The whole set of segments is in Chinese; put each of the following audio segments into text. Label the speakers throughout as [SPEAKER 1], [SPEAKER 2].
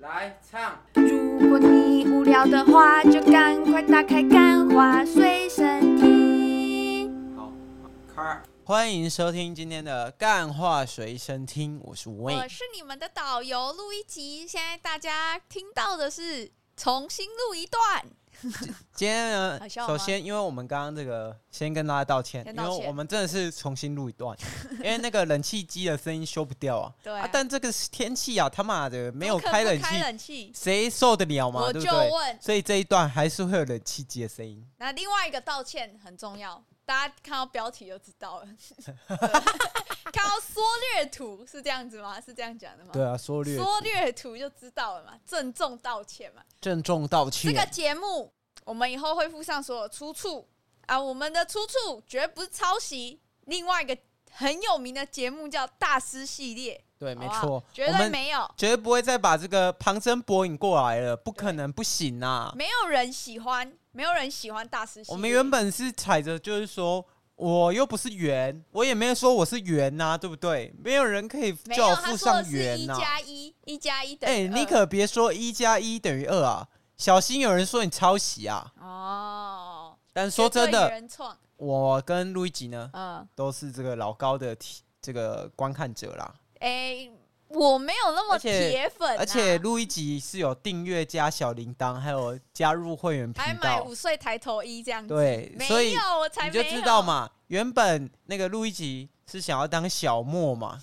[SPEAKER 1] 来唱。
[SPEAKER 2] 如果你无聊的话，就赶快打开《干花随身听》。
[SPEAKER 1] 好，开。
[SPEAKER 3] 欢迎收听今天的《干话随身听》，我是
[SPEAKER 4] 我
[SPEAKER 3] Wayne。
[SPEAKER 4] 呃是你们的导游录一集，现在大家听到的是重新录一段，
[SPEAKER 3] 今天呢，
[SPEAKER 4] 好笑吗
[SPEAKER 3] 首先因为我们刚刚这个，先跟大家道歉，
[SPEAKER 4] 先
[SPEAKER 3] 因
[SPEAKER 4] 道歉
[SPEAKER 3] 为我们真的是重新录一 段，因为那个冷气机的声音修不掉啊。
[SPEAKER 4] 对啊
[SPEAKER 3] 啊，但这个天气啊，他妈的没有
[SPEAKER 4] 不可
[SPEAKER 3] 开
[SPEAKER 4] 不
[SPEAKER 3] 冷
[SPEAKER 4] 开
[SPEAKER 3] 气，
[SPEAKER 4] 冷气。
[SPEAKER 3] 谁受得了嘛？
[SPEAKER 4] 我
[SPEAKER 3] 对
[SPEAKER 4] 就
[SPEAKER 3] 不对？
[SPEAKER 4] 问，
[SPEAKER 3] 所以这一段还是会有冷气机的声音。
[SPEAKER 4] 那另外一个道歉很重要，大家看到标题就知 道了。对看到缩略图是这样子吗？是这样讲的吗？
[SPEAKER 3] 对啊，缩略
[SPEAKER 4] 哦缩略图就知道了嘛，郑重道歉嘛。
[SPEAKER 3] 郑重道
[SPEAKER 4] 这个
[SPEAKER 3] 歉。
[SPEAKER 4] 节目我们以后会附上所有出处啊，我们的出处绝不是抄袭。另外一个很有名的节目叫《大师系列》，
[SPEAKER 3] 对，没
[SPEAKER 4] 好不好啊
[SPEAKER 3] 错，
[SPEAKER 4] 绝
[SPEAKER 3] 我
[SPEAKER 4] 对
[SPEAKER 3] 们
[SPEAKER 4] 没有，
[SPEAKER 3] 绝对不会再把这个旁征博引过来了，不可能，不行啊！
[SPEAKER 4] 没有人喜欢，没有人喜欢大师系列。
[SPEAKER 3] 我们原本是踩着就是说，我又不是圆，我也没有说我是圆呐、对不对？没有人可以
[SPEAKER 4] 没
[SPEAKER 3] 叫
[SPEAKER 4] 有
[SPEAKER 3] 我
[SPEAKER 4] 他
[SPEAKER 3] 附
[SPEAKER 4] 说的
[SPEAKER 3] 上
[SPEAKER 4] 是
[SPEAKER 3] 圆
[SPEAKER 4] 一
[SPEAKER 3] 呐、
[SPEAKER 4] 加一，一加一等
[SPEAKER 3] 哎、
[SPEAKER 4] 于二。
[SPEAKER 3] 你可别说一加一等于二啊，小心有人说你抄袭啊！
[SPEAKER 4] 哦，
[SPEAKER 3] 但说真
[SPEAKER 4] 绝对
[SPEAKER 3] 的，
[SPEAKER 4] 原创，
[SPEAKER 3] 我跟路易吉呢，
[SPEAKER 4] 嗯，
[SPEAKER 3] 都是这个老高的体这个观看者啦，
[SPEAKER 4] 哎，我没有那么
[SPEAKER 3] 而且
[SPEAKER 4] 铁粉啊，
[SPEAKER 3] 而且路易吉是有订阅加小铃铛，还有加入会员
[SPEAKER 4] 还
[SPEAKER 3] 频
[SPEAKER 4] 买
[SPEAKER 3] 道
[SPEAKER 4] 五，岁抬头衣这样子，
[SPEAKER 3] 对，所
[SPEAKER 4] 没
[SPEAKER 3] 以
[SPEAKER 4] 有，我才
[SPEAKER 3] 你就
[SPEAKER 4] 没
[SPEAKER 3] 知
[SPEAKER 4] 有
[SPEAKER 3] 道嘛，原本那个路易吉是想要当小莫嘛，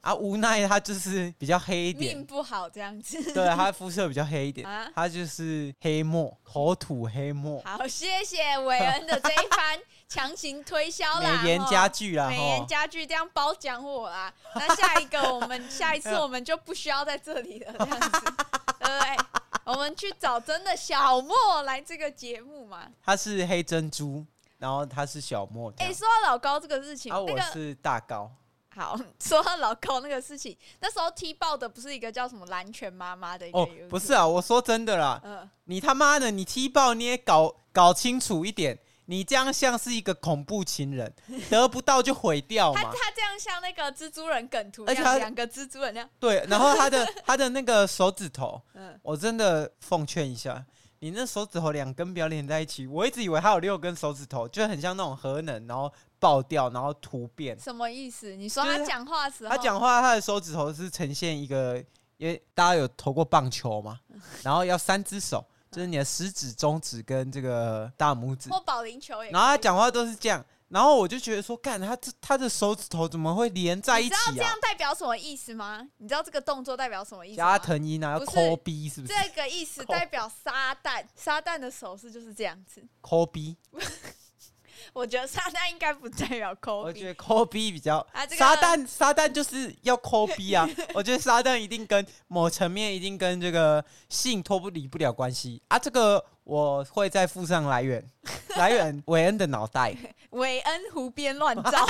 [SPEAKER 3] 啊，无奈他就是比较黑一
[SPEAKER 4] 命
[SPEAKER 3] 点，
[SPEAKER 4] 不好这样子。
[SPEAKER 3] 对，啊他肤色比较黑一点，
[SPEAKER 4] 啊
[SPEAKER 3] 他就是黑墨，口吐黑墨，
[SPEAKER 4] 好，谢谢韦恩的这一番强行推销啦，
[SPEAKER 3] 美颜
[SPEAKER 4] 吼
[SPEAKER 3] 家具啦，
[SPEAKER 4] 美颜
[SPEAKER 3] 哈，
[SPEAKER 4] 家具这样褒奖我啦。那下一个，我 们下一次我们就不需要在这里了，这样子，对不对？我们去找真的小莫来这个节目嘛。
[SPEAKER 3] 他是黑珍珠，然后他是小莫这
[SPEAKER 4] 哎、
[SPEAKER 3] 样，
[SPEAKER 4] 说到老高这个事情，
[SPEAKER 3] 啊，
[SPEAKER 4] 那
[SPEAKER 3] 我
[SPEAKER 4] 个
[SPEAKER 3] 是大高，
[SPEAKER 4] 好，说到老高那个事情，那时候踢爆的不是一个叫什么蓝拳妈妈的一个
[SPEAKER 3] 哦
[SPEAKER 4] YouTuber、，
[SPEAKER 3] 不是啊，我说真的啦，
[SPEAKER 4] 嗯、
[SPEAKER 3] 你他妈的，你踢爆你也搞搞清楚一点。你这样像是一个恐怖情人，得不到就毁掉
[SPEAKER 4] 他
[SPEAKER 3] 嘛。
[SPEAKER 4] 他这样像那个蜘蛛人梗图
[SPEAKER 3] 而
[SPEAKER 4] 一
[SPEAKER 3] 且他
[SPEAKER 4] 样，两个蜘蛛人那样，
[SPEAKER 3] 对，然后他的他的那个手指头，
[SPEAKER 4] 嗯，
[SPEAKER 3] 我真的奉劝一下，你那手指头两根不要连在一起。我一直以为他有六根手指头，就很像那种核能，然后爆掉，然后突变。
[SPEAKER 4] 什么意思？你说
[SPEAKER 3] 就是
[SPEAKER 4] 他讲话的时候，
[SPEAKER 3] 他讲话，他的手指头是呈现一个，因为大家有投过棒球 嘛，然后要三只手，就是你的食指、中指跟这个大拇指。
[SPEAKER 4] 或保龄球也可以，
[SPEAKER 3] 然后他讲话都是这样，然后我就觉得说，干他这他的手指头怎么会连在一
[SPEAKER 4] 你知道
[SPEAKER 3] 起
[SPEAKER 4] 这
[SPEAKER 3] 啊
[SPEAKER 4] 样？代表什么意思吗？你知道这个动作代表什么意思
[SPEAKER 3] 加
[SPEAKER 4] 吗？
[SPEAKER 3] 藤鹰啊，要
[SPEAKER 4] 不是
[SPEAKER 3] 抠逼是不是？
[SPEAKER 4] 这个意思代表撒旦，撒旦的手势就是这样子。
[SPEAKER 3] 抠逼。
[SPEAKER 4] 我觉得撒旦应该不代表抠
[SPEAKER 3] 我觉
[SPEAKER 4] 鼻，
[SPEAKER 3] 得抠逼比较
[SPEAKER 4] 啊这个
[SPEAKER 3] 撒旦，撒旦就是要抠逼 啊！我觉得撒旦一定跟某层面一定跟这个性脱不离不了关系啊！这个我会再附上来 源，来源韦恩的脑袋
[SPEAKER 4] 韦恩湖边乱 照。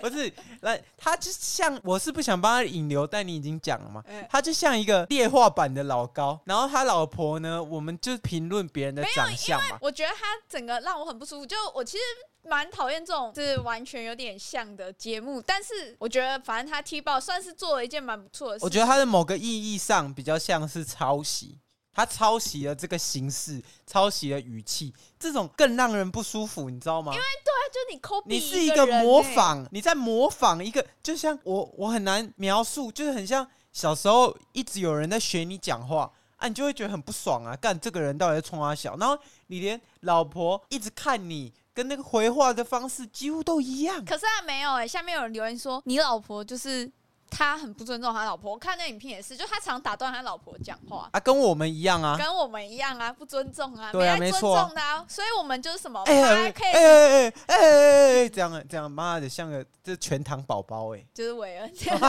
[SPEAKER 3] 不是来，他就像我是不想帮他引流，但你已经讲了嘛
[SPEAKER 4] 嗯，
[SPEAKER 3] 他就像一个劣化版的老高，然后他老婆呢，我们就评论别人的长相嘛，
[SPEAKER 4] 我觉得他整个让我很不舒服，就我其实蛮讨厌这种就是完全有点像的节目，但是我觉得反正他踢爆算是做了一件蛮不错的事。
[SPEAKER 3] 我觉得他的某个意义上比较像是抄袭，他抄袭了这个形式，抄袭了语气，这种更让人不舒服，你知道吗？因为
[SPEAKER 4] 他就你抠鼻，
[SPEAKER 3] 你是一
[SPEAKER 4] 个
[SPEAKER 3] 个
[SPEAKER 4] 人
[SPEAKER 3] 模
[SPEAKER 4] 欸，
[SPEAKER 3] 仿，你在模仿一个，就像我，我很难描述，就是很像小时候一直有人在学你讲话。啊，你就会觉得很不爽啊！干这个人到底在冲他笑，然后你连老婆一直看你，跟那个回话的方式几乎都一样。
[SPEAKER 4] 可是他没有哎、下面有人留言说你老婆就是他很不尊重他老婆，我看那影片也是，就他常打断他老婆讲话。
[SPEAKER 3] 啊，跟我们一样啊！
[SPEAKER 4] 跟我们一样啊，不尊重啊，
[SPEAKER 3] 对啊
[SPEAKER 4] 没
[SPEAKER 3] 没
[SPEAKER 4] 在尊
[SPEAKER 3] 错啊
[SPEAKER 4] 重他、所以我们就是什么，
[SPEAKER 3] 哎
[SPEAKER 4] 他
[SPEAKER 3] 哎
[SPEAKER 4] 可
[SPEAKER 3] 哎
[SPEAKER 4] 以
[SPEAKER 3] 哎哎哎哎，这样这样，妈的，像个这全糖宝宝哎！
[SPEAKER 4] 就是韦恩这样，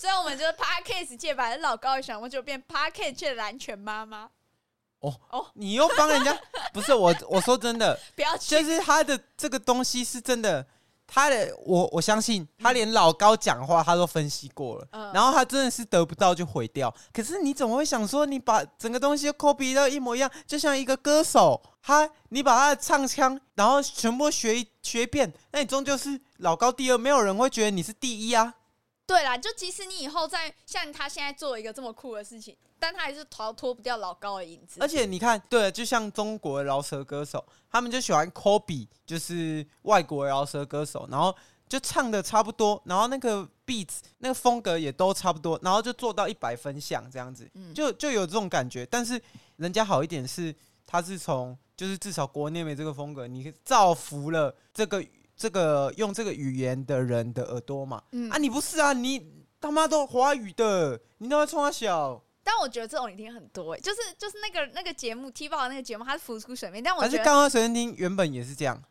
[SPEAKER 4] 所以我们就是 podcast 界把老高一想，我就变 podcast 界的蓝犬妈妈，
[SPEAKER 3] 你又帮人家不是我，我说真的，
[SPEAKER 4] 不要去
[SPEAKER 3] 就是他的这个东西是真的，他的我我相信他连老高讲话他都分析过了，
[SPEAKER 4] 嗯
[SPEAKER 3] 然后他真的是得不到就毁掉。可是你怎么会想说你把整个东西都 copy 到一模一样，就像一个歌手，他你把他的唱腔，然后全部学一学一遍，那你终究是老高第二，没有人会觉得你是第一啊。
[SPEAKER 4] 对啦，就即使你以后在像他现在做一个这么酷的事情，但他还是逃脱不掉老高的影子。
[SPEAKER 3] 而且你看，对，就像中国的饶舌歌手，他们就喜欢 copy，就是外国的饶舌歌手，然后就唱的差不多，然后那个 beats 那个风格也都差不多，然后就做到一百分像这样子，
[SPEAKER 4] 嗯
[SPEAKER 3] 就就有这种感觉。但是人家好一点是，他是从就是至少国内没这个风格，你造福了这个这个用这个语言的人的耳朵嘛。
[SPEAKER 4] 嗯
[SPEAKER 3] 啊，你不是啊，你他妈都华语的，你他妈冲他小，
[SPEAKER 4] 但我觉得这种一定很多、欸，就是就是那个那个节目 T 宝那个节目，它是浮出水面，但我
[SPEAKER 3] 还是
[SPEAKER 4] 觉得
[SPEAKER 3] 刚刚随便听原本也是这样。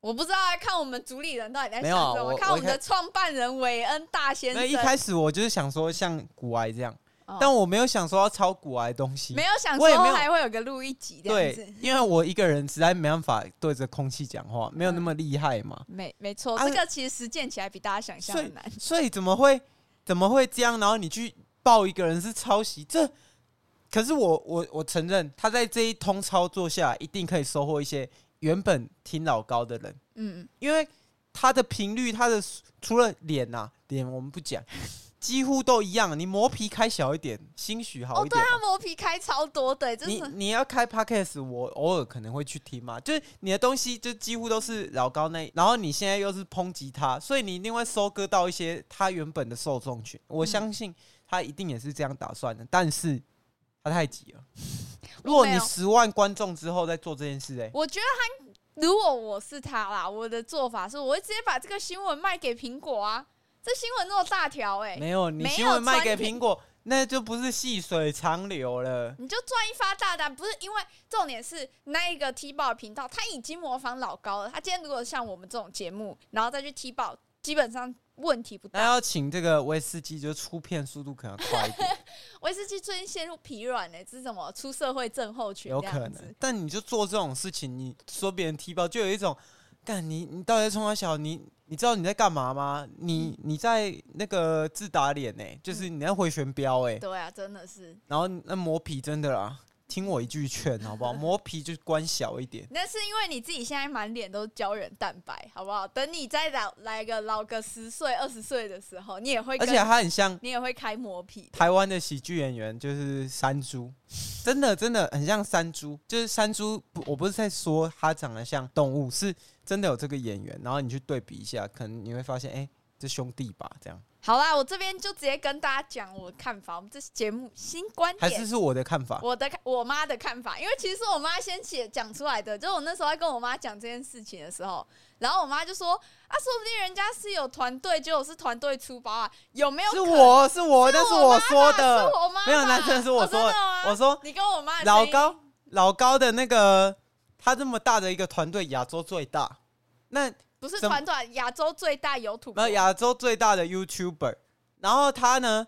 [SPEAKER 4] 我不知道欸看我们主理人到底在
[SPEAKER 3] 没
[SPEAKER 4] 想
[SPEAKER 3] 有啊
[SPEAKER 4] 什么，
[SPEAKER 3] 我
[SPEAKER 4] 看
[SPEAKER 3] 我
[SPEAKER 4] 我们的
[SPEAKER 3] 一开
[SPEAKER 4] 创办人韦恩大先
[SPEAKER 3] 那
[SPEAKER 4] 生，
[SPEAKER 3] 一开始我就是想说像古癌这样，
[SPEAKER 4] 哦
[SPEAKER 3] 但我没有想说要抄古癌的东西
[SPEAKER 4] 没。有想
[SPEAKER 3] 我也
[SPEAKER 4] 说
[SPEAKER 3] 没有
[SPEAKER 4] 还会有个录一集这样
[SPEAKER 3] 对
[SPEAKER 4] 子。，
[SPEAKER 3] 因为我一个人实在没办法对着空气讲话，没有那么厉害嘛，
[SPEAKER 4] 没没错，
[SPEAKER 3] 啊
[SPEAKER 4] 这个其实实践起来比大家想象
[SPEAKER 3] 所
[SPEAKER 4] 的
[SPEAKER 3] 以
[SPEAKER 4] 难。
[SPEAKER 3] 所以怎么会怎么会这样？然后你去报一个人是抄袭，这可是我我我承认，他在这一通操作下来，一定可以收获一些原本听老高的人，
[SPEAKER 4] 嗯，
[SPEAKER 3] 因为他的频率，他的除了脸呐、脸我们不讲，几乎都一样。你磨皮开小一点，兴许好
[SPEAKER 4] 哦，
[SPEAKER 3] 一
[SPEAKER 4] 对
[SPEAKER 3] 点嘛。
[SPEAKER 4] 他磨皮开超多的欸，真
[SPEAKER 3] 你
[SPEAKER 4] 是
[SPEAKER 3] 你要开 podcast，我偶尔可能会去听嘛。就是你的东西就几乎都是老高那，然后你现在又是抨击他，所以你一定会收割到一些他原本的受众群。我
[SPEAKER 4] 嗯
[SPEAKER 3] 相信他一定也是这样打算的，但是他太急了。如果
[SPEAKER 4] 没
[SPEAKER 3] 你
[SPEAKER 4] 有
[SPEAKER 3] 十万观众之后再做这件事、欸，
[SPEAKER 4] 我觉得他，如果我是他啦，我的做法是，我会直接把这个新闻卖给苹果啊。这新闻那么大条哎、
[SPEAKER 3] 没有，你
[SPEAKER 4] 没有
[SPEAKER 3] 新闻卖给
[SPEAKER 4] 专题
[SPEAKER 3] 苹果，那就不是细水长流了。
[SPEAKER 4] 你就赚一发大单，不是因为重点是那一个 T 报频道，他已经模仿老高了。他今天如果像我们这种节目，然后再去 T 报，基本上问题不
[SPEAKER 3] 那
[SPEAKER 4] 大。
[SPEAKER 3] 要请这个威士忌，就出片速度可能要快一点，
[SPEAKER 4] 威士忌最近陷入疲软呢、这是什么出社会症候群
[SPEAKER 3] 有
[SPEAKER 4] 这
[SPEAKER 3] 可
[SPEAKER 4] 样
[SPEAKER 3] 能
[SPEAKER 4] 子。。
[SPEAKER 3] 但你就做这种事情，你说别人踢爆，就有一种，干你你到底在冲他小？你你知道你在干嘛吗？
[SPEAKER 4] 嗯
[SPEAKER 3] 你你在那个自打脸呢、就是你在回旋镖哎、
[SPEAKER 4] 对啊，真的是，
[SPEAKER 3] 然后那磨皮真的啦，听我一句劝好不 好？磨皮就关小一点。
[SPEAKER 4] 那是因为你自己现在满脸都胶原蛋白，好不好？等你再老来个老个十岁、二十岁的时候，你也会
[SPEAKER 3] 而
[SPEAKER 4] 跟，
[SPEAKER 3] 且他很像
[SPEAKER 4] 你也会开磨皮的。
[SPEAKER 3] 台湾的喜剧演员就是山猪，真的真的很像山猪，就是山猪。不我不是在说他长得像动物，是真的有这个演员。然后你去对比一下，可能你会发现，哎、这兄弟吧，这样
[SPEAKER 4] 好啦，我这边就直接跟大家讲我的看法，我们这是节目新观
[SPEAKER 3] 还
[SPEAKER 4] 点
[SPEAKER 3] 是。是我的看法。
[SPEAKER 4] 我的看我妈的看法，因为其实是我妈先写讲出来的，就是我那时候在跟我妈讲这件事情的时候，然后我妈就说啊，说不定人家是有团队，结果是团队出包啊，有没有可
[SPEAKER 3] 是
[SPEAKER 4] 能？
[SPEAKER 3] 我是我，那是我说
[SPEAKER 4] 是
[SPEAKER 3] 的，
[SPEAKER 4] 我妈吧，
[SPEAKER 3] 没有，那真的是我
[SPEAKER 4] 哦真
[SPEAKER 3] 说
[SPEAKER 4] 的
[SPEAKER 3] 的。
[SPEAKER 4] 吗
[SPEAKER 3] 我说
[SPEAKER 4] 你跟我妈的声
[SPEAKER 3] 老
[SPEAKER 4] 音
[SPEAKER 3] 高老高的那个，他这么大的一个团队，亚洲最大。那
[SPEAKER 4] 不是
[SPEAKER 3] 怎么
[SPEAKER 4] 团队，亚洲最大有土
[SPEAKER 3] 没有亚洲最大的 YouTuber，然后他呢，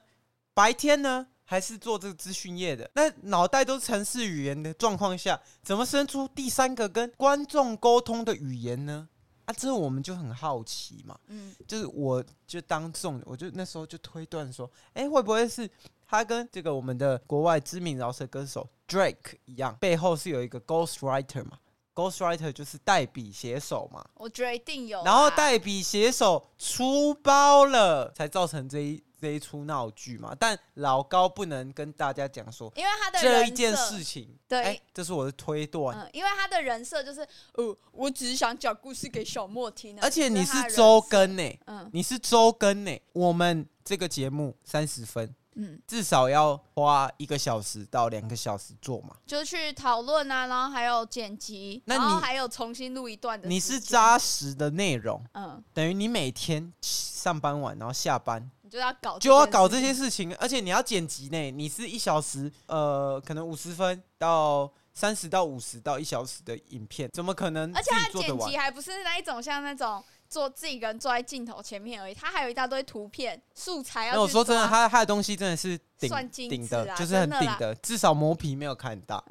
[SPEAKER 3] 白天呢还是做这个资讯业的，那脑袋都是城市语言的状况下，怎么生出第三个跟观众沟通的语言呢？啊，这我们就很好奇嘛。
[SPEAKER 4] 嗯，
[SPEAKER 3] 就是我就当众，我就那时候就推断说，哎、会不会是他跟这个我们的国外知名饶舌歌手 Drake 一样，背后是有一个 Ghostwriter 嘛？Ghostwriter 就是代笔写手嘛。
[SPEAKER 4] 我觉得一定有啊。
[SPEAKER 3] 然后代笔写手出包了，才造成这一这一出闹剧嘛。但老高不能跟大家讲说
[SPEAKER 4] 因为他的
[SPEAKER 3] 这
[SPEAKER 4] 人
[SPEAKER 3] 一件
[SPEAKER 4] 设
[SPEAKER 3] 事情，
[SPEAKER 4] 对
[SPEAKER 3] 哎，这是我的推断。
[SPEAKER 4] 嗯，因为他的人设就是，哦，我只是想讲故事给小莫听啊而已
[SPEAKER 3] 而且你是，周
[SPEAKER 4] 这他的人设
[SPEAKER 3] 更呢、欸
[SPEAKER 4] 嗯
[SPEAKER 3] 你是周更呢、我们这个节目三十分，
[SPEAKER 4] 嗯，
[SPEAKER 3] 至少要花一个小时到两个小时做嘛。
[SPEAKER 4] 就去讨论啊，然后还有剪辑，
[SPEAKER 3] 那
[SPEAKER 4] 然后
[SPEAKER 3] 你
[SPEAKER 4] 还有重新录一段的。
[SPEAKER 3] 你是，扎实的内容，
[SPEAKER 4] 嗯，
[SPEAKER 3] 等于你每天上班晚，然后下班
[SPEAKER 4] 你就要搞，
[SPEAKER 3] 就要搞这些。事情，而且你要剪辑呢。你是一小时，呃，可能五十分到三十到五十到一小时的影片，怎么可能
[SPEAKER 4] 而
[SPEAKER 3] 自
[SPEAKER 4] 且他
[SPEAKER 3] 己做得
[SPEAKER 4] 剪
[SPEAKER 3] 完
[SPEAKER 4] 辑？还不是那一种像那种做自己一个人坐在镜头前面而已，他还有一大堆图片素材要去
[SPEAKER 3] 那我说真的，
[SPEAKER 4] 抓
[SPEAKER 3] 他他的东西真的是顶
[SPEAKER 4] 算精致
[SPEAKER 3] 顶的，
[SPEAKER 4] 啊
[SPEAKER 3] 就是很
[SPEAKER 4] 真的啦
[SPEAKER 3] 顶的，至少磨皮没有看到，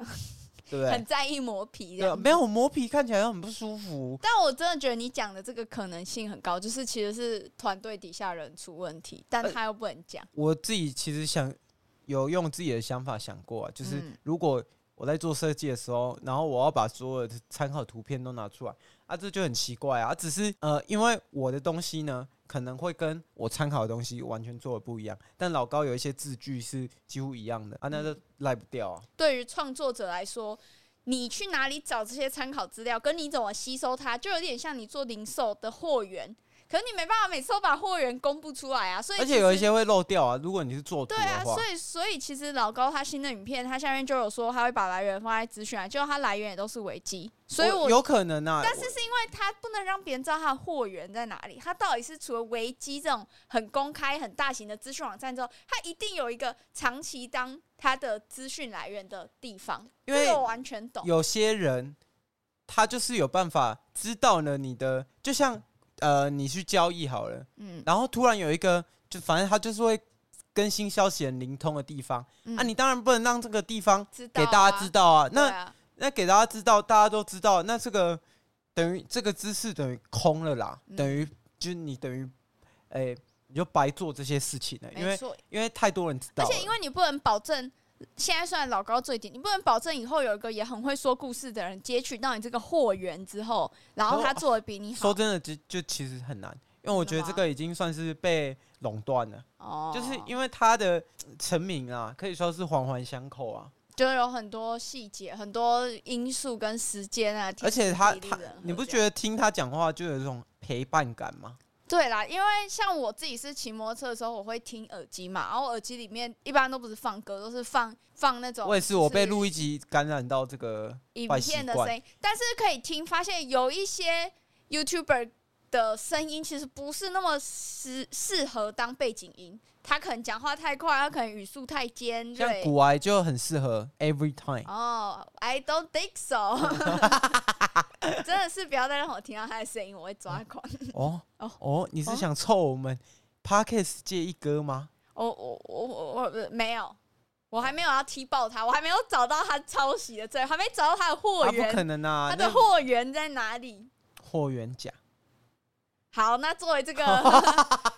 [SPEAKER 3] 对不对
[SPEAKER 4] 很？在意磨皮这
[SPEAKER 3] 对，
[SPEAKER 4] 样子，
[SPEAKER 3] 没有磨皮看起来很不舒服。
[SPEAKER 4] 但我真的觉得你讲的这个可能性很高，就是其实是团队底下人出问题，但
[SPEAKER 3] 呃
[SPEAKER 4] 他又不能讲。
[SPEAKER 3] 我自己其实想有用自己的想法想过啊，就是
[SPEAKER 4] 嗯
[SPEAKER 3] 如果我在做设计的时候，然后我要把所有的参考图片都拿出来啊，这就很奇怪啊。只是呃，因为我的东西呢，可能会跟我参考的东西完全做的不一样，但老高有一些字句是几乎一样的啊，
[SPEAKER 4] 嗯
[SPEAKER 3] 那就赖不掉啊。
[SPEAKER 4] 对于创作者来说，你去哪里找这些参考资料，跟你怎么吸收它，就有点像你做零售的货源，可是你没办法每次都把货源公布出来啊，所以
[SPEAKER 3] 而
[SPEAKER 4] 其
[SPEAKER 3] 且有一
[SPEAKER 4] 实
[SPEAKER 3] 些会漏掉啊，如果你是做图
[SPEAKER 4] 对
[SPEAKER 3] 的
[SPEAKER 4] 啊，
[SPEAKER 3] 话，
[SPEAKER 4] 所以所以其实老高他新的影片，他下面就有说他会把来源放在资讯啊，就他来源也都是维基，所以我
[SPEAKER 3] 有可能啊。
[SPEAKER 4] 但是是因为他不能让别人知道他的货源在哪里，他到底是除了维基这种很公开、很大型的资讯网站之后，他一定有一个长期当他的资讯来源的地方，
[SPEAKER 3] 因为
[SPEAKER 4] 这个我完全懂。
[SPEAKER 3] 有些人他就是有办法知道了你的，就像呃，你去交易好了，
[SPEAKER 4] 嗯，
[SPEAKER 3] 然后突然有一个，就反正他就是会更新消息很灵通的地方、
[SPEAKER 4] 嗯
[SPEAKER 3] 啊，你当然不能让这个地方
[SPEAKER 4] 知道
[SPEAKER 3] 给大家知
[SPEAKER 4] 道，
[SPEAKER 3] 道啊。那、
[SPEAKER 4] 对啊
[SPEAKER 3] 那给大家知道，大家都知道，那这个等于这个知识等于空了啦，
[SPEAKER 4] 嗯
[SPEAKER 3] 等于就是你等于哎、你就白做这些事情了，因
[SPEAKER 4] 没
[SPEAKER 3] 为
[SPEAKER 4] 错，
[SPEAKER 3] 因为太多人知道
[SPEAKER 4] 而
[SPEAKER 3] 了，
[SPEAKER 4] 且因为你不能保证，现在虽然老高这一点，你不能保证以后有一个也很会说故事的人截取到你这个货源之后，然后他做的比你好
[SPEAKER 3] 说，真的，就就其实很难，因为我
[SPEAKER 4] 真
[SPEAKER 3] 觉
[SPEAKER 4] 的
[SPEAKER 3] 得这
[SPEAKER 4] 吗
[SPEAKER 3] 个已经算是被垄断了。
[SPEAKER 4] 哦
[SPEAKER 3] 就是因为它的呃成名啊，可以说是环环相扣啊。
[SPEAKER 4] 就有很多细节、很多因素跟时间啊，
[SPEAKER 3] 而且他
[SPEAKER 4] 天时地利
[SPEAKER 3] 他
[SPEAKER 4] 人和，
[SPEAKER 3] 你不
[SPEAKER 4] 这
[SPEAKER 3] 觉
[SPEAKER 4] 样
[SPEAKER 3] 得听他讲话就有一种陪伴感吗？
[SPEAKER 4] 对啦，因为像我自己是骑摩托车的时候，我会听耳机嘛，然后耳机里面一般都不是放歌，都是放放那种。
[SPEAKER 3] 我也是，我被录
[SPEAKER 4] 影
[SPEAKER 3] 一集感染到这个，
[SPEAKER 4] 影
[SPEAKER 3] 坏习
[SPEAKER 4] 片的
[SPEAKER 3] 惯
[SPEAKER 4] 声音，但是可以听发现有一些 YouTuber 的声音其实不是那么适适合当背景音，他可能讲话太快，他可能语速太尖
[SPEAKER 3] 像
[SPEAKER 4] 锐。
[SPEAKER 3] 古癌就很适合 Every Time。
[SPEAKER 4] 哦、i don't think so 。真的是不要再让我听到他的声音，我会抓狂。
[SPEAKER 3] 哦
[SPEAKER 4] 哦
[SPEAKER 3] 哦，你是
[SPEAKER 4] 哦
[SPEAKER 3] 想凑我们 Parkes 界一哥吗？
[SPEAKER 4] 我我我我我不没有，我还没有要踢爆他，我还没有找到他抄袭的罪，还没找到他的货
[SPEAKER 3] 啊，不可
[SPEAKER 4] 源，
[SPEAKER 3] 能啊，
[SPEAKER 4] 他的
[SPEAKER 3] 那
[SPEAKER 4] 货源在哪里？
[SPEAKER 3] 货源甲
[SPEAKER 4] 好，那作为 这个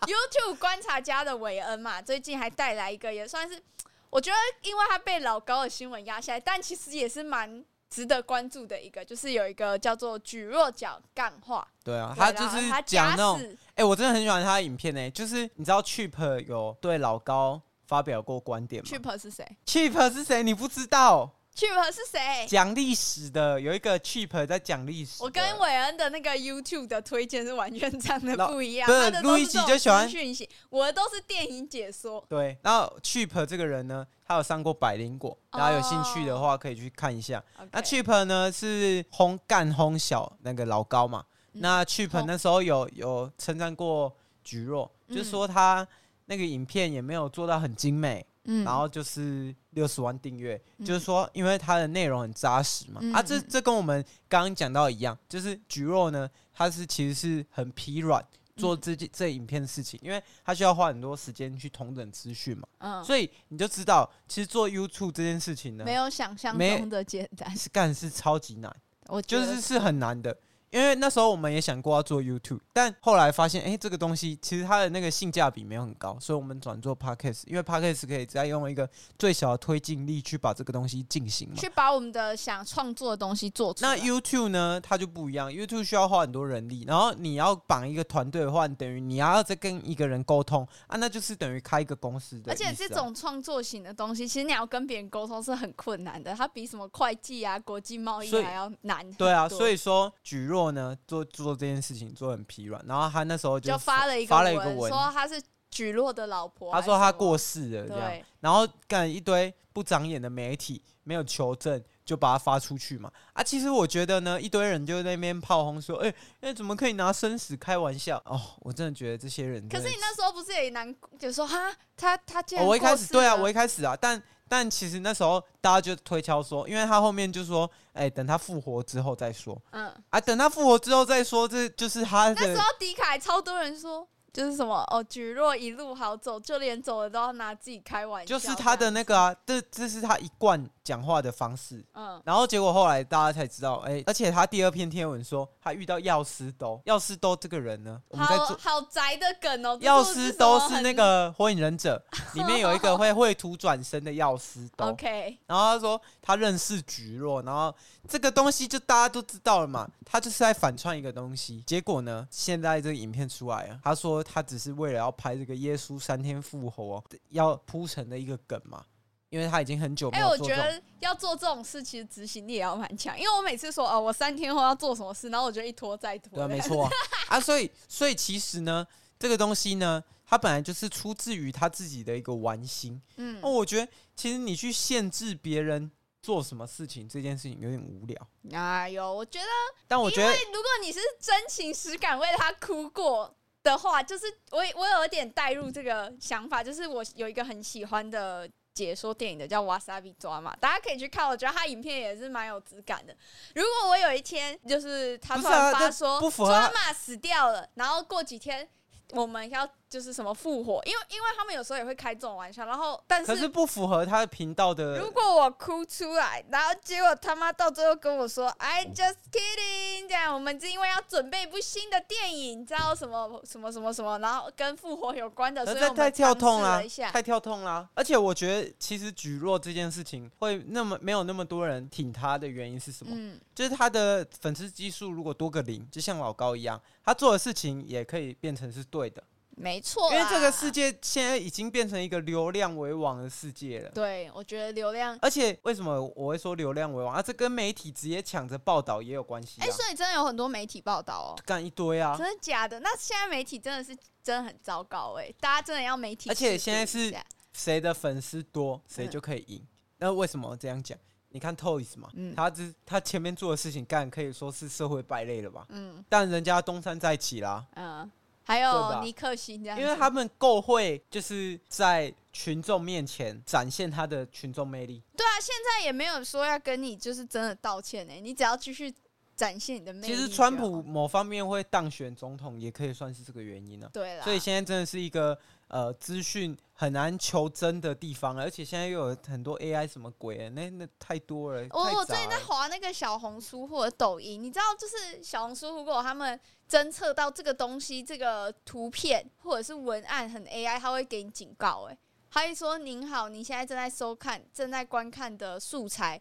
[SPEAKER 4] YouTube 观察家的韦恩嘛，最近还带来一个也算是，我觉得因为他被老高的新闻压下来，但其实也是蛮值得关注的一个，就是有一个叫做举弱角干话，
[SPEAKER 3] 对啊，
[SPEAKER 4] 对
[SPEAKER 3] 他
[SPEAKER 4] 啦
[SPEAKER 3] 就是
[SPEAKER 4] 他
[SPEAKER 3] 讲那
[SPEAKER 4] 假
[SPEAKER 3] 种
[SPEAKER 4] 死
[SPEAKER 3] 哎、我真的很喜欢他的影片呢、欸就是你知道 Cheap 有对老高发表过观点吗
[SPEAKER 4] Cheap 是谁
[SPEAKER 3] ？Cheap 是谁？你不知道？
[SPEAKER 4] ？Cheap 是谁？
[SPEAKER 3] 讲历史的有一个 Cheap 在讲历史的，
[SPEAKER 4] 我跟韦恩的那个 YouTube 的推荐是完全长得
[SPEAKER 3] 啊老
[SPEAKER 4] 不一样，
[SPEAKER 3] 不是
[SPEAKER 4] 他的都
[SPEAKER 3] 路易
[SPEAKER 4] 是
[SPEAKER 3] 吉
[SPEAKER 4] 这种
[SPEAKER 3] 就喜欢
[SPEAKER 4] 资讯息，我的都是电影解说。
[SPEAKER 3] 对，然后 Cheap 这个人呢，他有上过百灵果，
[SPEAKER 4] 哦
[SPEAKER 3] 大家有兴趣的话可以啊去看一下。那
[SPEAKER 4] OK，
[SPEAKER 3] Cheap 呢是轰干轰小那个老高嘛，
[SPEAKER 4] 嗯
[SPEAKER 3] 那 Cheap
[SPEAKER 4] 轰
[SPEAKER 3] 那时候有有称赞过菊若，就
[SPEAKER 4] 嗯
[SPEAKER 3] 说他那个影片也没有做到很精美，
[SPEAKER 4] 嗯
[SPEAKER 3] 然后就是六十万订阅，
[SPEAKER 4] 嗯
[SPEAKER 3] 就是说，因为它的内容很扎实嘛，
[SPEAKER 4] 嗯
[SPEAKER 3] 啊，这
[SPEAKER 4] 嗯
[SPEAKER 3] 这跟我们刚刚讲到一样，就是菊肉呢，它是其实是很疲软做
[SPEAKER 4] 嗯
[SPEAKER 3] 这件这影片的事情，因为它需要花很多时间去同等资讯嘛，
[SPEAKER 4] 嗯，
[SPEAKER 3] 所以你就知道，其实做 YouTube 这件事情呢，
[SPEAKER 4] 没有想象
[SPEAKER 3] 啊没
[SPEAKER 4] 中的简单，
[SPEAKER 3] 是干是超级难，
[SPEAKER 4] 我觉
[SPEAKER 3] 就
[SPEAKER 4] 得
[SPEAKER 3] 是是很难的。因为那时候我们也想过要做 YouTube，但后来发现，哎、这个东西其实它的那个性价比没有很高，所以我们转做 Podcast，因为 Podcast 可以再用一个最小的推进力去把这个东西进行嘛。
[SPEAKER 4] 去把我们的想创作的东西做啊出
[SPEAKER 3] 那
[SPEAKER 4] 来。
[SPEAKER 3] YouTube 呢，它就不一样，YouTube 需要花很多人力，然后你要绑一个团队的话，等于你要再跟一个人沟通啊，那就是等于开一个公司的、啊
[SPEAKER 4] 而且这，种创作型的东西，其实你要跟别人沟通是很困难的，它比什么会计啊、国际贸易
[SPEAKER 3] 所以
[SPEAKER 4] 还要难很多。
[SPEAKER 3] 对啊，所以说举若呢做做这件事情做得很疲软，然后他那时候
[SPEAKER 4] 就发了一个
[SPEAKER 3] 发了一个文
[SPEAKER 4] 说她是举落的老婆还
[SPEAKER 3] 他
[SPEAKER 4] 是什
[SPEAKER 3] 说
[SPEAKER 4] 么，
[SPEAKER 3] 他过世了这样，
[SPEAKER 4] 对，
[SPEAKER 3] 然后干一堆不长眼的媒体没有求证就把它发出去嘛啊，其实我觉得呢，一堆人就在那边炮轰说，哎、那、怎么可以拿生死开玩笑？哦，我真的觉得这些人真的，
[SPEAKER 4] 可是你那时候不是也难，就说哈，他他竟
[SPEAKER 3] 哦
[SPEAKER 4] 然、
[SPEAKER 3] 我一开始对啊，我一开始啊，但但其实那时候大家就推敲说，因为他后面就说，哎、等他复活之后再说
[SPEAKER 4] 嗯，
[SPEAKER 3] 啊，等他复活之后再说，这就是他
[SPEAKER 4] 那时
[SPEAKER 3] 的
[SPEAKER 4] 候迪卡还超多人说就是什么哦，举若一路好走，就连走的都要拿自己开玩
[SPEAKER 3] 就
[SPEAKER 4] 笑。
[SPEAKER 3] 是他的那个啊，这这是他一贯讲话的方式。
[SPEAKER 4] 这样，嗯，
[SPEAKER 3] 然后结果后来大家才知道，哎、而且他第二篇贴文说他遇到药师兜，药师兜这个人呢，我们在
[SPEAKER 4] 好
[SPEAKER 3] 做
[SPEAKER 4] 好宅的梗哦。
[SPEAKER 3] 药
[SPEAKER 4] 这
[SPEAKER 3] 师
[SPEAKER 4] 什么
[SPEAKER 3] 兜是那
[SPEAKER 4] 很
[SPEAKER 3] 个火影忍者里面有一个会绘图转身的药师兜。
[SPEAKER 4] OK，
[SPEAKER 3] 然后他说他认识菊若，然后这个东西就大家都知道了嘛，他就是在反串一个东西。结果呢，现在这个影片出来了，他说他只是为了要拍这个耶稣三天复活要铺成的一个梗嘛，因为他已经很久没
[SPEAKER 4] 哎、
[SPEAKER 3] 有
[SPEAKER 4] 我
[SPEAKER 3] 做
[SPEAKER 4] 觉
[SPEAKER 3] 这种。
[SPEAKER 4] 得要做这种事，其实执行力也要蛮强。因为我每次说哦，我三天后要做什么事，然后我就一拖再拖。
[SPEAKER 3] 对啊，没。错啊啊，所以所以其实呢，这个东西呢，它本来就是出自于他自己的一个玩心。
[SPEAKER 4] 嗯
[SPEAKER 3] 那、，我觉得其实你去限制别人做什么事情这件事情有点无聊，
[SPEAKER 4] 哎呦，我觉得
[SPEAKER 3] 但我觉得
[SPEAKER 4] 如果你是真情实感为他哭过的话，就是我我有一点带入这个想法，就是我有一个很喜欢的解说电影的叫《Wasabi 抓嘛，大家可以去看，我觉得他影片也是蛮有质感的。如果我有一天就是他
[SPEAKER 3] 不
[SPEAKER 4] 突
[SPEAKER 3] 是啊
[SPEAKER 4] 然
[SPEAKER 3] 这
[SPEAKER 4] 发说
[SPEAKER 3] 不符合他
[SPEAKER 4] 抓马死掉了，然后过几天。我们要就是什么复活，因为因为他们有时候也会开这种玩笑，然后但
[SPEAKER 3] 可是不符合他的频道
[SPEAKER 4] 如
[SPEAKER 3] 的。
[SPEAKER 4] 果我哭出来，然后结果他妈到最后跟我说
[SPEAKER 3] 哦
[SPEAKER 4] “I just kidding”，这样我们是因为要准备一部新的电影，你知道什么什么什么什么，然后跟复活有关的，所以我
[SPEAKER 3] 太
[SPEAKER 4] 们
[SPEAKER 3] 太呃跳痛
[SPEAKER 4] 尝试
[SPEAKER 3] 啦
[SPEAKER 4] 了一，下。
[SPEAKER 3] 太跳痛啦！而且我觉得，其实举弱这件事情会那么没有那么多人挺他的原因是什么？
[SPEAKER 4] 嗯，
[SPEAKER 3] 就是他的粉丝基数如果多个零，就像老高一样，他做的事情也可以变成是对的。
[SPEAKER 4] 没错啦，
[SPEAKER 3] 因为这个世界现在已经变成一个流量为王的世界了。
[SPEAKER 4] 对我觉得流量，
[SPEAKER 3] 而且为什么我会说流量为王啊？这跟媒体直接抢着报道也有关系
[SPEAKER 4] 哎、
[SPEAKER 3] 啊，
[SPEAKER 4] 所以真的有很多媒体报道哦，
[SPEAKER 3] 干一堆啊！
[SPEAKER 4] 真的假的？那现在媒体真的是真的很糟糕哎、大家真的要媒体
[SPEAKER 3] 而且
[SPEAKER 4] 识
[SPEAKER 3] 现在
[SPEAKER 4] 读一
[SPEAKER 3] 是
[SPEAKER 4] 下
[SPEAKER 3] 谁的粉丝多，谁
[SPEAKER 4] 嗯
[SPEAKER 3] 就可以赢。那为什么这样讲？你看 Toys 嘛，
[SPEAKER 4] 嗯
[SPEAKER 3] 他之他前面做的事情干可以说是社会败类了吧？
[SPEAKER 4] 嗯
[SPEAKER 3] 但人家东山再起啦，
[SPEAKER 4] 嗯，还
[SPEAKER 3] 对
[SPEAKER 4] 有
[SPEAKER 3] 吧
[SPEAKER 4] 尼克星这样子，
[SPEAKER 3] 因为他们够会就是在群众面前展现他的群众魅力。
[SPEAKER 4] 对啊，现在也没有说要跟你就是真的道歉呢、你只要继续展现你的魅力
[SPEAKER 3] 其
[SPEAKER 4] 就好。
[SPEAKER 3] 实川普某方面会当选总统，也可以算是这个原因啊。
[SPEAKER 4] 对啦，
[SPEAKER 3] 所以现在真的是一个呃资讯很难求真的地方了，而且现在又有很多 AI 什么鬼的，那那太多了。
[SPEAKER 4] 我哦我
[SPEAKER 3] 太
[SPEAKER 4] 最
[SPEAKER 3] 杂
[SPEAKER 4] 近在
[SPEAKER 3] 了
[SPEAKER 4] 划那个小红书或者抖音，你知道，就是小红书如果他们侦测到这个东西、这个图片或者是文案很 AI，它会给你警告、欸，哎，它会说：“您好，您现在正在收看、正在观看的素材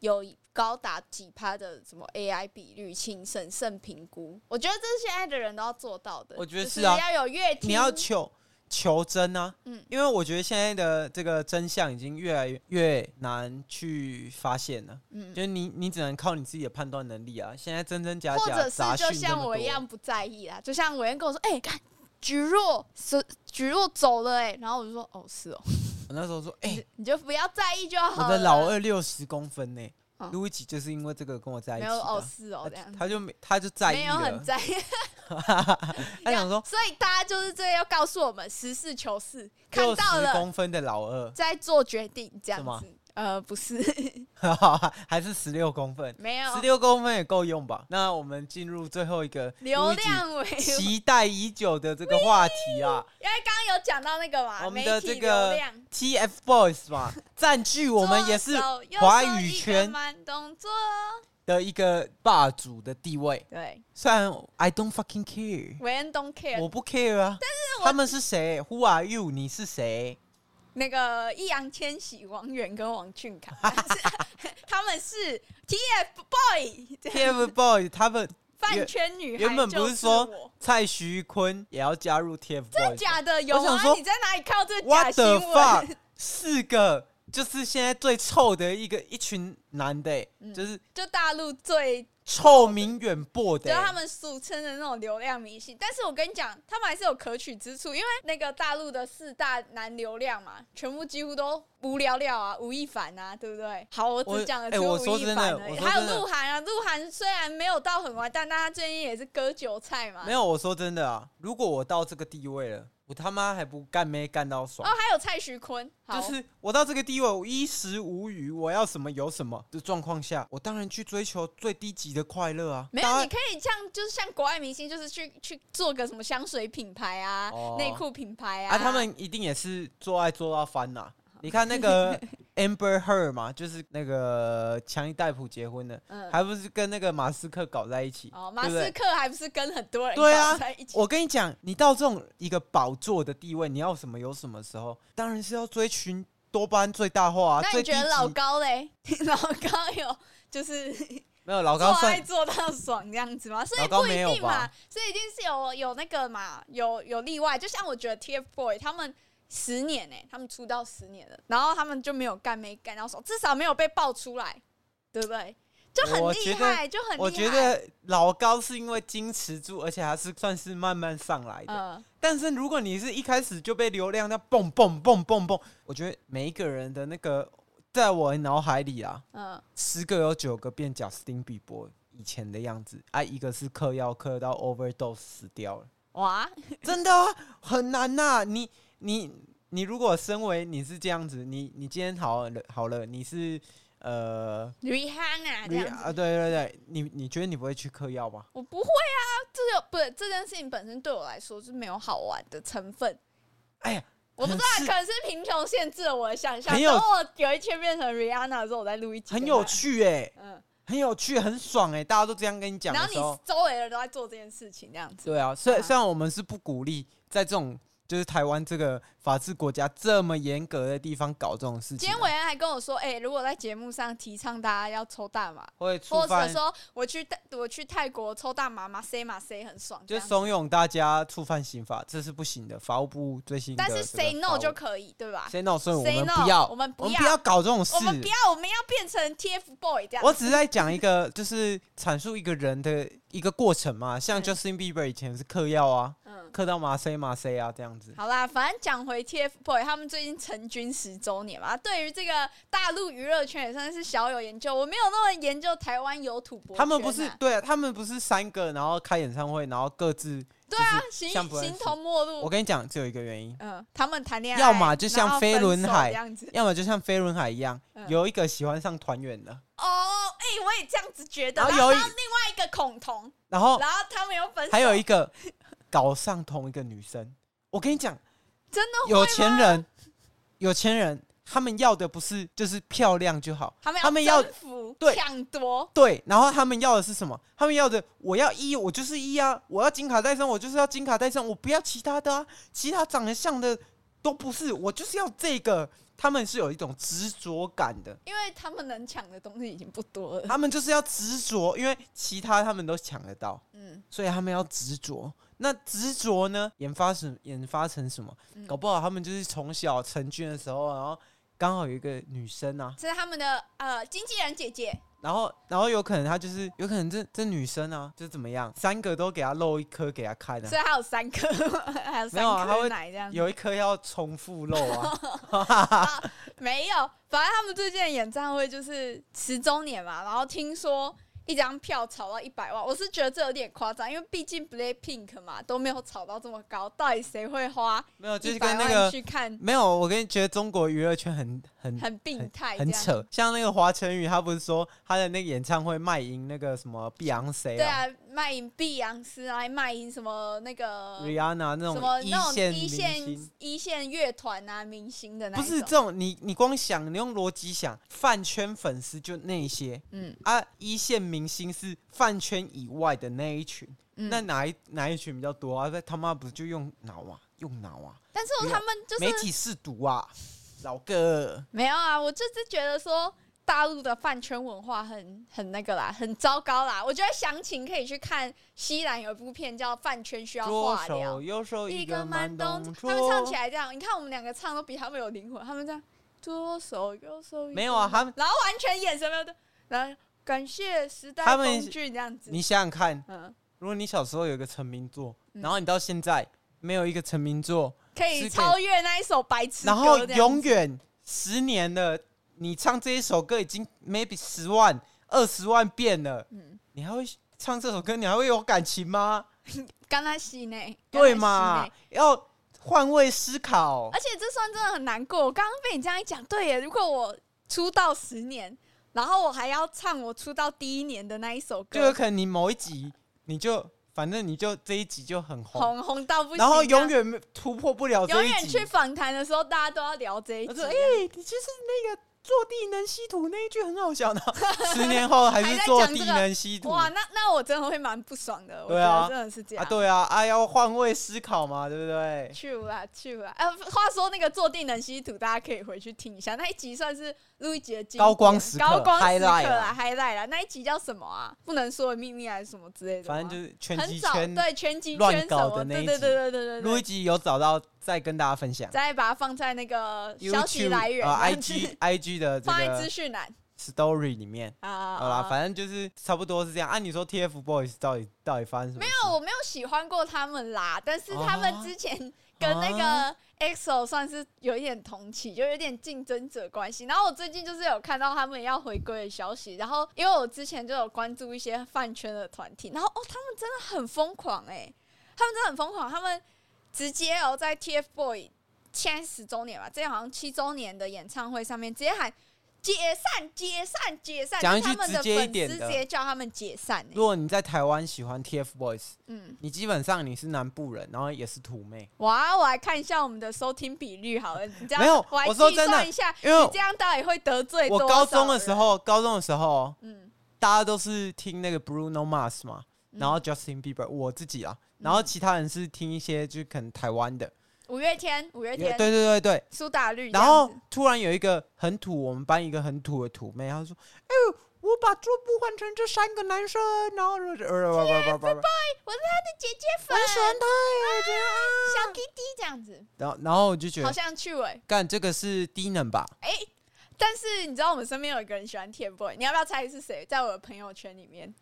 [SPEAKER 4] 有高达几趴的什么 AI 比率，请审慎评估。”我觉得这是现在的人都要做到的，
[SPEAKER 3] 我觉得
[SPEAKER 4] 就是
[SPEAKER 3] 啊
[SPEAKER 4] 要有阅听，
[SPEAKER 3] 你要求求真啊，
[SPEAKER 4] 嗯
[SPEAKER 3] 因为我觉得现在的这个真相已经越来越越难去发现了，
[SPEAKER 4] 嗯
[SPEAKER 3] 就是你你只能靠你自己的判断能力啊。现在真真假
[SPEAKER 4] 或
[SPEAKER 3] 假
[SPEAKER 4] 者是
[SPEAKER 3] 杂讯
[SPEAKER 4] 就
[SPEAKER 3] 这
[SPEAKER 4] 像
[SPEAKER 3] 么
[SPEAKER 4] 我
[SPEAKER 3] 多
[SPEAKER 4] 一样不在意啦，就像伟恩跟我说：“哎、看菊若是菊若走了、哎，然后我就说：“哦，是哦，
[SPEAKER 3] 我那时候说，哎、
[SPEAKER 4] 你就不要在意就好
[SPEAKER 3] 我
[SPEAKER 4] 了。”
[SPEAKER 3] 的老二六十公分呢、
[SPEAKER 4] 嗯
[SPEAKER 3] 路易吉就是因为这个跟我在一
[SPEAKER 4] 没
[SPEAKER 3] 起
[SPEAKER 4] 有
[SPEAKER 3] 的
[SPEAKER 4] 哦，
[SPEAKER 3] 啊，
[SPEAKER 4] 是哦，这样
[SPEAKER 3] 他他就没他就在
[SPEAKER 4] 没
[SPEAKER 3] 意
[SPEAKER 4] 有很
[SPEAKER 3] 了，
[SPEAKER 4] 在意。
[SPEAKER 3] 他想说
[SPEAKER 4] 所以大家就是这要告诉我们实事求是，看
[SPEAKER 3] 六
[SPEAKER 4] 到
[SPEAKER 3] 十
[SPEAKER 4] 了
[SPEAKER 3] 公分的老二，
[SPEAKER 4] 再做决定这样
[SPEAKER 3] 是吗
[SPEAKER 4] 子。呃，不是，
[SPEAKER 3] 还是十六公分，
[SPEAKER 4] 没有
[SPEAKER 3] 十六公分也够用吧？那我们进入最后一个
[SPEAKER 4] 流量为
[SPEAKER 3] 路易吉期待已久的这个话题 啊。
[SPEAKER 4] 因为刚刚有讲到那个嘛，
[SPEAKER 3] 我们的
[SPEAKER 4] 媒
[SPEAKER 3] 这
[SPEAKER 4] 体
[SPEAKER 3] 个
[SPEAKER 4] 流量
[SPEAKER 3] TFBOYS 嘛，占据我们也是
[SPEAKER 4] 左手右
[SPEAKER 3] 华
[SPEAKER 4] 手
[SPEAKER 3] 语
[SPEAKER 4] 一个
[SPEAKER 3] 圈
[SPEAKER 4] 慢动作，
[SPEAKER 3] 的一个霸主的地位。
[SPEAKER 4] 对，
[SPEAKER 3] 虽然 I don't fucking care，
[SPEAKER 4] 韦恩 don't care，
[SPEAKER 3] 我不 care 啊。但是
[SPEAKER 4] 我
[SPEAKER 3] 他们是谁？Who are you？你是 谁？
[SPEAKER 4] 那个易烊千玺、王源跟王俊 凯， 他们是 TFBOY 这样
[SPEAKER 3] TFBOYS 他们
[SPEAKER 4] 饭圈女孩。
[SPEAKER 3] 原本不
[SPEAKER 4] 是
[SPEAKER 3] 说
[SPEAKER 4] 我
[SPEAKER 3] 蔡徐坤也要加入
[SPEAKER 4] 真的
[SPEAKER 3] TFBOYS？What
[SPEAKER 4] 假的有
[SPEAKER 3] 我想
[SPEAKER 4] 啊？
[SPEAKER 3] 说
[SPEAKER 4] 你在哪里看到这个 假新
[SPEAKER 3] the
[SPEAKER 4] 闻？
[SPEAKER 3] fuck？四个就是现在最臭的一个一群男的欸、
[SPEAKER 4] 嗯
[SPEAKER 3] 就是
[SPEAKER 4] 就大陆最
[SPEAKER 3] 臭名远播
[SPEAKER 4] 就
[SPEAKER 3] 的
[SPEAKER 4] 是
[SPEAKER 3] 欸、
[SPEAKER 4] 他们俗称的那种流量明星，但是我跟你讲，他们还是有可取之处，因为那个大陆的四大男流量嘛，全部几乎都无聊聊啊，吴亦凡啊，对 不对？好，我
[SPEAKER 3] 我
[SPEAKER 4] 只讲了
[SPEAKER 3] 哎
[SPEAKER 4] 只有
[SPEAKER 3] 我
[SPEAKER 4] 吴
[SPEAKER 3] 说
[SPEAKER 4] 亦
[SPEAKER 3] 真的
[SPEAKER 4] 凡
[SPEAKER 3] 我
[SPEAKER 4] 而已，
[SPEAKER 3] 说
[SPEAKER 4] 还有
[SPEAKER 3] 真的
[SPEAKER 4] 鹿晗啊，鹿晗虽然没有到很完蛋，但他最近也是割韭菜嘛，
[SPEAKER 3] 没有，我说真的啊，如果我到这个地位了，我他妈还不干妹干到爽
[SPEAKER 4] 哦，。还有蔡徐坤，好，
[SPEAKER 3] 就是我到这个地位，我衣食无余，我要什么有什么的状况下，我当然去追求最低级的快乐啊！
[SPEAKER 4] 没有，
[SPEAKER 3] 大
[SPEAKER 4] 你
[SPEAKER 3] 家
[SPEAKER 4] 可以像就是像国外明星，就是去去做个什么香水品牌啊
[SPEAKER 3] 哦、
[SPEAKER 4] 内裤、品牌啊，
[SPEAKER 3] 啊，他们一定也是做爱做到翻 呐、你看那个 Amber Heard 嘛，就是那个强尼戴普结婚的，
[SPEAKER 4] 嗯，
[SPEAKER 3] 还不是跟那个马斯克搞在一起？
[SPEAKER 4] 哦，马
[SPEAKER 3] 对不对
[SPEAKER 4] 斯克还不是跟很多人
[SPEAKER 3] 对啊
[SPEAKER 4] 搞在一起，
[SPEAKER 3] 我跟你讲，你到这种一个宝座的地位，你要什么有什么时候，当然是要追寻多巴胺最大化、啊。
[SPEAKER 4] 那
[SPEAKER 3] 最
[SPEAKER 4] 你
[SPEAKER 3] 低
[SPEAKER 4] 觉得老
[SPEAKER 3] 级
[SPEAKER 4] 高嘞？ 老高有就是
[SPEAKER 3] 没有老
[SPEAKER 4] 做
[SPEAKER 3] 高
[SPEAKER 4] 爱
[SPEAKER 3] 算
[SPEAKER 4] 做到爽这样子吗？所以
[SPEAKER 3] 老高
[SPEAKER 4] 不一
[SPEAKER 3] 没有
[SPEAKER 4] 定嘛
[SPEAKER 3] 吧，
[SPEAKER 4] 所以一定是有有那个嘛，有有例外。就像我觉得 TFBOY 他们十年呢、他们出道十年了，然后他们就没有干没干到手，至少没有被爆出来，对不对？就很
[SPEAKER 3] 我觉
[SPEAKER 4] 厉
[SPEAKER 3] 得
[SPEAKER 4] 害，就很厉害。
[SPEAKER 3] 我觉得老高是因为矜持住，而且还是算是慢慢上来的。
[SPEAKER 4] 嗯，
[SPEAKER 3] 但是如果你是一开始就被流量那蹦蹦蹦蹦蹦，我觉得每一个人的那个，在我脑海里啊，
[SPEAKER 4] 嗯
[SPEAKER 3] 十个有九个变贾斯汀比伯以前的样子，啊，一个是嗑药嗑到 overdose 死掉了，
[SPEAKER 4] 哇，
[SPEAKER 3] 真的、啊、很难呐、你你你如果身为你是这样子，你你今天好了好了，你是呃。
[SPEAKER 4] 吕汉啊，这
[SPEAKER 3] 你
[SPEAKER 4] 样子。
[SPEAKER 3] 啊，对对对，你你觉得你不会去嗑药吗？
[SPEAKER 4] 我不会啊，这个不是这件事情本身对我来说是没有好玩的成分。
[SPEAKER 3] 哎呀，
[SPEAKER 4] 我不知道，
[SPEAKER 3] 是
[SPEAKER 4] 可能是贫穷限制了我的想象。
[SPEAKER 3] 很
[SPEAKER 4] 等
[SPEAKER 3] 有
[SPEAKER 4] 我有一天变成 Rihanna 的时候，我再录一集。
[SPEAKER 3] 很有，趣哎、
[SPEAKER 4] 嗯。
[SPEAKER 3] 很有趣，很爽哎、大家都这样跟你讲
[SPEAKER 4] 然
[SPEAKER 3] 的
[SPEAKER 4] 后
[SPEAKER 3] 时候
[SPEAKER 4] 你，周围的人都在做这件事情，这样子。
[SPEAKER 3] 对啊，虽
[SPEAKER 4] 啊
[SPEAKER 3] 虽然我们是不鼓励在这种就是台湾这个法治国家这么严格的地方搞这种事
[SPEAKER 4] 今
[SPEAKER 3] 情啊、
[SPEAKER 4] 天伟恩还跟我说，哎、如果在节目上提倡大家要抽大麻，
[SPEAKER 3] 会触
[SPEAKER 4] 或者
[SPEAKER 3] 犯，
[SPEAKER 4] 说我去泰我去泰国抽大麻嘛，C 嘛 C 很爽，这
[SPEAKER 3] 就
[SPEAKER 4] 样子
[SPEAKER 3] 怂恿大家触犯刑法，这是不行的。法务部最新的
[SPEAKER 4] 但
[SPEAKER 3] 这个
[SPEAKER 4] 是 say
[SPEAKER 3] 法
[SPEAKER 4] no
[SPEAKER 3] 务
[SPEAKER 4] 就可以，对吧？
[SPEAKER 3] say no，所以我
[SPEAKER 4] Say
[SPEAKER 3] 们
[SPEAKER 4] no，
[SPEAKER 3] 不要，
[SPEAKER 4] 我们不
[SPEAKER 3] 我们
[SPEAKER 4] 要
[SPEAKER 3] 不要搞这种事
[SPEAKER 4] 我。们不要，我们要变成 TFBOY 这样
[SPEAKER 3] 我只是在讲一个，就是阐述一个人的一个过程嘛，像
[SPEAKER 4] 嗯
[SPEAKER 3] Justin Bieber 以前是嗑药啊，
[SPEAKER 4] 嗯，
[SPEAKER 3] 嗑到麻塞麻塞啊这样子。
[SPEAKER 4] 好啦，反正讲回 TFBOY，他们最近成军十周年嘛，对于这个大陆娱乐圈也算是小有研究。我没有那么研究台湾有土博、
[SPEAKER 3] 他们不是对、啊，他们不是三个，然后开演唱会，然后各自
[SPEAKER 4] 对啊，
[SPEAKER 3] 就是
[SPEAKER 4] 形
[SPEAKER 3] 像不认识
[SPEAKER 4] 形同陌
[SPEAKER 3] 我
[SPEAKER 4] 路。
[SPEAKER 3] 跟你讲，只有一个原因，
[SPEAKER 4] 嗯，他们谈恋爱，
[SPEAKER 3] 要么就像
[SPEAKER 4] 然后分手
[SPEAKER 3] 飞轮海
[SPEAKER 4] 这样子。
[SPEAKER 3] 要么就像飞轮海一样，
[SPEAKER 4] 嗯
[SPEAKER 3] 有一个喜欢上团员的，
[SPEAKER 4] 哦，哎、我也这样子觉得。
[SPEAKER 3] 然
[SPEAKER 4] 然
[SPEAKER 3] 后
[SPEAKER 4] 后
[SPEAKER 3] 有一
[SPEAKER 4] 他另外一个孔同，
[SPEAKER 3] 然后
[SPEAKER 4] 然后他们又分手，
[SPEAKER 3] 还有一个搞上同一个女生。我跟你讲，
[SPEAKER 4] 真的
[SPEAKER 3] 有钱人，有钱人，他们要的不是就是漂亮就好，
[SPEAKER 4] 他们
[SPEAKER 3] 他们要
[SPEAKER 4] 要征服
[SPEAKER 3] 对
[SPEAKER 4] 抢夺，
[SPEAKER 3] 对，然后他们要的是什么？他们要的我要一，我就是一啊！我要金卡戴珊，我就是要金卡戴珊，我不要其他的啊！其他长得像的都不是，我就是要这个。他们是有一种执着感的，
[SPEAKER 4] 因为他们能抢的东西已经不多了。
[SPEAKER 3] 他们就是要执着，因为其他他们都抢得到，
[SPEAKER 4] 嗯，
[SPEAKER 3] 所以他们要执着。那执着呢，研发成研发成什么？
[SPEAKER 4] 嗯
[SPEAKER 3] 搞不好他们就是从小成军的时候，然后刚好有一个女生啊，
[SPEAKER 4] 这是他们的呃经纪人姐姐。
[SPEAKER 3] 然后，然后有可能她就是，有可能这这女生啊，就怎么样，三个都给她漏一颗给她看啊，
[SPEAKER 4] 所以还有三颗， 还有
[SPEAKER 3] 没
[SPEAKER 4] 三
[SPEAKER 3] 有啊他
[SPEAKER 4] 颗
[SPEAKER 3] 会
[SPEAKER 4] 奶这样子。
[SPEAKER 3] 有一颗要重复漏 啊，
[SPEAKER 4] 没有，反正他们最近的演唱会就是十周年嘛，然后听说一张票炒到一百万，我是觉得这有点夸张，因为毕竟 BLACKPINK 嘛都没有炒到这么高，到底谁会花
[SPEAKER 3] 没有，就是
[SPEAKER 4] 一
[SPEAKER 3] 跟
[SPEAKER 4] 百
[SPEAKER 3] 那
[SPEAKER 4] 万
[SPEAKER 3] 个
[SPEAKER 4] 去看？
[SPEAKER 3] 没有，我跟你觉得中国娱乐圈很很
[SPEAKER 4] 很病态，
[SPEAKER 3] 很。扯，像那个华晨宇，他不是说他的那个演唱会卖淫那个什么碧昂谁
[SPEAKER 4] 对啊，卖淫碧昂斯啊，还卖淫什么那个
[SPEAKER 3] Rihanna 那
[SPEAKER 4] 什
[SPEAKER 3] 种
[SPEAKER 4] 么
[SPEAKER 3] 一
[SPEAKER 4] 那种
[SPEAKER 3] 线
[SPEAKER 4] 一
[SPEAKER 3] 明
[SPEAKER 4] 线
[SPEAKER 3] 星。
[SPEAKER 4] 一线乐团啊，明星的那
[SPEAKER 3] 不
[SPEAKER 4] 一
[SPEAKER 3] 是
[SPEAKER 4] 种
[SPEAKER 3] 这种，你你光想，你用逻辑想，饭圈粉丝就那一些
[SPEAKER 4] 嗯
[SPEAKER 3] 啊，一线明星是饭圈以外的那一群，
[SPEAKER 4] 嗯，
[SPEAKER 3] 那哪一哪一群比较多啊？那他妈不就用脑啊，用脑啊，
[SPEAKER 4] 但是我他们就是
[SPEAKER 3] 媒体试毒啊，老哥，
[SPEAKER 4] 没有啊，我就是觉得说大陆的饭圈文化很很那个啦，很糟糕啦。我觉得详情可以去看西兰有一部片叫《饭圈需要
[SPEAKER 3] 左
[SPEAKER 4] 化疗
[SPEAKER 3] 手》，右手
[SPEAKER 4] 一
[SPEAKER 3] 个
[SPEAKER 4] 个慢
[SPEAKER 3] 动
[SPEAKER 4] 动
[SPEAKER 3] 作
[SPEAKER 4] 作，他们唱起来这样，你看我们两个唱都比他们有灵魂，他们这样左手右手
[SPEAKER 3] 没有啊，，他们
[SPEAKER 4] 然后完全眼神没有的，然后感谢时代
[SPEAKER 3] 他们
[SPEAKER 4] 工具这样子，
[SPEAKER 3] 你想想看，
[SPEAKER 4] 嗯，
[SPEAKER 3] 如果你小时候有一个成名作，
[SPEAKER 4] 嗯
[SPEAKER 3] 然后你到现在没有一个成名作，
[SPEAKER 4] 可
[SPEAKER 3] 是可
[SPEAKER 4] 以
[SPEAKER 3] 以
[SPEAKER 4] 超越那一首白痴歌
[SPEAKER 3] 然后
[SPEAKER 4] 这样子
[SPEAKER 3] 永远十年了，你唱这一首歌已经 maybe 十万、二十万遍了，
[SPEAKER 4] 嗯
[SPEAKER 3] 你还会唱这首歌，你还会有感情吗？
[SPEAKER 4] 刚才洗呢，
[SPEAKER 3] 对嘛？要换位思考
[SPEAKER 4] 而，且这算真的很难过。我刚刚被你这样一讲，对耶，如果我出道十年，然后我还要唱我出道第一年的那一首
[SPEAKER 3] 就有
[SPEAKER 4] 歌，
[SPEAKER 3] 可能你某一集你就反正你就这一集就很红，
[SPEAKER 4] 红红到不行，
[SPEAKER 3] 然后
[SPEAKER 4] 这样
[SPEAKER 3] 永远没突破不了这
[SPEAKER 4] 永
[SPEAKER 3] 一
[SPEAKER 4] 远
[SPEAKER 3] 集
[SPEAKER 4] 去。访谈的时候，大家都要聊这一
[SPEAKER 3] 我
[SPEAKER 4] 集
[SPEAKER 3] 说：“哎、，你其实那个坐地能吸土那一句很好 笑呢。十年后还
[SPEAKER 4] 还
[SPEAKER 3] 是
[SPEAKER 4] 在
[SPEAKER 3] 坐
[SPEAKER 4] 讲
[SPEAKER 3] 地
[SPEAKER 4] 这个
[SPEAKER 3] 能吸土
[SPEAKER 4] 哇，那那我真的会蛮不爽的。我
[SPEAKER 3] 对
[SPEAKER 4] 觉
[SPEAKER 3] 啊
[SPEAKER 4] 得真的是这样。
[SPEAKER 3] 啊？对啊，啊要换位思考嘛，对不对？
[SPEAKER 4] True 啦，True 啦。呃，话说那个坐地能吸土，大家可以回去听一下，那一集算是录一集的经典
[SPEAKER 3] 高光时刻
[SPEAKER 4] 高光时刻
[SPEAKER 3] highlight
[SPEAKER 4] 啦
[SPEAKER 3] 啦
[SPEAKER 4] ，highlight 啦。那一集叫什么啊？不能说的秘密还是什么之类的吗？
[SPEAKER 3] 反正就是拳
[SPEAKER 4] 很
[SPEAKER 3] 击
[SPEAKER 4] 早，
[SPEAKER 3] 圈
[SPEAKER 4] 对拳击
[SPEAKER 3] 乱
[SPEAKER 4] 圈什
[SPEAKER 3] 搞的
[SPEAKER 4] 么
[SPEAKER 3] 那一
[SPEAKER 4] 对对
[SPEAKER 3] 集
[SPEAKER 4] 对对对对
[SPEAKER 3] 录一
[SPEAKER 4] 对，
[SPEAKER 3] 集有找到，再跟大家分享。
[SPEAKER 4] 再把它放在那个消息
[SPEAKER 3] YouTube，
[SPEAKER 4] 来源
[SPEAKER 3] 呃
[SPEAKER 4] 这样子
[SPEAKER 3] ，IG IG 的这
[SPEAKER 4] 放在
[SPEAKER 3] 个
[SPEAKER 4] 资讯栏
[SPEAKER 3] story 里面。
[SPEAKER 4] 啊。
[SPEAKER 3] 好啦，反正就是差不多是这样。啊按、你说 TFBOYS 到底到底发生什么事？没
[SPEAKER 4] 那我没有喜欢过他们啦，但是他们
[SPEAKER 3] 啊
[SPEAKER 4] 之前跟那个哦
[SPEAKER 3] 啊
[SPEAKER 4] EXO 算是有一点同期，就有点竞争者关系。然后我最近就是有看到他们要回归的消息，然后因为我之前就有关注一些饭圈的团体，然后哦，他们真的很疯狂哎、他们真的很疯狂，他们直接哦在 TFBOY 现在十周年吧，这好像七周年的演唱会上面直接喊。解散，解散，解散！
[SPEAKER 3] 讲一
[SPEAKER 4] 就
[SPEAKER 3] 句
[SPEAKER 4] 他们的
[SPEAKER 3] 直接一
[SPEAKER 4] 粉
[SPEAKER 3] 点
[SPEAKER 4] 丝
[SPEAKER 3] 的
[SPEAKER 4] 直接叫他们解散、欸
[SPEAKER 3] 如。果你在台湾喜欢 TFBOYS，
[SPEAKER 4] 嗯，
[SPEAKER 3] 你基本上你是南部人，然后也是土妹，
[SPEAKER 4] 哇，我来看一下我们的收听比率好了，你这样
[SPEAKER 3] 没有
[SPEAKER 4] 我来
[SPEAKER 3] 我说
[SPEAKER 4] 计
[SPEAKER 3] 真的
[SPEAKER 4] 算一下，
[SPEAKER 3] 因为
[SPEAKER 4] 这样到底会得罪
[SPEAKER 3] 我
[SPEAKER 4] 多
[SPEAKER 3] 高
[SPEAKER 4] 少嗯
[SPEAKER 3] 中的时候，高中的时候
[SPEAKER 4] 人，
[SPEAKER 3] 大家都是听那个 Bruno Mars 嘛，
[SPEAKER 4] 嗯
[SPEAKER 3] 然后 Justin Bieber，我自己啊，然后其他人是听一些就可能台湾的，
[SPEAKER 4] 嗯，五月天，五月
[SPEAKER 3] 有对
[SPEAKER 4] 天，
[SPEAKER 3] 对对对，
[SPEAKER 4] 苏打绿这样
[SPEAKER 3] 然
[SPEAKER 4] 子，
[SPEAKER 3] 后突然有一个很土，我们班一个很土的土妹，她说：“哎、呦，我把桌布换成这三个男生，然后我就呃不不不不不，
[SPEAKER 4] 我是他的姐姐
[SPEAKER 3] 我
[SPEAKER 4] 粉，
[SPEAKER 3] 很喜欢他哎，这样
[SPEAKER 4] 小弟弟这样子，
[SPEAKER 3] 然后然后我就觉
[SPEAKER 4] 好
[SPEAKER 3] 得，
[SPEAKER 4] 像趣味。
[SPEAKER 3] 干这个是低能吧？
[SPEAKER 4] 但是你知道我们身边有一个人喜欢 TFBOY，你要不要猜是谁？在我的朋友圈里面，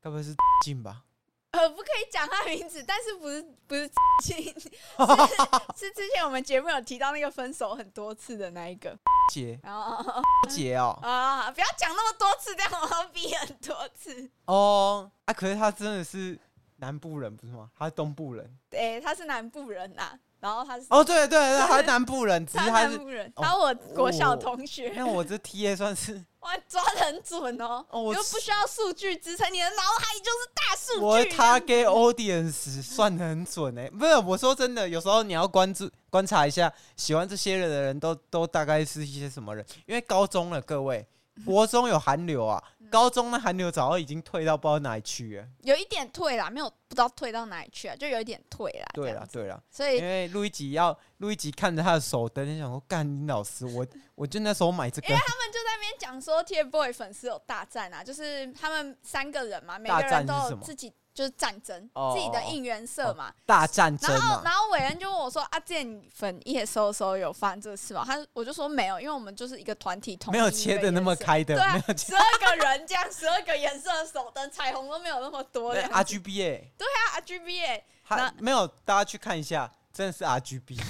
[SPEAKER 3] 该不会是进吧？
[SPEAKER 4] 呃，不可以讲他的名字，但是不是不是 是是之前我们节目有提到那个分手很多次的那一个，
[SPEAKER 3] 姐
[SPEAKER 4] 然后。
[SPEAKER 3] 姐哦
[SPEAKER 4] 啊！不要讲那么多次，这样我要逼很多次。
[SPEAKER 3] 哦啊！可是她真的是南部人不是吗？她是东部人
[SPEAKER 4] 对，他是南部人呐、然后他是
[SPEAKER 3] 哦，对对对，她是南部人，只
[SPEAKER 4] 他
[SPEAKER 3] 是
[SPEAKER 4] 是
[SPEAKER 3] 她
[SPEAKER 4] 南
[SPEAKER 3] 是
[SPEAKER 4] 部人，
[SPEAKER 3] 哦
[SPEAKER 4] 他我国小同学，
[SPEAKER 3] 那我这 T A 算是
[SPEAKER 4] 哇，抓的很准哦，
[SPEAKER 3] 哦我
[SPEAKER 4] 又不需要数据支撑，你的脑海就是大数据。啊
[SPEAKER 3] 我
[SPEAKER 4] 这样
[SPEAKER 3] target audience 算的很准哎、不是我说真的，有时候你要关注观察一下，喜欢这些人的人都都大概是一些什么人？因为高中了，各位，
[SPEAKER 4] 嗯
[SPEAKER 3] 国中有韩流啊，高中那韩流早就已经退到不知道哪里去了。
[SPEAKER 4] 有一点退啦，没有不知道退到哪里去啊，就有一点退啦。
[SPEAKER 3] 对
[SPEAKER 4] 这
[SPEAKER 3] 了
[SPEAKER 4] 样子，
[SPEAKER 3] 对了，
[SPEAKER 4] 所
[SPEAKER 3] 因
[SPEAKER 4] 以
[SPEAKER 3] 为录一集要录一集看着他的手灯，就想说干林老师， 我我就那时候买这个，
[SPEAKER 4] 他们就在那边讲说 TFBOY 粉丝有大战啊，就是他们三个人嘛，每个
[SPEAKER 3] 大战
[SPEAKER 4] 人
[SPEAKER 3] 是
[SPEAKER 4] 都
[SPEAKER 3] 什
[SPEAKER 4] 有
[SPEAKER 3] 么
[SPEAKER 4] 自己就是战争，
[SPEAKER 3] 哦
[SPEAKER 4] 自己的
[SPEAKER 3] 哦哦
[SPEAKER 4] 应援色嘛。
[SPEAKER 3] 大战争
[SPEAKER 4] 然后，
[SPEAKER 3] 啊，
[SPEAKER 4] 然后伟恩就问我说：“啊，健粉夜收的时候有发生这个事吗？”他我就说没有，因为我们就是一个团体统一
[SPEAKER 3] 没有切的那么开的，
[SPEAKER 4] 对
[SPEAKER 3] 没
[SPEAKER 4] 啊
[SPEAKER 3] 有，切
[SPEAKER 4] 十二个人这样，十二个颜色的手灯，彩虹都没有那么多这样。
[SPEAKER 3] R G B 哎。
[SPEAKER 4] 啊，RGB，欸
[SPEAKER 3] 还没有，大家去看一下，真的是 RGB，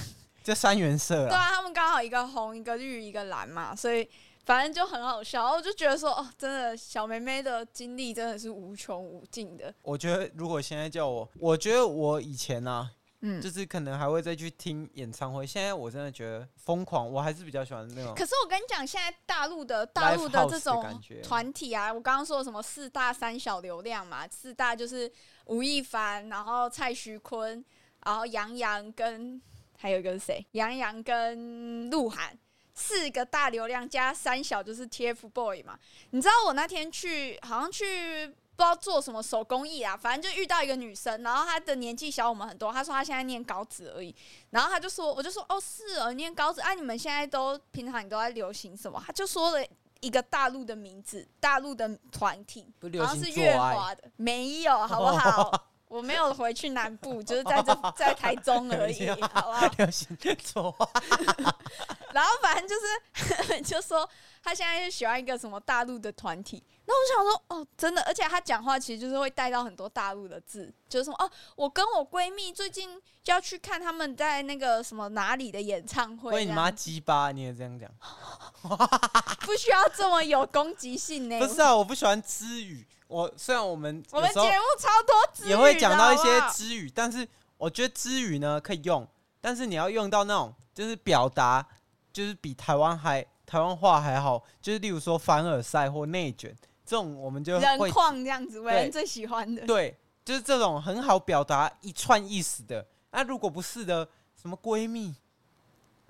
[SPEAKER 3] 这三原色
[SPEAKER 4] 对
[SPEAKER 3] 啦。
[SPEAKER 4] 啊，他们刚好一个红、一个绿、一个蓝嘛，所以反正就很好笑。然后我就觉得说，哦，真的小妹妹的经历真的是无穷无尽的。
[SPEAKER 3] 我觉得如果现在叫我，我觉得我以前啊，
[SPEAKER 4] 嗯，
[SPEAKER 3] 就是可能还会再去听演唱会。现在我真的觉得疯狂，我还是比较喜欢那种
[SPEAKER 4] 可是我跟你讲，现在大陆的大陆的这
[SPEAKER 3] Livehouse 的
[SPEAKER 4] 种
[SPEAKER 3] 感觉
[SPEAKER 4] 团体啊，我刚刚说什么四大三小流量嘛，四大就是吴亦凡，然后蔡徐坤，然后杨洋跟还有一个是谁？杨洋跟鹿晗。四个大流量加三小就是 TFBOY 嘛，你知道我那天去好像去不知道做什么手工艺啊，反正就遇到一个女生，然后她的年纪小我们很多，她说她现在念高职而已，然后他就说，我就说哦是哦，你念高职啊，你们现在都平常你都在流行什么？他就说了一个大陆的名字，大陆的团体，
[SPEAKER 3] 不流
[SPEAKER 4] 好像
[SPEAKER 3] 行
[SPEAKER 4] 是
[SPEAKER 3] 做
[SPEAKER 4] 月
[SPEAKER 3] 爱。 哦
[SPEAKER 4] 华的，没有好不好？我没有回去南 部，就是在这在台中而已，好不好？
[SPEAKER 3] 流行做爱，
[SPEAKER 4] 然后反正就是 就说他现在就喜欢一个什么大陆的团体，那我想说哦，真的，而且他讲话其实就是会带到很多大陆的字，就是什么哦，我跟我闺蜜最近就要去看他们在那个什么哪里的演唱会，
[SPEAKER 3] 喂你
[SPEAKER 4] 这
[SPEAKER 3] 妈
[SPEAKER 4] 样
[SPEAKER 3] 鸡巴！你也这样讲，
[SPEAKER 4] 不需要这么有攻击性呢、
[SPEAKER 3] 不是啊？我不喜欢知语。我虽然我们
[SPEAKER 4] 哎我
[SPEAKER 3] 有
[SPEAKER 4] 们
[SPEAKER 3] 时
[SPEAKER 4] 节
[SPEAKER 3] 候
[SPEAKER 4] 目超多词语的
[SPEAKER 3] 也会讲到一些
[SPEAKER 4] 好不好
[SPEAKER 3] 知语，但是我觉得知语呢可以用，但是你要用到那种就是表达，就是比台湾还台湾话还好，就是例如说凡尔赛或内卷这种，我们就会
[SPEAKER 4] 人况这样子，伟
[SPEAKER 3] 对
[SPEAKER 4] 恩最喜欢 的。
[SPEAKER 3] 对，就是这种很好表达一串意思的。那、如果不是的，什么闺蜜，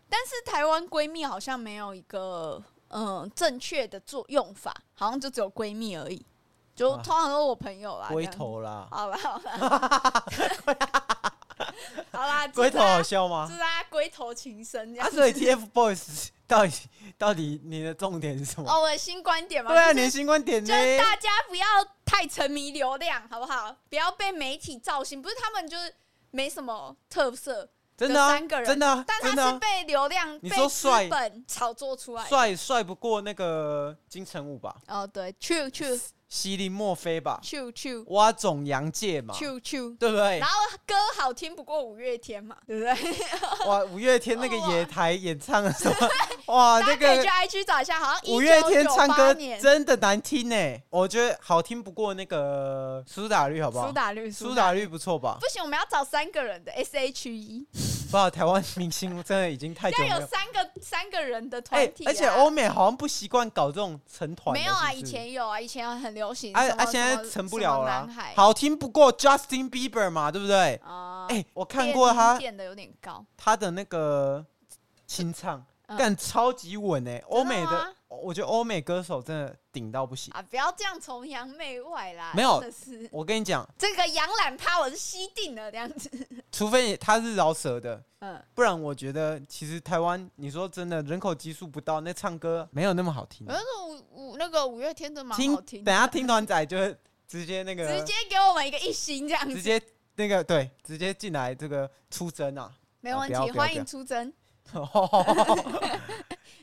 [SPEAKER 4] 但是台湾闺蜜好像没有一个嗯正确的作用法，好像就只有闺蜜而已，就
[SPEAKER 3] 啊
[SPEAKER 4] 通常都是我朋友啦。
[SPEAKER 3] 龟
[SPEAKER 4] 这样啊子
[SPEAKER 3] 头啦，
[SPEAKER 4] 好啦，好啦， 好啦，
[SPEAKER 3] 龟
[SPEAKER 4] 祝
[SPEAKER 3] 头
[SPEAKER 4] 大
[SPEAKER 3] 好
[SPEAKER 4] 家，
[SPEAKER 3] 笑吗
[SPEAKER 4] 祝？大家龟头情深这
[SPEAKER 3] 啊，
[SPEAKER 4] 样子。
[SPEAKER 3] 所以 TFBOYS 到底到底你的重点是什么？
[SPEAKER 4] 哦，我的新观点嘛，
[SPEAKER 3] 对啊，你
[SPEAKER 4] 就是
[SPEAKER 3] 的新观点呢
[SPEAKER 4] 就？是大家不要太沉迷流量，好不好？不要被媒体造型，不是他们就是没什么特色，
[SPEAKER 3] 真的啊
[SPEAKER 4] 有三个人
[SPEAKER 3] 真的啊
[SPEAKER 4] 但
[SPEAKER 3] 真的
[SPEAKER 4] 他是
[SPEAKER 3] 啊
[SPEAKER 4] 被流量、
[SPEAKER 3] 你
[SPEAKER 4] 被
[SPEAKER 3] 说
[SPEAKER 4] 资
[SPEAKER 3] 帅
[SPEAKER 4] 本炒作出来的。
[SPEAKER 3] 帅帅不过那个金城武吧，
[SPEAKER 4] 哦，对，true true
[SPEAKER 3] 席琳墨菲吧，
[SPEAKER 4] true true
[SPEAKER 3] 蛙总杨介嘛，
[SPEAKER 4] true true，
[SPEAKER 3] 对不对
[SPEAKER 4] 然？后歌好听不过五月天嘛，对不对？
[SPEAKER 3] 哇，五月天那个
[SPEAKER 4] 哦哇
[SPEAKER 3] 野台演唱了什么？哇，
[SPEAKER 4] 大
[SPEAKER 3] 啊那
[SPEAKER 4] 家可以去
[SPEAKER 3] 个
[SPEAKER 4] IG 找一下，好像
[SPEAKER 3] 五月天唱歌
[SPEAKER 4] 1998年
[SPEAKER 3] 真的难听呢，我觉得好听不过那个苏打绿，好不
[SPEAKER 4] 苏
[SPEAKER 3] 好？
[SPEAKER 4] 打绿，
[SPEAKER 3] 苏
[SPEAKER 4] 苏
[SPEAKER 3] 打
[SPEAKER 4] 打
[SPEAKER 3] 绿不错吧？
[SPEAKER 4] 不行，我们要找三个人的 S H E，
[SPEAKER 3] 不知道台湾明星真的已经太久没
[SPEAKER 4] 要有
[SPEAKER 3] 有。
[SPEAKER 4] 三个三个人的团
[SPEAKER 3] 哎、
[SPEAKER 4] 体啊、
[SPEAKER 3] 而且欧美好像不习惯搞这种成团的，
[SPEAKER 4] 没有啊，
[SPEAKER 3] 是
[SPEAKER 4] 以
[SPEAKER 3] 不是
[SPEAKER 4] 前有啊，以前很流行。
[SPEAKER 3] 啊
[SPEAKER 4] 什么
[SPEAKER 3] 啊，现在
[SPEAKER 4] 什么
[SPEAKER 3] 成不
[SPEAKER 4] 什么
[SPEAKER 3] 了了
[SPEAKER 4] 男孩
[SPEAKER 3] 啊。好听不过 Justin Bieber 嘛，对不对？
[SPEAKER 4] 啊，
[SPEAKER 3] 哎、我看过他
[SPEAKER 4] 变的有点高。
[SPEAKER 3] 他的那个清唱，
[SPEAKER 4] 嗯
[SPEAKER 3] 干、超级稳哎、欧美
[SPEAKER 4] 真的吗
[SPEAKER 3] 的，我觉得欧美歌手真的顶到不行。
[SPEAKER 4] 啊，不要这样崇洋媚外啦！
[SPEAKER 3] 没有
[SPEAKER 4] 真的是
[SPEAKER 3] 我跟你讲，
[SPEAKER 4] 这个洋懒趴，我是吸定了这样子。
[SPEAKER 3] 除非他是饶舌的，
[SPEAKER 4] 嗯，
[SPEAKER 3] 不然我觉得其实台湾，你说真的，人口基数不到，那唱歌没有那么好听
[SPEAKER 4] 可。是五五那个五月天呃真蛮好听的，
[SPEAKER 3] 等下听团仔就会直接那个
[SPEAKER 4] 直接给我们一个一星这样
[SPEAKER 3] 直
[SPEAKER 4] 子，
[SPEAKER 3] 接那个对，直接进来这个出征啊！
[SPEAKER 4] 没问
[SPEAKER 3] 啊不要
[SPEAKER 4] 题，
[SPEAKER 3] 不要
[SPEAKER 4] 欢迎出征。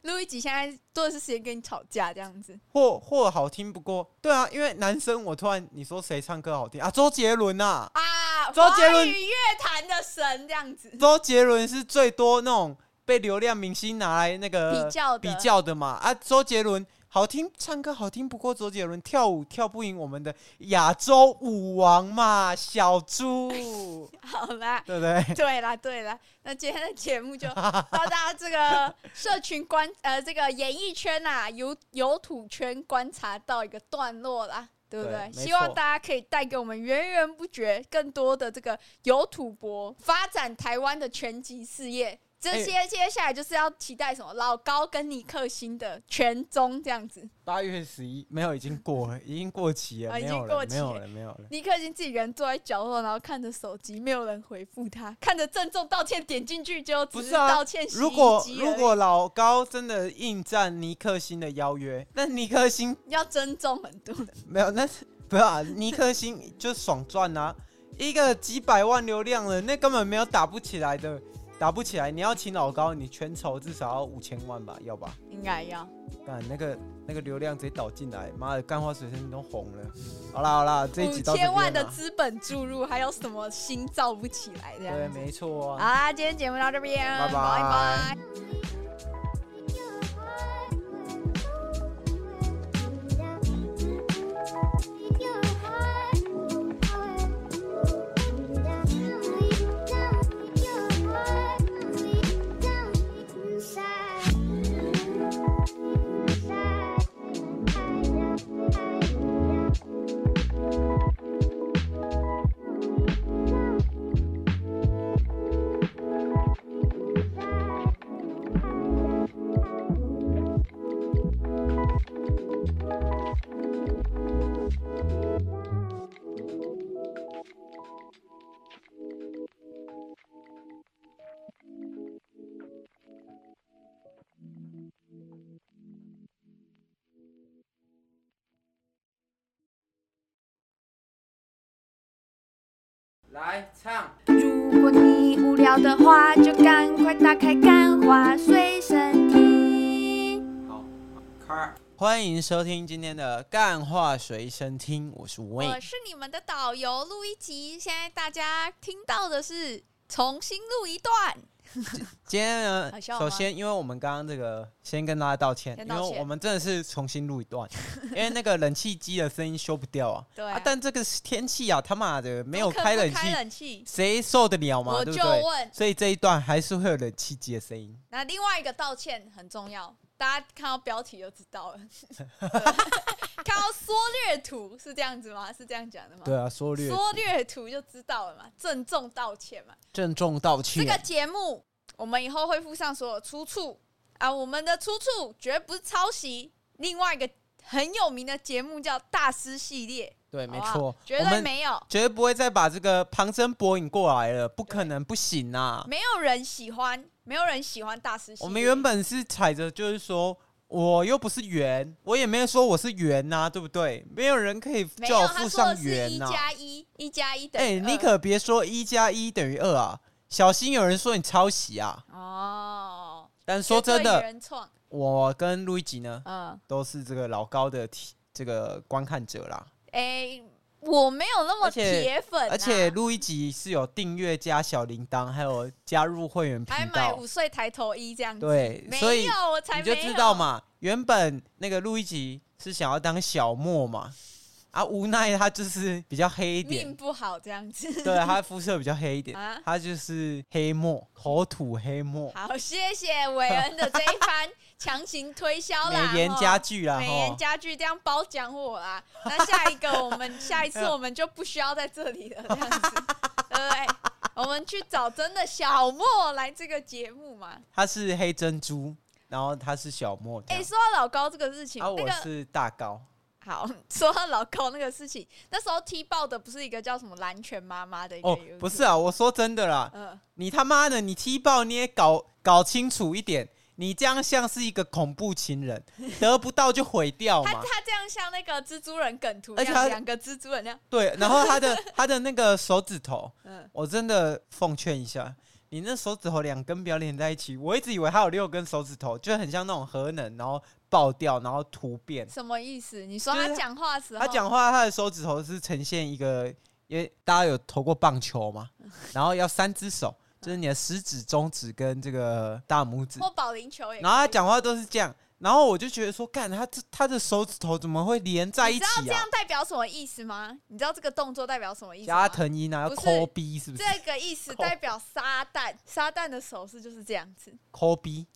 [SPEAKER 4] 录一集现在多的是时间跟你吵架这样子，
[SPEAKER 3] 或或好听不过，对啊，因为男生我突然你说谁唱歌好听啊？周杰伦啊，
[SPEAKER 4] 啊，
[SPEAKER 3] 周杰伦
[SPEAKER 4] 华语乐坛的神这样子，
[SPEAKER 3] 周杰伦是最多那种被流量明星拿来那个
[SPEAKER 4] 比较的
[SPEAKER 3] 呃比较的嘛啊！周杰伦好听，唱歌好听不过周杰伦，跳舞跳不赢我们的亚洲舞王嘛，小 猪，
[SPEAKER 4] 好啦。
[SPEAKER 3] 对不对？
[SPEAKER 4] 对啦，对啦，那今天的节目就 到大家这个社群观呃，这个演艺圈啊，游游土圈观察到一个段落啦，对不
[SPEAKER 3] 对
[SPEAKER 4] 对？
[SPEAKER 3] 没
[SPEAKER 4] 希望
[SPEAKER 3] 错
[SPEAKER 4] 大家可以带给我们源源不绝更多的这个游土博发展台湾的拳击事业。这
[SPEAKER 3] 哎
[SPEAKER 4] 些接下来就是要期待什么？老高跟尼克星的全中这样子，
[SPEAKER 3] 八月十一没有，已经过了，已经过期了，
[SPEAKER 4] 啊已
[SPEAKER 3] 没
[SPEAKER 4] 经
[SPEAKER 3] 有
[SPEAKER 4] 过
[SPEAKER 3] 了，
[SPEAKER 4] 期
[SPEAKER 3] 没有了，没有了。
[SPEAKER 4] 尼克星自己一个人坐在角落，然后看着手机，没有人回复他，看着郑重道歉点进去就只
[SPEAKER 3] 不是啊
[SPEAKER 4] 道歉洗衣
[SPEAKER 3] 如果
[SPEAKER 4] 机而
[SPEAKER 3] 如
[SPEAKER 4] 已
[SPEAKER 3] 果老高真的应战尼克星的邀约，那尼克星
[SPEAKER 4] 要尊重很多。
[SPEAKER 3] 没有，那是不要、啊、尼克星就爽赚啊！一个几百万流量了，那根本没有打不起来的，打不起来。你要请老高，你全筹至少要五千万吧，要吧？
[SPEAKER 4] 应该要。
[SPEAKER 3] 干那个那个流量直接倒进来，妈的，干花水生都红了。好啦好啦，这一
[SPEAKER 4] 五
[SPEAKER 3] 集到这边
[SPEAKER 4] 千
[SPEAKER 3] 啦
[SPEAKER 4] 万的资本注入，还有什么心造不起来这
[SPEAKER 3] 对，
[SPEAKER 4] 样子？
[SPEAKER 3] 没错
[SPEAKER 4] 好
[SPEAKER 3] 啊。
[SPEAKER 4] 啦，今天节目到这边，
[SPEAKER 3] 拜拜
[SPEAKER 4] 拜拜
[SPEAKER 1] 来唱。
[SPEAKER 2] 如果你无聊的话，就赶快打开《干花随身听》。
[SPEAKER 1] 好，卡。
[SPEAKER 3] 欢迎收听今天的干话随身听，我是 Wayne
[SPEAKER 4] 我。是你们的导游录一集，现在大家听到的是重新录一段。
[SPEAKER 3] 今天呢
[SPEAKER 4] 好，笑吗
[SPEAKER 3] 首先因为我们刚刚这个，先跟大家道歉，
[SPEAKER 4] 先
[SPEAKER 3] 因
[SPEAKER 4] 道歉
[SPEAKER 3] 为我们真的是重新录一 段，因为那个冷气机的声音修不掉啊。
[SPEAKER 4] 对
[SPEAKER 3] 啊，但这个天气啊，他妈的没有
[SPEAKER 4] 不可
[SPEAKER 3] 开
[SPEAKER 4] 不
[SPEAKER 3] 冷
[SPEAKER 4] 开
[SPEAKER 3] 气，
[SPEAKER 4] 冷气，
[SPEAKER 3] 谁受得了嘛？
[SPEAKER 4] 我
[SPEAKER 3] 对不
[SPEAKER 4] 就
[SPEAKER 3] 对？
[SPEAKER 4] 问。
[SPEAKER 3] 所以这一段还是会有冷气机的声音。
[SPEAKER 4] 那另外一个道歉很重要，大家看到标题就知道 了。对看到缩略图是这样子吗？是这样讲的吗？
[SPEAKER 3] 对啊，缩略
[SPEAKER 4] 缩哦略图就知道了嘛，郑重道歉嘛。
[SPEAKER 3] 郑重道
[SPEAKER 4] 这
[SPEAKER 3] 歉。
[SPEAKER 4] 个节目我们以后会附上所有出处啊，我们的出处绝不是抄袭。另外一个很有名的节目叫《大师系列
[SPEAKER 3] 对，》，没
[SPEAKER 4] 好不
[SPEAKER 3] 错
[SPEAKER 4] 好，哦绝
[SPEAKER 3] 我
[SPEAKER 4] 对
[SPEAKER 3] 们
[SPEAKER 4] 没有，
[SPEAKER 3] 绝对不会再把这个旁征博引过来了，不可能，不行啊！
[SPEAKER 4] 没有人喜欢，没有人喜欢大师系列。
[SPEAKER 3] 我们原本是踩着就是说，我又不是圆，我也没有说我是圆呐、对不对？没有人可以
[SPEAKER 4] 没
[SPEAKER 3] 叫
[SPEAKER 4] 有
[SPEAKER 3] 我
[SPEAKER 4] 他
[SPEAKER 3] 附
[SPEAKER 4] 说的
[SPEAKER 3] 上
[SPEAKER 4] 是一
[SPEAKER 3] 圆呐、啊
[SPEAKER 4] 加一，一加一等
[SPEAKER 3] 哎、
[SPEAKER 4] 于二。
[SPEAKER 3] 你可别说一加一等于二啊，小心有人说你抄袭啊！
[SPEAKER 4] 哦，
[SPEAKER 3] 但说真
[SPEAKER 4] 绝对
[SPEAKER 3] 的，
[SPEAKER 4] 原创，
[SPEAKER 3] 我跟路易吉呢
[SPEAKER 4] 嗯，
[SPEAKER 3] 都是这个老高的体这个观看者啦，
[SPEAKER 4] 哎、我没有那么
[SPEAKER 3] 而且
[SPEAKER 4] 铁粉、啊，
[SPEAKER 3] 而且路易吉是有订阅加小铃铛，还有加入会员频
[SPEAKER 4] 还买
[SPEAKER 3] 道
[SPEAKER 4] 五，岁抬头一这样子，
[SPEAKER 3] 对，
[SPEAKER 4] 没
[SPEAKER 3] 所以
[SPEAKER 4] 有，我才
[SPEAKER 3] 你就
[SPEAKER 4] 没有
[SPEAKER 3] 知道，嘛，原本那个路易吉是想要当小莫嘛，啊，无奈他就是比较黑一
[SPEAKER 4] 命
[SPEAKER 3] 点，
[SPEAKER 4] 不好这样子。
[SPEAKER 3] 对，啊他肤色比较黑一点，
[SPEAKER 4] 啊
[SPEAKER 3] 他就是黑墨，口吐黑墨，
[SPEAKER 4] 好，谢谢韦恩的这一番强行推销啦，
[SPEAKER 3] 美颜
[SPEAKER 4] 吼
[SPEAKER 3] 家具啊啦，
[SPEAKER 4] 美颜
[SPEAKER 3] 吼，
[SPEAKER 4] 家具这样褒奖 我啦。那下一个，我们下一次我们就不需要在这里 了，这样子，对不对？我们去找真的小莫来这个节目嘛。
[SPEAKER 3] 他是黑珍珠，然后他是小莫这
[SPEAKER 4] 哎、
[SPEAKER 3] 样，
[SPEAKER 4] 说到老高这个事情，
[SPEAKER 3] 啊，
[SPEAKER 4] 那
[SPEAKER 3] 我
[SPEAKER 4] 个
[SPEAKER 3] 是大高，
[SPEAKER 4] 好， 说到老高那个事情，那时候踢爆的不是一个叫什么蓝拳妈妈的一个
[SPEAKER 3] 哦
[SPEAKER 4] YouTuber，
[SPEAKER 3] 不是啊，我说真的啦，
[SPEAKER 4] 嗯、
[SPEAKER 3] 你他妈的，你踢爆你也搞搞清楚一点。你这样像是一个恐怖情人，得不到就毁掉
[SPEAKER 4] 他
[SPEAKER 3] 嘛。
[SPEAKER 4] 他这样像那个蜘蛛人梗图
[SPEAKER 3] 而
[SPEAKER 4] 一
[SPEAKER 3] 且他
[SPEAKER 4] 样，两个蜘蛛人那样，
[SPEAKER 3] 对，然后他的他的那个手指头，
[SPEAKER 4] 嗯，
[SPEAKER 3] 我真的奉劝一下，你那手指头两根不要连在一起。我一直以为他有六根手指头，就很像那种核能，然后爆掉，然后突变。
[SPEAKER 4] 什么意思？你说
[SPEAKER 3] 就是
[SPEAKER 4] 他讲话的时候，
[SPEAKER 3] 他讲话，他的手指头是呈现一个，因为大家有投过棒球 嘛，然后要三只手，就是你的食指、中指跟这个大拇指。
[SPEAKER 4] 或保龄球也可以，
[SPEAKER 3] 然后他讲话都是这样，然后我就觉得说，干他这他的手指头怎么会连在一
[SPEAKER 4] 你知道
[SPEAKER 3] 起
[SPEAKER 4] 这
[SPEAKER 3] 啊
[SPEAKER 4] 样？代表什么意思吗？你知道这个动作代表什么意思吗？
[SPEAKER 3] 加藤鹰啊，要
[SPEAKER 4] 不是
[SPEAKER 3] 抠逼是不是？
[SPEAKER 4] 这个意思代表撒旦，撒旦的手势就是这样子。
[SPEAKER 3] 抠逼。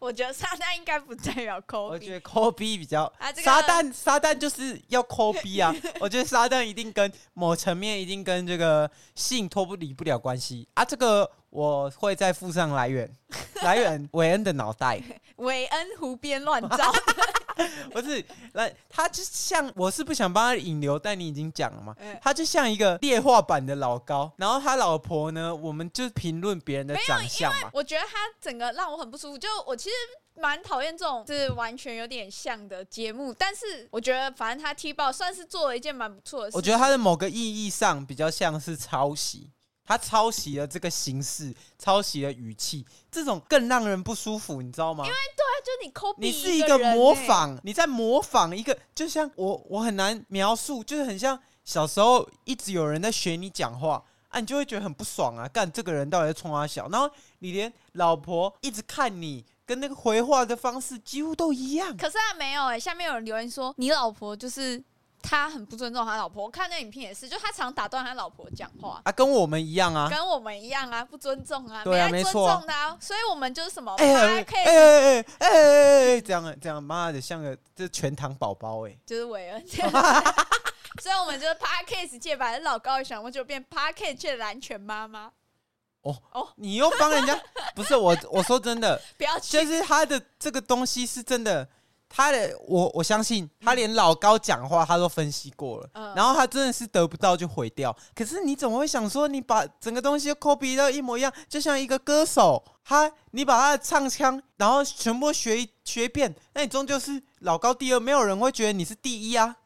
[SPEAKER 4] 我觉得撒旦应该不代表抠
[SPEAKER 3] 我觉
[SPEAKER 4] 鼻，
[SPEAKER 3] 得抠逼比较
[SPEAKER 4] 啊这个
[SPEAKER 3] 撒旦，撒旦就是要抠逼 啊！我觉得撒旦一定跟某层面一定跟这个性脱不离不了关系啊！这个我会再附上来 源，来源韦恩的脑袋
[SPEAKER 4] 韦恩胡编乱 造。
[SPEAKER 3] 不是来，他就像我是不想帮他引流，但你已经讲了嘛
[SPEAKER 4] 嗯，
[SPEAKER 3] 他就像一个劣化版的老高，然后他老婆呢，我们就评论别人的长相嘛，
[SPEAKER 4] 我觉得他整个让我很不舒服，就我其实蛮讨厌这种就是完全有点像的节目，但是我觉得反正他踢爆算是做了一件蛮不错的事。
[SPEAKER 3] 我觉得他的某个意义上比较像是抄袭，他抄袭了这个形式，抄袭了语气，这种更让人不舒服，你知道吗？因为
[SPEAKER 4] 他啊就你抠鼻，
[SPEAKER 3] 你是一
[SPEAKER 4] 个
[SPEAKER 3] 个
[SPEAKER 4] 人
[SPEAKER 3] 模
[SPEAKER 4] 欸，
[SPEAKER 3] 仿，你在模仿一个，就像我我很难描述，就是很像小时候一直有人在学你讲话。啊，你就会觉得很不爽啊！干这个人到底在冲啊小，然后你连老婆一直看你，跟那个回话的方式几乎都一样。
[SPEAKER 4] 可是他没有哎、下面有人留言说你老婆就是他很不尊重他老婆，我看那影片也是，就他常打断他老婆讲话。
[SPEAKER 3] 啊，跟我们一样啊！
[SPEAKER 4] 跟我们一样啊，不尊重啊，
[SPEAKER 3] 对啊没
[SPEAKER 4] 没在尊
[SPEAKER 3] 错啊
[SPEAKER 4] 重的啊，所以我们就是什么，
[SPEAKER 3] 哎
[SPEAKER 4] 他
[SPEAKER 3] 哎
[SPEAKER 4] 哦可
[SPEAKER 3] 哎
[SPEAKER 4] 以、
[SPEAKER 3] 哎哎哎哎，这样这样，妈的，像个这全糖宝宝哎！
[SPEAKER 4] 就是韦恩这样， 所以我们就是 podcast 界把老高一想，我就变 podcast 界的蓝拳妈妈，
[SPEAKER 3] 你又帮 人家，不是我，我说真的，
[SPEAKER 4] 不要 去
[SPEAKER 3] 就是他的这个东西是真的，他的我我相信他连老高讲话他都分析过了，
[SPEAKER 4] 嗯
[SPEAKER 3] 然后他真的是得不到就毁掉。可是你怎么会想说你把整个东西都 copy 到一模一样？就像一个歌手，他你把他的唱腔，然后全部学一学一遍，那你终究是老高第二，没有人会觉得你是第一啊。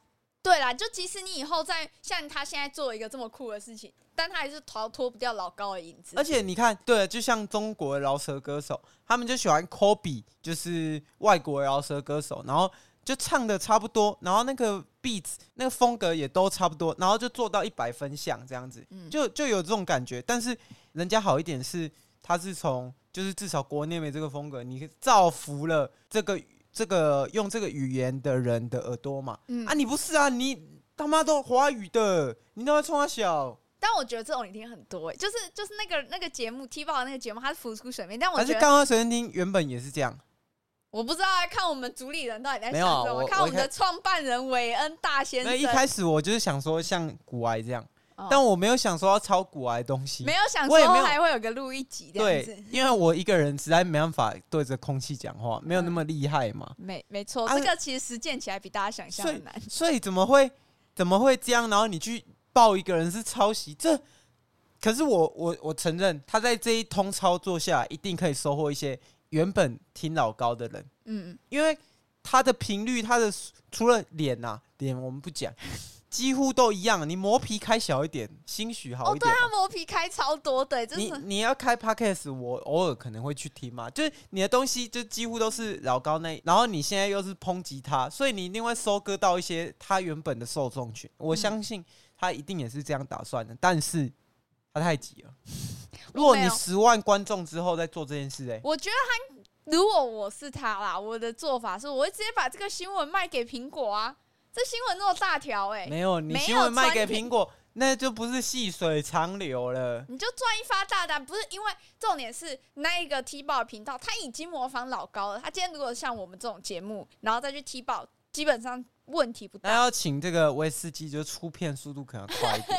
[SPEAKER 4] 对啦，就即使你以后再像他现在做一个这么酷的事情，但他还是逃脱不掉老高的影子
[SPEAKER 3] 而。且你看，对，就像中国的饶舌歌手，他们就喜欢 copy，就是外国的饶舌歌手，然后就唱的差不多，然后那个 beats 那个风格也都差不多，然后就做到一百分像这样子，
[SPEAKER 4] 嗯
[SPEAKER 3] 就就有这种感觉。但是人家好一点是，它是从就是至少国内没这个风格，你造福了这个这个用这个语言的人的耳朵嘛。
[SPEAKER 4] 嗯
[SPEAKER 3] 啊，你不是啊，你他妈都华语的，你他妈冲他小，
[SPEAKER 4] 但我觉得这种一定很多、欸，就是就是那个那个节目 T 报那个节目，它是浮出水面，但我
[SPEAKER 3] 还是
[SPEAKER 4] 觉得
[SPEAKER 3] 刚刚随便听原本也是这样。
[SPEAKER 4] 我不知道、看我们主理人到底在
[SPEAKER 3] 没
[SPEAKER 4] 想
[SPEAKER 3] 有啊
[SPEAKER 4] 什么，
[SPEAKER 3] 我
[SPEAKER 4] 看
[SPEAKER 3] 我
[SPEAKER 4] 我
[SPEAKER 3] 一
[SPEAKER 4] 们
[SPEAKER 3] 开
[SPEAKER 4] 的创办人韦恩大先
[SPEAKER 3] 那
[SPEAKER 4] 生，
[SPEAKER 3] 一开始我就是想说像古癌这样，
[SPEAKER 4] 哦
[SPEAKER 3] 但我没有想说要抄古癌的东西。
[SPEAKER 4] 没有想
[SPEAKER 3] 我也没
[SPEAKER 4] 说
[SPEAKER 3] 有
[SPEAKER 4] 还会有个录一集这样
[SPEAKER 3] 对
[SPEAKER 4] 子，，
[SPEAKER 3] 因为我一个人实在没办法对着空气讲话，没有那么厉害嘛，
[SPEAKER 4] 没没错，
[SPEAKER 3] 啊
[SPEAKER 4] 这个其实实践起来比大家想象
[SPEAKER 3] 所
[SPEAKER 4] 的
[SPEAKER 3] 以
[SPEAKER 4] 难。
[SPEAKER 3] 所以怎么会怎么会这样？然后你去报一个人是抄袭，这可是我我我承认，他在这一通操作下，一定可以收获一些原本听老高的人，
[SPEAKER 4] 嗯，
[SPEAKER 3] 因为他的频率，他的除了脸呐、脸我们不讲，几乎都一样。你磨皮开小一点，兴许好
[SPEAKER 4] 哦，
[SPEAKER 3] 一
[SPEAKER 4] 对
[SPEAKER 3] 点嘛。
[SPEAKER 4] 啊，磨皮开超多的、真
[SPEAKER 3] 你
[SPEAKER 4] 是
[SPEAKER 3] 你要开 podcast，我偶尔可能会去听嘛，就是你的东西就几乎都是老高那，然后你现在又是抨击他，所以你一定会收割到一些他原本的受众群。
[SPEAKER 4] 嗯
[SPEAKER 3] 我相信他一定也是这样打算的，但是他太急了。如果
[SPEAKER 4] 没
[SPEAKER 3] 你
[SPEAKER 4] 有
[SPEAKER 3] 十万观众之后再做这件事、欸，
[SPEAKER 4] 我觉得他，如果我是他啦，我的做法是，我会直接把这个新闻卖给苹果啊。这新闻那么大条哎、
[SPEAKER 3] 没有，你
[SPEAKER 4] 没有
[SPEAKER 3] 新闻卖给
[SPEAKER 4] 传递
[SPEAKER 3] 苹果，那就不是细水长流了。
[SPEAKER 4] 你就赚一发大单，不是因为重点是那一个 T 报频道，他已经模仿老高了。他今天如果像我们这种节目，然后再去 T 报，基本上问题不
[SPEAKER 3] 那
[SPEAKER 4] 大。
[SPEAKER 3] 要请这个威士忌，就出片速度可能快一点，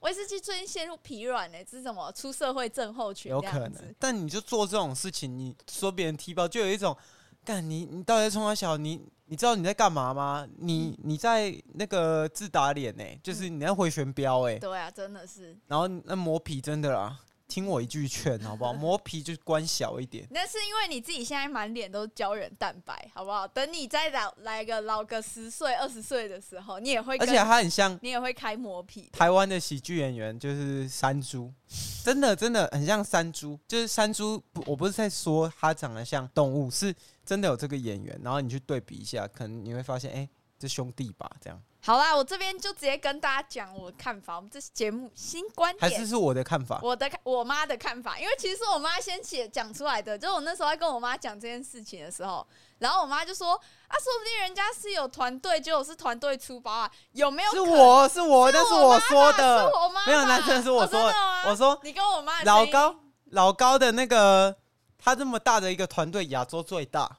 [SPEAKER 4] 威士忌最近陷入疲软欸呢、这是什么出社会症候群啊
[SPEAKER 3] 有
[SPEAKER 4] 这
[SPEAKER 3] 可
[SPEAKER 4] 样
[SPEAKER 3] 能
[SPEAKER 4] 子。。
[SPEAKER 3] 但你就做这种事情，你说别人踢爆，就有一种，干你你到底在冲他小？你你知道你在干嘛吗？你
[SPEAKER 4] 嗯
[SPEAKER 3] 你在那个自打脸呢、就是你在回旋镖哎、
[SPEAKER 4] 对啊，真的是。
[SPEAKER 3] 然后那磨皮真的啦，听我一句劝好不好？磨皮就关小一点。
[SPEAKER 4] 那是因为你自己现在满脸都胶原蛋白，好不好？等你再老来个老个十岁、二十岁的时候，你也会
[SPEAKER 3] 而
[SPEAKER 4] 跟，
[SPEAKER 3] 且他很像
[SPEAKER 4] 你也会开磨皮的。
[SPEAKER 3] 台湾的喜剧演员就是山猪，真的真的很像山猪，就是山猪。不我不是在说他长得像动物，是真的有这个演员。然后你去对比一下，可能你会发现，哎、这兄弟吧，这样
[SPEAKER 4] 好啦，我这边就直接跟大家讲我的看法，我们这是节目新观
[SPEAKER 3] 还
[SPEAKER 4] 点
[SPEAKER 3] 是。是我的看法。
[SPEAKER 4] 我的看我妈的看法，因为其实是我妈先写讲出来的，就是我那时候在跟我妈讲这件事情的时候，然后我妈就说啊，说不定人家是有团队，结果是团队出包啊，有没有可
[SPEAKER 3] 是
[SPEAKER 4] 能？啊
[SPEAKER 3] 我是我，那是我说
[SPEAKER 4] 是
[SPEAKER 3] 的，
[SPEAKER 4] 我妈吧，
[SPEAKER 3] 没有，那真的是我说
[SPEAKER 4] 哦真
[SPEAKER 3] 的
[SPEAKER 4] 的吗。
[SPEAKER 3] 我说
[SPEAKER 4] 你跟我妈的声
[SPEAKER 3] 老
[SPEAKER 4] 音
[SPEAKER 3] 高老高的那个，他这么大的一个团队，亚洲最大。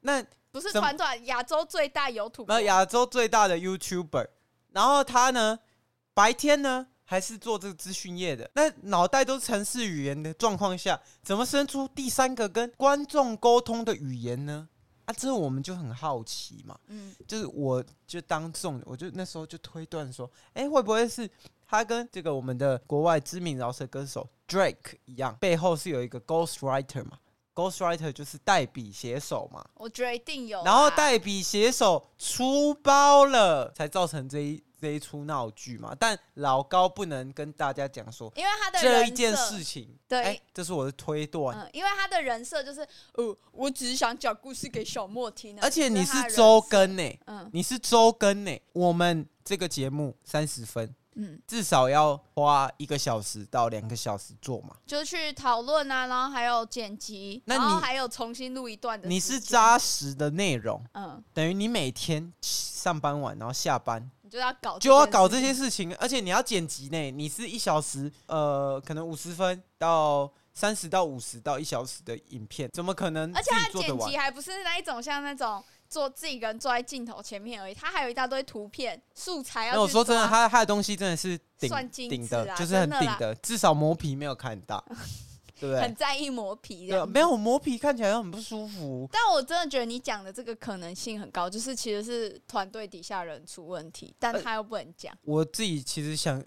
[SPEAKER 3] 那
[SPEAKER 4] 不是
[SPEAKER 3] 怎么
[SPEAKER 4] 团团亚洲最大有土
[SPEAKER 3] 没有亚洲最大的 YouTuber，然后他呢，白天呢还是做这个资讯业的，那脑袋都是城市语言的状况下，怎么生出第三个跟观众沟通的语言呢？啊，这我们就很好奇嘛。
[SPEAKER 4] 嗯，
[SPEAKER 3] 就是我就当众，我就那时候就推断说，哎、会不会是他跟这个我们的国外知名饶舌歌手 Drake 一样，背后是有一个 ghostwriter 嘛？ghostwriter 就是代笔写手嘛。
[SPEAKER 4] 我觉得一定有啦。啊
[SPEAKER 3] 然后代笔写手出包了，才造成这一这一出闹剧嘛。但老高不能跟大家讲说
[SPEAKER 4] 因为他的
[SPEAKER 3] 这
[SPEAKER 4] 人
[SPEAKER 3] 一件
[SPEAKER 4] 设
[SPEAKER 3] 事情，
[SPEAKER 4] 对
[SPEAKER 3] 哎这是我的推断。
[SPEAKER 4] 嗯，因为他的人设就是，哦，我只是想讲故事给小莫听啊。
[SPEAKER 3] 而且你
[SPEAKER 4] 这他的
[SPEAKER 3] 是
[SPEAKER 4] 人
[SPEAKER 3] 周
[SPEAKER 4] 设，
[SPEAKER 3] 更呢、
[SPEAKER 4] 嗯
[SPEAKER 3] 你是周更呢、我们这个节目三十分，
[SPEAKER 4] 嗯，
[SPEAKER 3] 至少要花一个小时到两个小时做嘛。
[SPEAKER 4] 就去讨论啊，然后还有剪辑，
[SPEAKER 3] 那
[SPEAKER 4] 然后
[SPEAKER 3] 你
[SPEAKER 4] 还有重新录一段的。
[SPEAKER 3] 你是，扎实的内容，
[SPEAKER 4] 嗯，
[SPEAKER 3] 等于你每天上班晚，然后下班
[SPEAKER 4] 你就要搞，
[SPEAKER 3] 就要搞这些。事情，而且你要剪辑呢。你是一小时，呃，可能五十分到三十到五十到一小时的影片，怎么可能
[SPEAKER 4] 而
[SPEAKER 3] 自
[SPEAKER 4] 且他
[SPEAKER 3] 己做得
[SPEAKER 4] 剪
[SPEAKER 3] 完
[SPEAKER 4] 辑？还不是那一种像那种做自己一个人坐在镜头前面而已，他还有一大堆图片素材要去
[SPEAKER 3] 那
[SPEAKER 4] 抓。
[SPEAKER 3] 我说真的，他他的东西真的是顶
[SPEAKER 4] 算精致
[SPEAKER 3] 顶的
[SPEAKER 4] 啦，
[SPEAKER 3] 就是很
[SPEAKER 4] 真的
[SPEAKER 3] 顶
[SPEAKER 4] 啦
[SPEAKER 3] 的，至少磨皮没有看到，对不
[SPEAKER 4] 很
[SPEAKER 3] 对？
[SPEAKER 4] 在意磨皮这
[SPEAKER 3] 对，啊
[SPEAKER 4] 样子，
[SPEAKER 3] 没有磨皮看起来很不舒服。
[SPEAKER 4] 但我真的觉得你讲的这个可能性很高，就是其实是团队底下人出问题，但
[SPEAKER 3] 呃
[SPEAKER 4] 他又不能讲。
[SPEAKER 3] 我自己其实想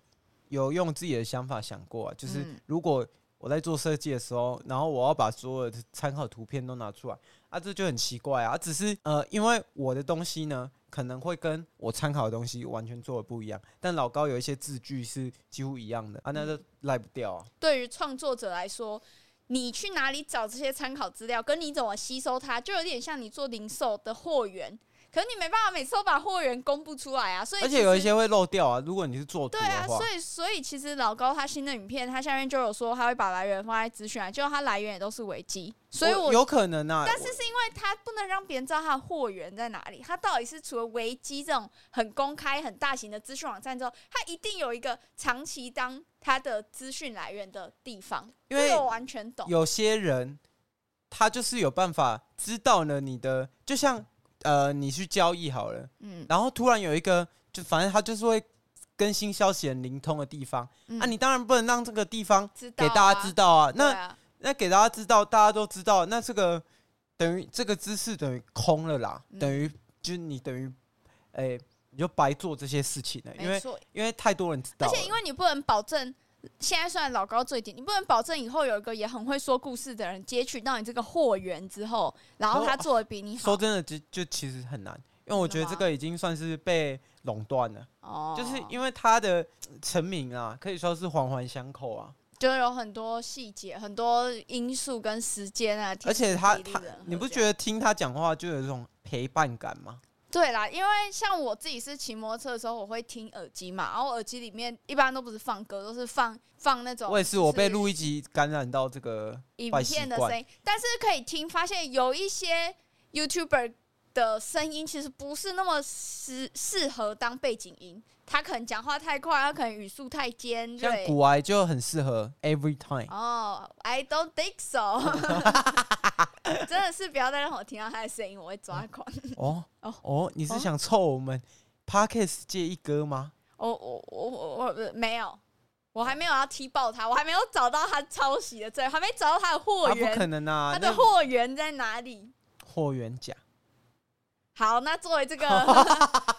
[SPEAKER 3] 有用自己的想法想过啊，就是
[SPEAKER 4] 嗯
[SPEAKER 3] 如果我在做设计的时候，然后我要把所有的参考图片都拿出来啊，这就很奇怪啊。只是呃，因为我的东西呢，可能会跟我参考的东西完全做的不一样，但老高有一些字句是几乎一样的啊，
[SPEAKER 4] 嗯
[SPEAKER 3] 那就赖不掉啊。
[SPEAKER 4] 对于创作者来说，你去哪里找这些参考资料，跟你怎么吸收它，就有点像你做零售的货源。可是你没办法每次都把货源公布出来啊，所以
[SPEAKER 3] 而
[SPEAKER 4] 其
[SPEAKER 3] 且有一
[SPEAKER 4] 实
[SPEAKER 3] 些会漏掉啊。如果你是做图
[SPEAKER 4] 对
[SPEAKER 3] 的
[SPEAKER 4] 啊，
[SPEAKER 3] 话，
[SPEAKER 4] 所以所以其实老高他新的影片，他下面就有说他会把来源放在资讯啊，就他来源也都是维基，所以我
[SPEAKER 3] 有可能啊。
[SPEAKER 4] 但是是因为他不能让别人知道他的货源在哪里，他到底是除了维基这种很公开、很大型的资讯网站之后，他一定有一个长期当他的资讯来源的地方。
[SPEAKER 3] 因为
[SPEAKER 4] 这个我完全懂，
[SPEAKER 3] 有些人他就是有办法知道了你的，就像呃，你去交易好了，
[SPEAKER 4] 嗯，
[SPEAKER 3] 然后突然有一个，就反正他就是会更新消息很灵通的地方、
[SPEAKER 4] 嗯
[SPEAKER 3] 啊，你当然不能让这个地方
[SPEAKER 4] 知
[SPEAKER 3] 给
[SPEAKER 4] 道
[SPEAKER 3] 大家知
[SPEAKER 4] 道，
[SPEAKER 3] 道啊。那、
[SPEAKER 4] 对啊
[SPEAKER 3] 那给大家知道，大家都知道，那这个等于这个知识等于空了啦，
[SPEAKER 4] 嗯
[SPEAKER 3] 等于就是你等于哎、你就白做这些事情了，因
[SPEAKER 4] 没
[SPEAKER 3] 为
[SPEAKER 4] 错，
[SPEAKER 3] 因为太多人知道
[SPEAKER 4] 而
[SPEAKER 3] 了，
[SPEAKER 4] 且因为你不能保证。现在虽然老高最顶，你不能保证以后有一个也很会说故事的人截取到你这个货源之后，然后他做的比你好
[SPEAKER 3] 说，真的，就就其实很难，因为我
[SPEAKER 4] 真
[SPEAKER 3] 觉得
[SPEAKER 4] 的
[SPEAKER 3] 这
[SPEAKER 4] 吗
[SPEAKER 3] 个已经算是被垄断了。
[SPEAKER 4] 哦
[SPEAKER 3] 就是因为他的呃成名啊，可以说是环环相扣啊。
[SPEAKER 4] 就有很多细节、很多因素跟时间啊，
[SPEAKER 3] 而且他他，你不觉得
[SPEAKER 4] 得？
[SPEAKER 3] 听他讲话就有一种陪伴感吗？
[SPEAKER 4] 对啦，因为像我自己是骑摩托车的时候，我会听耳机嘛，然后耳机里面一般都不是放歌，都是放放那种。
[SPEAKER 3] 我也是，我被录
[SPEAKER 4] 音
[SPEAKER 3] 一集感染到这个，
[SPEAKER 4] 影
[SPEAKER 3] 坏习
[SPEAKER 4] 片的
[SPEAKER 3] 惯
[SPEAKER 4] 声音，但是可以听发现有一些 YouTuber 的声音其实不是那么适适合当背景音，他可能讲话太快，他可能语速太尖
[SPEAKER 3] 像
[SPEAKER 4] 锐。
[SPEAKER 3] 古癌就很适合 Every Time。
[SPEAKER 4] 哦、i don't think so 。真的是不要再让我听到他的声音，我会抓狂。
[SPEAKER 3] 哦
[SPEAKER 4] 哦
[SPEAKER 3] 哦，你
[SPEAKER 4] 哦
[SPEAKER 3] 是想凑我们 Parkes 界一哥吗？
[SPEAKER 4] 我我我我我没有，我还没有要踢爆他，我还没有找到他抄袭的罪，还没找到他的货
[SPEAKER 3] 啊，不可
[SPEAKER 4] 源，
[SPEAKER 3] 能啊！
[SPEAKER 4] 他的
[SPEAKER 3] 那
[SPEAKER 4] 货源在哪里？
[SPEAKER 3] 货源假，
[SPEAKER 4] 好，那作为 这个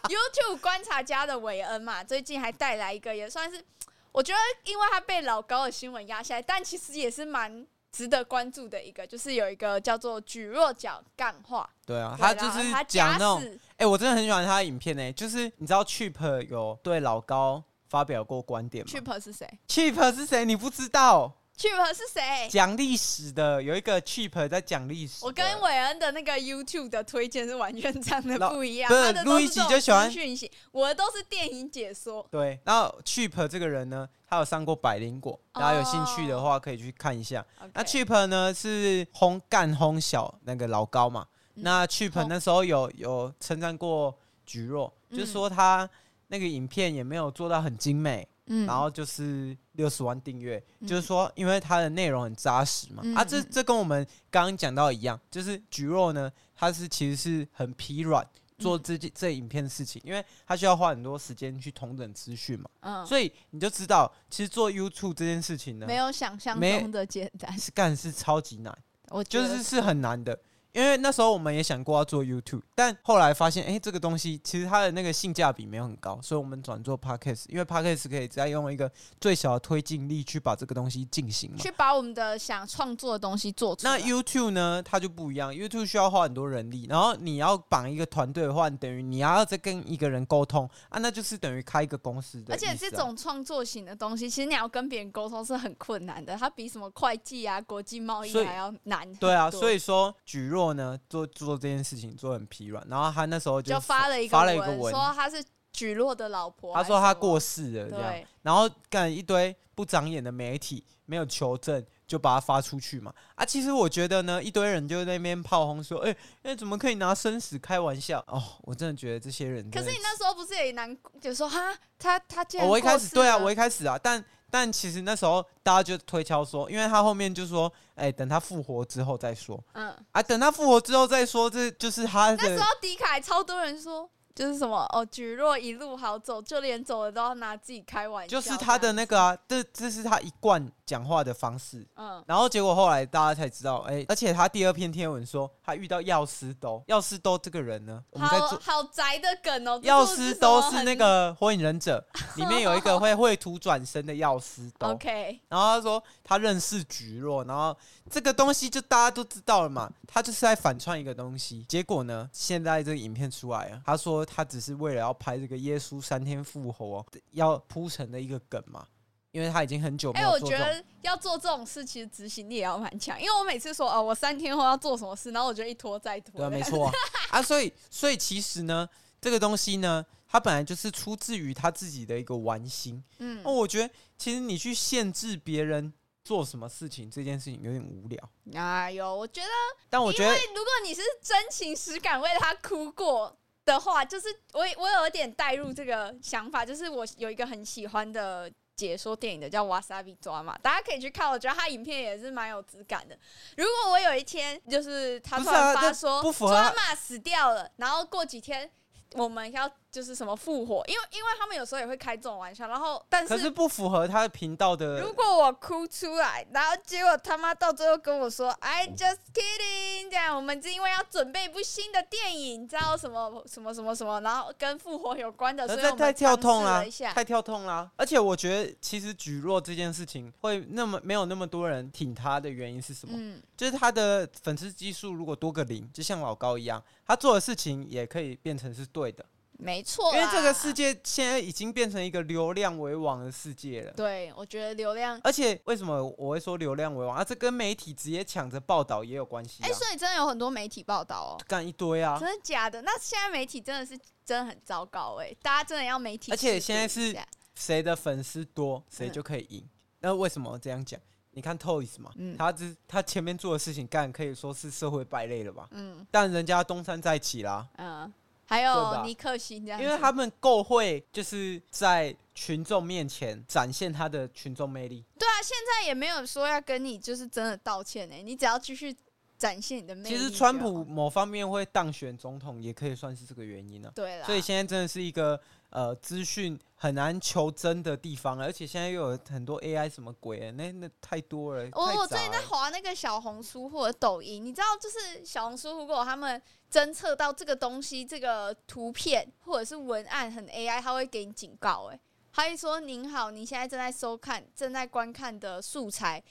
[SPEAKER 4] YouTube 观察家的韦恩嘛，最近还带来一个也算是，我觉得因为他被老高的新闻压下来，但其实也是蛮值得关注的一个，就是有一个叫做“举弱脚干话
[SPEAKER 3] 对啊”，，
[SPEAKER 4] 对啦
[SPEAKER 3] 就是
[SPEAKER 4] 他假
[SPEAKER 3] 讲那种，
[SPEAKER 4] 死，
[SPEAKER 3] 哎、我真的很喜欢他的影片呢、就是你知道 Cheap 有对老高发表过观点吗
[SPEAKER 4] Cheap 是谁
[SPEAKER 3] ？Cheap 是谁？你不知道？
[SPEAKER 4] ？Cheap 是谁？
[SPEAKER 3] 讲历史的，有一个 cheap 在讲历史的。
[SPEAKER 4] 我跟韦恩的那个 YouTube 的推荐是完全长得
[SPEAKER 3] 老
[SPEAKER 4] 不一样，
[SPEAKER 3] 不是
[SPEAKER 4] 他的都
[SPEAKER 3] 路易
[SPEAKER 4] 是
[SPEAKER 3] 吉
[SPEAKER 4] 这种
[SPEAKER 3] 就喜欢
[SPEAKER 4] 资讯型，我的都是电影解说。
[SPEAKER 3] 对，然后 cheap 这个人呢，他有上过百灵果，大
[SPEAKER 4] 哦
[SPEAKER 3] 家有兴趣的话可以去看一下。那
[SPEAKER 4] OK
[SPEAKER 3] cheap 呢是烘干烘小那个老高嘛，
[SPEAKER 4] 嗯
[SPEAKER 3] 那 cheap
[SPEAKER 4] 烘
[SPEAKER 3] 那时候有有称赞过菊若，就
[SPEAKER 4] 嗯
[SPEAKER 3] 说他那个影片也没有做到很精美，
[SPEAKER 4] 嗯
[SPEAKER 3] 然后就是六十万订阅，
[SPEAKER 4] 嗯
[SPEAKER 3] 就是说，因为它的内容很扎实嘛，
[SPEAKER 4] 嗯
[SPEAKER 3] 啊，这
[SPEAKER 4] 嗯
[SPEAKER 3] 这跟我们刚刚讲到一样，就是菊若呢，他是其实是很疲软做
[SPEAKER 4] 嗯
[SPEAKER 3] 这件这影片的事情，因为他需要花很多时间去统整资讯嘛，
[SPEAKER 4] 嗯，
[SPEAKER 3] 所以你就知道，其实做 YouTube 这件事情呢，
[SPEAKER 4] 没有想象
[SPEAKER 3] 没
[SPEAKER 4] 中的简 单，
[SPEAKER 3] 是干是超级难，
[SPEAKER 4] 我觉
[SPEAKER 3] 就
[SPEAKER 4] 得
[SPEAKER 3] 是是很难的。因为那时候我们也想过要做 YouTube，但后来发现，哎、这个东西其实它的那个性价比没有很高，所以我们转做 Podcast，因为 Podcast 可以再用一个最小的推进力去把这个东西进行嘛。
[SPEAKER 4] 去把我们的想创作的东西做出
[SPEAKER 3] 那
[SPEAKER 4] 来。
[SPEAKER 3] YouTube 呢，它就不一样，YouTube 需要花很多人力，然后你要绑一个团队的话，你等于你要再跟一个人沟通啊，那就是等于开一个公司的
[SPEAKER 4] 而
[SPEAKER 3] 意思啊、
[SPEAKER 4] 且这种创作型的东西，其实你要跟别人沟通是很困难的，它比什么会计啊、国际贸易
[SPEAKER 3] 所以
[SPEAKER 4] 还要难。
[SPEAKER 3] 对啊，所
[SPEAKER 4] 以
[SPEAKER 3] 以说举若呢做做这件事情做得很疲软，然后他那时候
[SPEAKER 4] 就发了一个
[SPEAKER 3] 发了一个文，
[SPEAKER 4] 说她是举落的老婆还
[SPEAKER 3] 他
[SPEAKER 4] 是什
[SPEAKER 3] 说
[SPEAKER 4] 么，
[SPEAKER 3] 他过世了这样，
[SPEAKER 4] 对，
[SPEAKER 3] 然后干一堆不长眼的媒体没有求证就把它发出去嘛啊，其实我觉得呢，一堆人就在那边炮轰说，哎、那、怎么可以拿生死开玩笑？哦，我真的觉得这些人真的
[SPEAKER 4] 可
[SPEAKER 3] 是，
[SPEAKER 4] 是你那时候不是也难，就说哈，他他竟
[SPEAKER 3] 哦
[SPEAKER 4] 然、
[SPEAKER 3] 我一开始对啊，我
[SPEAKER 4] 一
[SPEAKER 3] 一开始啊，但但其实那时候大家就推敲说，因为他后面就说，哎、等他复活之后再说
[SPEAKER 4] 嗯，
[SPEAKER 3] 啊，等他复活之后再说，这就是他
[SPEAKER 4] 那时
[SPEAKER 3] 的
[SPEAKER 4] 候迪卡还超多人说，就是什么哦，举若一路好走，就连走了都要拿自己开玩
[SPEAKER 3] 就
[SPEAKER 4] 笑，
[SPEAKER 3] 是他的那个啊，这这是他一贯讲话的方式。
[SPEAKER 4] 这样，嗯，
[SPEAKER 3] 然后结果后来大家才知道，哎、而且他第二篇贴文说他遇到药师兜，药师兜这个人呢，我们在
[SPEAKER 4] 好
[SPEAKER 3] 做
[SPEAKER 4] 好宅的梗哦，
[SPEAKER 3] 药
[SPEAKER 4] 这
[SPEAKER 3] 师
[SPEAKER 4] 什么
[SPEAKER 3] 兜是那
[SPEAKER 4] 很
[SPEAKER 3] 个火影忍者里面有一个会绘图转身的药师兜，
[SPEAKER 4] OK，
[SPEAKER 3] 然后他说他认识菊若，然后这个东西就大家都知道了嘛，他就是在反串一个东西。结果呢，现在这个影片出来了，他说他只是为了要拍这个耶稣三天复活要铺成的一个梗嘛。因为他已经很久没
[SPEAKER 4] 哎、
[SPEAKER 3] 有
[SPEAKER 4] 我
[SPEAKER 3] 做
[SPEAKER 4] 觉
[SPEAKER 3] 这种。
[SPEAKER 4] 得要做这种事，其实执行力也要蛮强。因为我每次说哦，我三天后要做什么事，然后我就一拖再拖。
[SPEAKER 3] 对啊，没错啊 啊，所以所以其实呢，这个东西呢，它本来就是出自于他自己的一个玩心。
[SPEAKER 4] 嗯
[SPEAKER 3] 那、我觉得，其实你去限制别人做什么事情这件事情有点无聊。
[SPEAKER 4] 哎呦，我觉得
[SPEAKER 3] 但我觉得，
[SPEAKER 4] 如果你是真情实感为他哭过的话，就是我我有一点带入这个想法，就是我有一个很喜欢的解说电影的叫《Wasabi 抓》嘛，大家可以去看，我觉得他影片也是蛮有质感的。如果我有一天就是他
[SPEAKER 3] 不
[SPEAKER 4] 突
[SPEAKER 3] 是啊
[SPEAKER 4] 然
[SPEAKER 3] 这
[SPEAKER 4] 发说
[SPEAKER 3] 不符合
[SPEAKER 4] 抓马死掉了，然后过几天。我们要就是什么复活，因为因为他们有时候也会开这种玩笑，然后但
[SPEAKER 3] 可是不符合他的频道
[SPEAKER 4] 如
[SPEAKER 3] 的。
[SPEAKER 4] 果我哭出来，然后结果他妈到最后跟我说 “I just kidding”，这样我们是因为要准备一部新的电影，你知道什么什么什么什么，然后跟复活有关的，所
[SPEAKER 3] 可是
[SPEAKER 4] 以
[SPEAKER 3] 呃太
[SPEAKER 4] 我
[SPEAKER 3] 太
[SPEAKER 4] 们
[SPEAKER 3] 跳
[SPEAKER 4] 尝试
[SPEAKER 3] 痛啊啦
[SPEAKER 4] 了一，下。
[SPEAKER 3] 太跳痛啦！而且我觉得，其实举弱这件事情会那么没有那么多人挺他的原因是什么？
[SPEAKER 4] 嗯，
[SPEAKER 3] 就是他的粉丝基数如果多个零，就像老高一样，他做的事情也可以变成是对的。
[SPEAKER 4] 没错啦，
[SPEAKER 3] 因为这个世界现在已经变成一个流量为王的世界了。
[SPEAKER 4] 对，我觉得流量，
[SPEAKER 3] 而且为什么我会说流量为王啊？这跟媒体直接抢着报道也有关系啊
[SPEAKER 4] 哎、，所以真的有很多媒体报道哦，
[SPEAKER 3] 干一堆啊！
[SPEAKER 4] 真的假的？那现在媒体真的是真的很糟糕哎、大家真的要媒体
[SPEAKER 3] 而
[SPEAKER 4] 试读一下，
[SPEAKER 3] 且现在是谁的粉丝多，谁就可以赢。那为什么这样讲？你看 Toys 嘛，
[SPEAKER 4] 嗯
[SPEAKER 3] 他之他前面做的事情干可以说是社会败类了吧？
[SPEAKER 4] 嗯
[SPEAKER 3] 但人家东山再起啦，
[SPEAKER 4] 嗯，还
[SPEAKER 3] 对
[SPEAKER 4] 有
[SPEAKER 3] 吧
[SPEAKER 4] 尼克星这样子，
[SPEAKER 3] 因为他们够会就是在群众面前展现他的群众魅力。
[SPEAKER 4] 对啊，现在也没有说要跟你就是真的道歉呢、你只要继续展现你的魅力
[SPEAKER 3] 其
[SPEAKER 4] 就好。
[SPEAKER 3] 实川普某方面会当选总统，也可以算是这个原因啊呢、
[SPEAKER 4] 对啊啦，
[SPEAKER 3] 所以现在真的是一个呃资讯很难求真的地方了，而且现在又有很多 AI 什么鬼的，那那太多了。
[SPEAKER 4] 我
[SPEAKER 3] 太
[SPEAKER 4] 我最
[SPEAKER 3] 杂
[SPEAKER 4] 近在
[SPEAKER 3] 了
[SPEAKER 4] 哦划那个小红书或者抖音，你知道，就是小红书如果他们侦测到这个东西、这个图片或者是文案很 AI，它会给你警告、欸，哎，它会说：“您好，您现在正在收看、正在观看的素材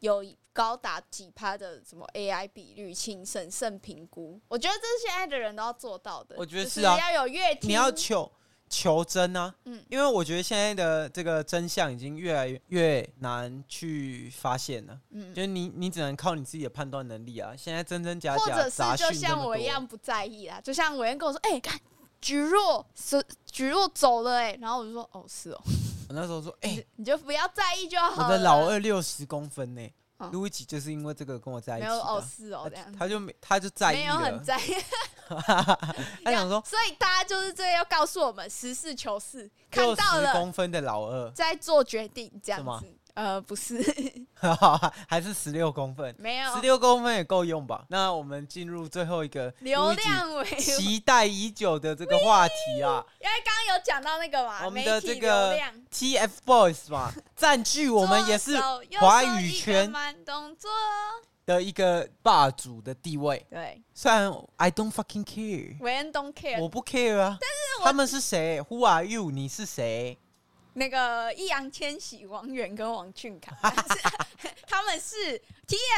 [SPEAKER 4] 有高达几趴的什么 AI 比率，请审慎评估。”我觉得这是现在的人都要做到的，
[SPEAKER 3] 我觉得
[SPEAKER 4] 就是
[SPEAKER 3] 是啊
[SPEAKER 4] 要有阅听，
[SPEAKER 3] 你要求求真啊，
[SPEAKER 4] 嗯
[SPEAKER 3] 因为我觉得现在的这个真相已经越来越难去发现了，
[SPEAKER 4] 嗯
[SPEAKER 3] 就是你你只能靠你自己的判断能力啊。现在真真假
[SPEAKER 4] 或
[SPEAKER 3] 假
[SPEAKER 4] 者
[SPEAKER 3] 杂
[SPEAKER 4] 是
[SPEAKER 3] 讯
[SPEAKER 4] 就
[SPEAKER 3] 这么
[SPEAKER 4] 像我一
[SPEAKER 3] 多
[SPEAKER 4] 样不在意啦，就像伟恩跟我说：“哎、看菊若是菊若走了哎、然后我就说：“哦，是哦，
[SPEAKER 3] 我那时候说，哎、
[SPEAKER 4] 你就不要在意就好
[SPEAKER 3] 我
[SPEAKER 4] 了。”
[SPEAKER 3] 的老二六十公分呢、
[SPEAKER 4] 嗯
[SPEAKER 3] 路易吉就是因为这个跟我在一
[SPEAKER 4] 没
[SPEAKER 3] 起
[SPEAKER 4] 有
[SPEAKER 3] 的
[SPEAKER 4] 哦，
[SPEAKER 3] 啊。
[SPEAKER 4] 是哦，这样
[SPEAKER 3] 他他就没，他就在
[SPEAKER 4] 没
[SPEAKER 3] 意
[SPEAKER 4] 有很
[SPEAKER 3] 了，
[SPEAKER 4] 在意。
[SPEAKER 3] 他想说
[SPEAKER 4] 所以大家就是这个要告诉我们实事求是，看
[SPEAKER 3] 六
[SPEAKER 4] 到
[SPEAKER 3] 十
[SPEAKER 4] 了
[SPEAKER 3] 公分的老二，
[SPEAKER 4] 再做决定这样
[SPEAKER 3] 是吗
[SPEAKER 4] 子。呃，不是，
[SPEAKER 3] 还是十六公分，
[SPEAKER 4] 没有
[SPEAKER 3] 十六公分也够用吧？那我们进入最后一个
[SPEAKER 4] 流量为
[SPEAKER 3] 路易吉
[SPEAKER 4] 因为
[SPEAKER 3] 期待已久的这个话 题啊，
[SPEAKER 4] 刚刚有讲到那个嘛，
[SPEAKER 3] 我们
[SPEAKER 4] 媒
[SPEAKER 3] 的
[SPEAKER 4] 体
[SPEAKER 3] 这
[SPEAKER 4] 流
[SPEAKER 3] 个
[SPEAKER 4] 量
[SPEAKER 3] TFBOYS 嘛，占据我们也是
[SPEAKER 4] 左手右
[SPEAKER 3] 华
[SPEAKER 4] 手
[SPEAKER 3] 语
[SPEAKER 4] 一个
[SPEAKER 3] 圈
[SPEAKER 4] 慢动作，
[SPEAKER 3] 的一个霸主的地位。
[SPEAKER 4] 对，
[SPEAKER 3] 虽然 I don't fucking care，
[SPEAKER 4] 韦恩 don't care，
[SPEAKER 3] 我不 care 啊，但是他们是谁？Who are you？你是 谁？
[SPEAKER 4] 那个易烊千玺、王源跟王俊凯， 他们是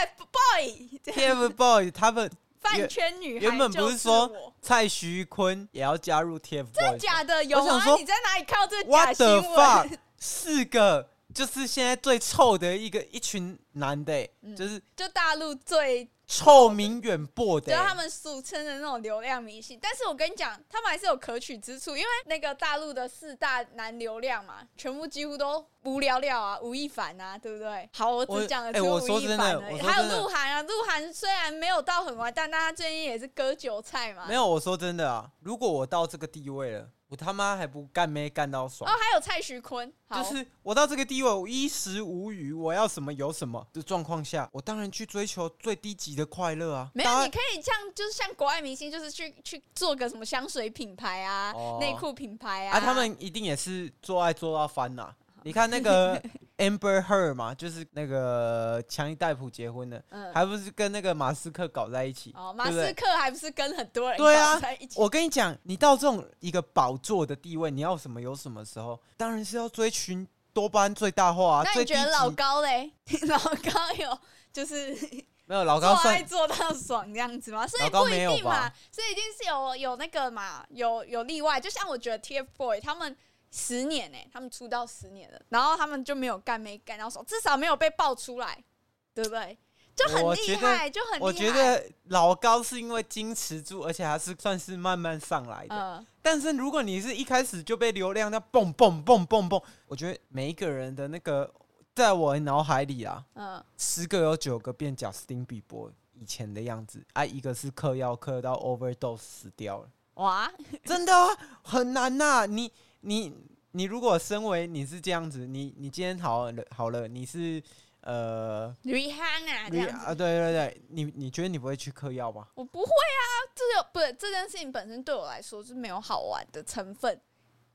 [SPEAKER 4] TFBOY
[SPEAKER 3] TFBOYS 他们
[SPEAKER 4] 饭圈女孩，
[SPEAKER 3] 原本不
[SPEAKER 4] 就是是
[SPEAKER 3] 说
[SPEAKER 4] 我
[SPEAKER 3] 蔡徐坤也要加入 TFBOYS？
[SPEAKER 4] 假的有
[SPEAKER 3] 我想
[SPEAKER 4] 啊
[SPEAKER 3] 说？
[SPEAKER 4] 你在哪里看到 这个假
[SPEAKER 3] What
[SPEAKER 4] 新
[SPEAKER 3] the
[SPEAKER 4] 闻
[SPEAKER 3] fuck？四个就是现在最臭的一个一群男的、欸
[SPEAKER 4] 嗯
[SPEAKER 3] 就是
[SPEAKER 4] 就大陆最，
[SPEAKER 3] 臭名远播
[SPEAKER 4] 就
[SPEAKER 3] 的、
[SPEAKER 4] 是他
[SPEAKER 3] 欸。
[SPEAKER 4] 们俗称的那种流量明星。但是我跟你讲，他们还是有可取之处，因为那个大陆的四大男流量嘛，全部几乎都无聊聊啊，吴亦凡啊，对不 对？好，我
[SPEAKER 3] 我
[SPEAKER 4] 只讲了
[SPEAKER 3] 哎
[SPEAKER 4] 只有
[SPEAKER 3] 我说
[SPEAKER 4] 吴亦凡
[SPEAKER 3] 真的
[SPEAKER 4] 而
[SPEAKER 3] 我
[SPEAKER 4] 已，
[SPEAKER 3] 说
[SPEAKER 4] 还
[SPEAKER 3] 真的
[SPEAKER 4] 有鹿晗啊，鹿晗虽然没有到很完蛋，但他最近也是割韭菜嘛，
[SPEAKER 3] 没有，我说真的啊，如果我到这个地位了，我他妈还不干妹干到爽
[SPEAKER 4] 哦，。还有蔡徐坤，好
[SPEAKER 3] 就是我到这个地位，我衣食无余，我要什么有什么的状况下，我当然去追求最低级的快乐啊。
[SPEAKER 4] 没
[SPEAKER 3] 当
[SPEAKER 4] 有，
[SPEAKER 3] 然
[SPEAKER 4] 你可以像就是像国外明星，就是去去做个什么香水品牌啊
[SPEAKER 3] 哦、
[SPEAKER 4] 内裤、品牌啊，
[SPEAKER 3] 啊，他们一定也是做爱做到翻呐、你看那 个 Amber Heard 嘛，就是那个强尼戴普结婚的，
[SPEAKER 4] 嗯
[SPEAKER 3] 还不是跟那个马斯克搞在一起？
[SPEAKER 4] 哦，马
[SPEAKER 3] 对不对
[SPEAKER 4] 斯克还不是跟很多人
[SPEAKER 3] 对啊
[SPEAKER 4] 搞在一起，
[SPEAKER 3] 我跟你讲，你到这种一个宝座的地位，你要什么有什么时候，当然是要追寻多巴胺最大化、啊。
[SPEAKER 4] 那
[SPEAKER 3] 最
[SPEAKER 4] 你
[SPEAKER 3] 低
[SPEAKER 4] 觉得老
[SPEAKER 3] 级
[SPEAKER 4] 高嘞？ 老高有就是
[SPEAKER 3] 没有老
[SPEAKER 4] 做
[SPEAKER 3] 高
[SPEAKER 4] 爱
[SPEAKER 3] 算
[SPEAKER 4] 做到爽这样子吗？所
[SPEAKER 3] 老
[SPEAKER 4] 以
[SPEAKER 3] 高
[SPEAKER 4] 不
[SPEAKER 3] 没
[SPEAKER 4] 一
[SPEAKER 3] 有
[SPEAKER 4] 定嘛
[SPEAKER 3] 吧，
[SPEAKER 4] 所以一定是有有那个嘛，有有例外。就像我觉得 TFBOY 他们十年呢、他们出道十年了，然后他们就没有干没干到手，至少没有被爆出来，对不对？就很
[SPEAKER 3] 我
[SPEAKER 4] 厉
[SPEAKER 3] 觉得
[SPEAKER 4] 害，就很厉害。
[SPEAKER 3] 我觉，得老高是因为金池柱，而且还是算是慢慢上来的。
[SPEAKER 4] 嗯，
[SPEAKER 3] 但是如果你是一开始就被流量那蹦蹦蹦蹦蹦，我觉得每一个人的那个，在我脑海里啊，
[SPEAKER 4] 嗯，
[SPEAKER 3] 十个有九个变贾斯汀比伯以前的样子，啊，一个是嗑药嗑到 overdose 死掉了，
[SPEAKER 4] 哇，
[SPEAKER 3] 真的啊，很难呐、你你你如果身为你是这样子，你你今天好了好了，你是呃。
[SPEAKER 4] 吕汉啊，这
[SPEAKER 3] 你
[SPEAKER 4] 样子，
[SPEAKER 3] 啊，对对对，你你觉得你不会去嗑药吗？
[SPEAKER 4] 我不会啊，这个不是这件事情本身对我来说是没有好玩的成分。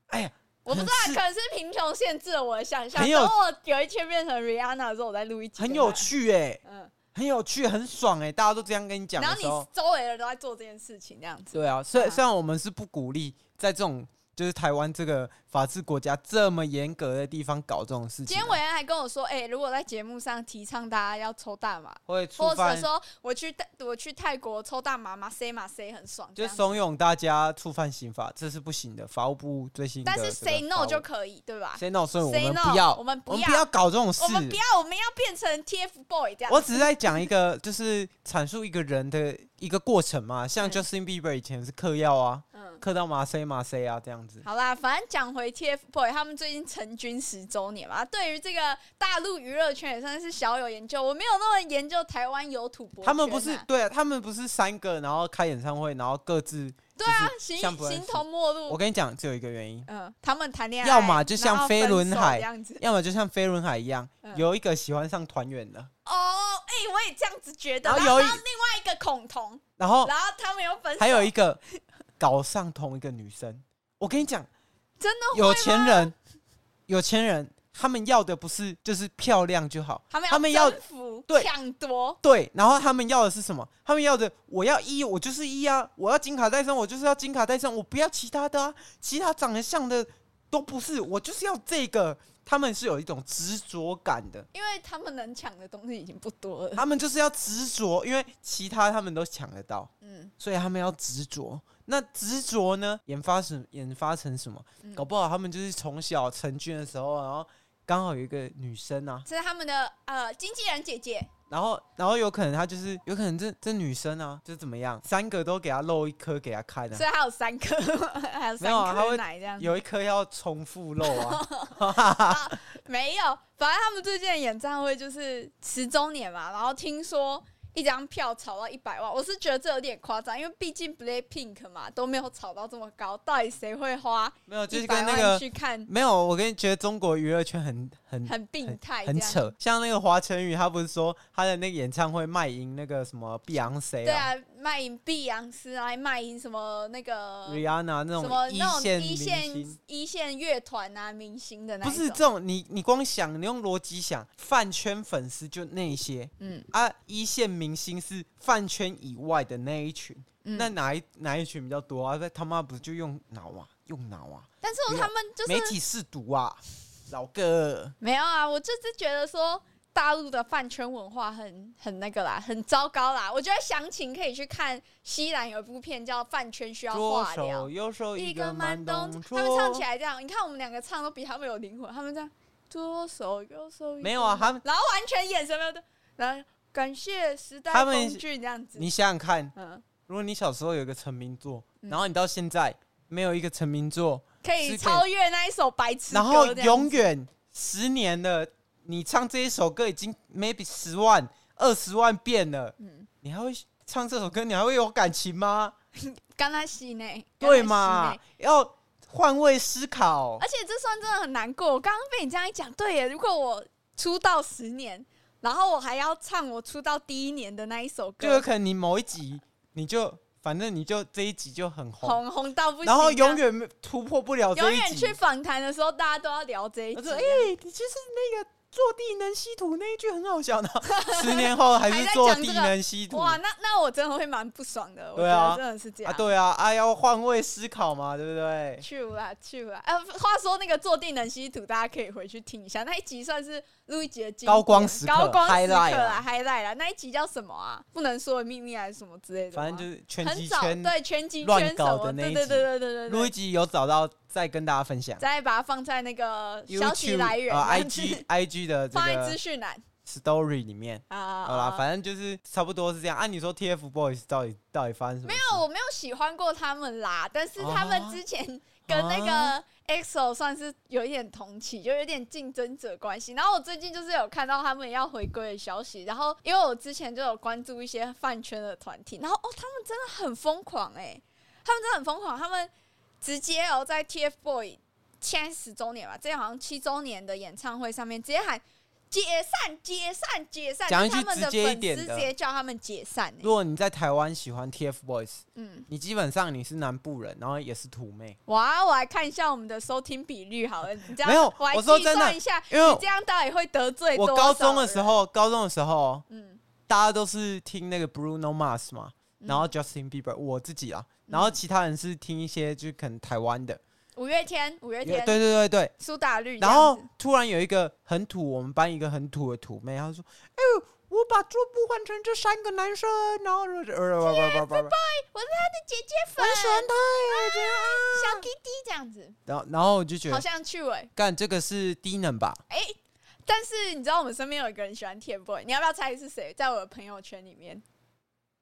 [SPEAKER 3] 哎呀，
[SPEAKER 4] 我不知道
[SPEAKER 3] 很，是
[SPEAKER 4] 可能是贫穷限制了我的想象。
[SPEAKER 3] 很
[SPEAKER 4] 等
[SPEAKER 3] 有
[SPEAKER 4] 我有一天变成 Rihanna 的时候，我再录一集。
[SPEAKER 3] 很有，趣哎、
[SPEAKER 4] 嗯。
[SPEAKER 3] 很有趣，很爽哎、大家都这样跟你讲
[SPEAKER 4] 然
[SPEAKER 3] 的
[SPEAKER 4] 后
[SPEAKER 3] 时候
[SPEAKER 4] 你，周围的人都在做这件事情，这样子。
[SPEAKER 3] 对啊，虽
[SPEAKER 4] 啊
[SPEAKER 3] 虽然我们是不鼓励在这种就是台湾这个法治国家这么严格的地方搞这种事
[SPEAKER 4] 今
[SPEAKER 3] 情啊、
[SPEAKER 4] 天伟恩还跟我说，哎、如果在节目上提倡大家要抽大麻，
[SPEAKER 3] 会触
[SPEAKER 4] 或者
[SPEAKER 3] 犯，
[SPEAKER 4] 说我去泰我去泰国抽大麻嘛，say 嘛 say 很爽，这
[SPEAKER 3] 就
[SPEAKER 4] 样子
[SPEAKER 3] 怂恿大家触犯刑法，这是不行的。法务部最新的
[SPEAKER 4] 但
[SPEAKER 3] 这个
[SPEAKER 4] 是
[SPEAKER 3] 法务，
[SPEAKER 4] say no 就可以，对吧？
[SPEAKER 3] say no，所以我
[SPEAKER 4] say
[SPEAKER 3] 们
[SPEAKER 4] no，
[SPEAKER 3] 不要，
[SPEAKER 4] 我们不
[SPEAKER 3] 我们
[SPEAKER 4] 要
[SPEAKER 3] 不要搞这种事
[SPEAKER 4] 我。们不要，我们要变成 TFBOY 这样。
[SPEAKER 3] 我只是在讲一个，就是阐述一个人的一个过程嘛，像
[SPEAKER 4] 嗯
[SPEAKER 3] Justin Bieber 以前是嗑药啊，
[SPEAKER 4] 嗯，
[SPEAKER 3] 嗑到麻塞麻塞啊这样子。
[SPEAKER 4] 好啦，反正讲回 TFBOY，他们最近成军十周年嘛，对于这个大陆娱乐圈也算是小有研究。我没有那么研究台湾有土博、
[SPEAKER 3] 他们不是对、啊，他们不是三个，然后开演唱会，然后各自
[SPEAKER 4] 对啊，
[SPEAKER 3] 就是
[SPEAKER 4] 形
[SPEAKER 3] 像不认识
[SPEAKER 4] 形同陌路。
[SPEAKER 3] 我跟你讲，只有一个原因，
[SPEAKER 4] 嗯，他们谈恋爱，
[SPEAKER 3] 要么就像
[SPEAKER 4] 然后分手
[SPEAKER 3] 飞轮海
[SPEAKER 4] 这样子。
[SPEAKER 3] 要么就像飞轮海一样，
[SPEAKER 4] 嗯
[SPEAKER 3] 有一个喜欢上团员了，
[SPEAKER 4] 哦，哎、我也这样子觉得。
[SPEAKER 3] 然
[SPEAKER 4] 然
[SPEAKER 3] 后
[SPEAKER 4] 后
[SPEAKER 3] 有一
[SPEAKER 4] 另外一个孔同，
[SPEAKER 3] 然后
[SPEAKER 4] 然后他们又分 手，
[SPEAKER 3] 还有一个搞上同一个女生。我跟你讲，
[SPEAKER 4] 真的会
[SPEAKER 3] 有钱人，有钱人，他们要的不是就是漂亮就好，
[SPEAKER 4] 他们
[SPEAKER 3] 他们要
[SPEAKER 4] 征服
[SPEAKER 3] 对
[SPEAKER 4] 抢夺，
[SPEAKER 3] 对，然后他们要的是什么？他们要的我要一，我就是一啊！我要金卡戴珊，我就是要金卡戴珊，我不要其他的啊！其他长得像的都不是，我就是要这个。他们是有一种执着感的，
[SPEAKER 4] 因为他们能抢的东西已经不多了。
[SPEAKER 3] 他们就是要执着，因为其他他们都抢得到，
[SPEAKER 4] 嗯，
[SPEAKER 3] 所以他们要执着。那执着呢，研发成研发成什么？
[SPEAKER 4] 嗯
[SPEAKER 3] 搞不好他们就是从小成军的时候，然后刚好有一个女生啊，
[SPEAKER 4] 这是他们的呃经纪人姐姐，
[SPEAKER 3] 然后，然后有可能她就是，有可能这这女生啊，就是怎么样，三个都给她漏一颗给她看
[SPEAKER 4] 所
[SPEAKER 3] 啊，
[SPEAKER 4] 以还有三颗， 还有
[SPEAKER 3] 没
[SPEAKER 4] 三
[SPEAKER 3] 有啊他
[SPEAKER 4] 颗
[SPEAKER 3] 会
[SPEAKER 4] 奶这样子。
[SPEAKER 3] 有一颗要重复漏 啊，
[SPEAKER 4] 没有，反正他们最近的演唱会就是十周年嘛，然后听说一张票炒到一百万，我是觉得这有点夸张，因为毕竟 BLACKPINK 嘛都没有炒到这么高，到底谁会花
[SPEAKER 3] 没有，就是
[SPEAKER 4] 一
[SPEAKER 3] 跟
[SPEAKER 4] 百
[SPEAKER 3] 那
[SPEAKER 4] 万
[SPEAKER 3] 个
[SPEAKER 4] 去看？
[SPEAKER 3] 没有，我跟你觉得中国娱乐圈很很
[SPEAKER 4] 很病态，
[SPEAKER 3] 很。扯，啊像那个华晨宇，他不是说他的那个演唱会卖淫那个什么碧昂谁
[SPEAKER 4] 对啊，卖淫碧昂斯啊，还卖淫什么那个
[SPEAKER 3] Rihanna 那
[SPEAKER 4] 什么
[SPEAKER 3] 种
[SPEAKER 4] 那种
[SPEAKER 3] 线
[SPEAKER 4] 一
[SPEAKER 3] 明
[SPEAKER 4] 线
[SPEAKER 3] 星。
[SPEAKER 4] 一线乐团啊，明星的那
[SPEAKER 3] 不
[SPEAKER 4] 一
[SPEAKER 3] 是
[SPEAKER 4] 种
[SPEAKER 3] 这种，你你光想，你用逻辑想，饭圈粉丝就那些
[SPEAKER 4] 嗯
[SPEAKER 3] 啊，一线明星是饭圈以外的那一群，
[SPEAKER 4] 嗯，
[SPEAKER 3] 那哪一哪一群比较多啊？那他妈不就用脑啊，用脑啊，
[SPEAKER 4] 但是
[SPEAKER 3] 没有
[SPEAKER 4] 他们就是
[SPEAKER 3] 媒体试毒啊，老哥，
[SPEAKER 4] 没有啊，我就是觉得说大陆的饭圈文化很很那个啦，很糟糕啦。我觉得详情可以去看西兰有一部片叫《饭圈需要
[SPEAKER 3] 左
[SPEAKER 4] 化疗
[SPEAKER 3] 手》，右手
[SPEAKER 4] 一
[SPEAKER 3] 个
[SPEAKER 4] 个慢
[SPEAKER 3] 慢
[SPEAKER 4] 动
[SPEAKER 3] 动作，
[SPEAKER 4] 作他们唱起来这样，你看我们两个唱都比他们有灵魂，他们这样左手右手
[SPEAKER 3] 没有啊，，他们
[SPEAKER 4] 然后完全眼神没有的，然后感谢时代
[SPEAKER 3] 他们
[SPEAKER 4] 工具这样子，
[SPEAKER 3] 你想想看，
[SPEAKER 4] 嗯，
[SPEAKER 3] 如果你小时候有一个成名作，
[SPEAKER 4] 嗯
[SPEAKER 3] 然后你到现在没有一个成名作，
[SPEAKER 4] 可
[SPEAKER 3] 是可
[SPEAKER 4] 以
[SPEAKER 3] 以
[SPEAKER 4] 超越那一首白痴
[SPEAKER 3] 然
[SPEAKER 4] 歌这
[SPEAKER 3] 后
[SPEAKER 4] 样子，
[SPEAKER 3] 永远十年了，你唱这一首歌已经 maybe 十万、二十万遍了，
[SPEAKER 4] 嗯
[SPEAKER 3] 你还会唱这首歌，你还会有感情吗？
[SPEAKER 4] 刚才洗呢，
[SPEAKER 3] 对
[SPEAKER 4] 嘛
[SPEAKER 3] 嘛？？要换位思考
[SPEAKER 4] 而。且这算真的很难过。我刚刚被你这样一讲，对耶。如果我出道十年，然后我还要唱我出道第一年的那一首
[SPEAKER 3] 就有
[SPEAKER 4] 歌，
[SPEAKER 3] 可能你某一集你就反正你就这一集就很红，
[SPEAKER 4] 红红到不行，
[SPEAKER 3] 然后
[SPEAKER 4] 这样
[SPEAKER 3] 永远没突破不了这
[SPEAKER 4] 永
[SPEAKER 3] 一
[SPEAKER 4] 远
[SPEAKER 3] 集
[SPEAKER 4] 去。访谈的时候，大家都要聊这一
[SPEAKER 3] 我
[SPEAKER 4] 集
[SPEAKER 3] 说：“
[SPEAKER 4] 啊
[SPEAKER 3] 哎、，你其实那个坐地能吸土那一句很好 笑呢。”十年后还是坐地能吸土
[SPEAKER 4] 哇，那那我真的会蛮不爽的。
[SPEAKER 3] 对啊
[SPEAKER 4] 我觉得真的是这
[SPEAKER 3] 啊？
[SPEAKER 4] 样。
[SPEAKER 3] 对啊，啊要换位思考嘛，对不对？
[SPEAKER 4] True 啦，True 啦。呃，话说那个坐地能吸土，大家可以回去听一下，那一集算是录一集的经典
[SPEAKER 3] 高光时刻
[SPEAKER 4] 高光时刻
[SPEAKER 3] highlight
[SPEAKER 4] 啦
[SPEAKER 3] 啦
[SPEAKER 4] ，highlight 啦。那一集叫什么啊？不能说的秘密还是什么之类的吗？
[SPEAKER 3] 反正就是拳击
[SPEAKER 4] 啊很早
[SPEAKER 3] 圈
[SPEAKER 4] 对拳击
[SPEAKER 3] 乱
[SPEAKER 4] 圈什
[SPEAKER 3] 搞
[SPEAKER 4] 么
[SPEAKER 3] 的那一
[SPEAKER 4] 对对
[SPEAKER 3] 集
[SPEAKER 4] 对对对对对，
[SPEAKER 3] 录一集有找到再跟大家分享。
[SPEAKER 4] 再把它放在那个消息
[SPEAKER 3] YouTube，
[SPEAKER 4] 来源
[SPEAKER 3] 呃
[SPEAKER 4] 这样子
[SPEAKER 3] ，IG IG 的这
[SPEAKER 4] 放在资
[SPEAKER 3] 个
[SPEAKER 4] 讯栏
[SPEAKER 3] story 里面。
[SPEAKER 4] 啊。
[SPEAKER 3] 好啦，反正就是差不多是这样。按、啊你说 TFBOYS 到底到底发生什么事？没
[SPEAKER 4] 正我没有喜欢过他们啦，但是他们
[SPEAKER 3] 啊
[SPEAKER 4] 之前跟那
[SPEAKER 3] 啊
[SPEAKER 4] 个 EXO 算是有一点同期，就有点竞争者关系。然后我最近就是有看到他们要回归的消息，然后因为我之前就有关注一些饭圈的团体，然后哦，他们真的很疯狂哎、他们真的很疯狂，他们直接哦在 TFBOY 现在十周年吧，这好像七周年的演唱会上面直接喊。哎解散，解散，解散！
[SPEAKER 3] 讲一
[SPEAKER 4] 就
[SPEAKER 3] 句
[SPEAKER 4] 他们的
[SPEAKER 3] 直接一
[SPEAKER 4] 粉
[SPEAKER 3] 点
[SPEAKER 4] 丝
[SPEAKER 3] 的
[SPEAKER 4] 直接叫他们解散、欸
[SPEAKER 3] 如。果你在台湾喜欢 TFBOYS，
[SPEAKER 4] 嗯，
[SPEAKER 3] 你基本上你是南部人，然后也是土妹，
[SPEAKER 4] 哇，我来看一下我们的收听比率好了，你这样
[SPEAKER 3] 没有
[SPEAKER 4] 我来
[SPEAKER 3] 我说
[SPEAKER 4] 计
[SPEAKER 3] 真的
[SPEAKER 4] 算一下，
[SPEAKER 3] 因为
[SPEAKER 4] 这样到底会得罪
[SPEAKER 3] 我
[SPEAKER 4] 多
[SPEAKER 3] 高
[SPEAKER 4] 少
[SPEAKER 3] 中的时候，高中的时候
[SPEAKER 4] 人，嗯，
[SPEAKER 3] 大家都是听那个 Bruno Mars 嘛，
[SPEAKER 4] 嗯
[SPEAKER 3] 然后 Justin Bieber，我自己啊，然后其他人是听一些就是可能台湾的，
[SPEAKER 4] 五月天，五月
[SPEAKER 3] 也
[SPEAKER 4] 天，
[SPEAKER 3] 对对对对。
[SPEAKER 4] 苏打绿这
[SPEAKER 3] 然
[SPEAKER 4] 样子，
[SPEAKER 3] 后突然有一个很土，我们班一个很土的土妹，她说：“哎、呦，我把桌布换成这三个男生，然后就是呃不不不不不，
[SPEAKER 4] 我是他的姐姐
[SPEAKER 3] 我
[SPEAKER 4] 粉，
[SPEAKER 3] 很喜欢他哎，我觉得啊
[SPEAKER 4] 小 Kitty 这样子，
[SPEAKER 3] 然后然后我就觉
[SPEAKER 4] 好
[SPEAKER 3] 得，
[SPEAKER 4] 像趣味。
[SPEAKER 3] 干这个是低能吧？
[SPEAKER 4] 但是你知道我们身边有一个人喜欢 TFBOY，你要不要猜是谁？在我的朋友圈里面，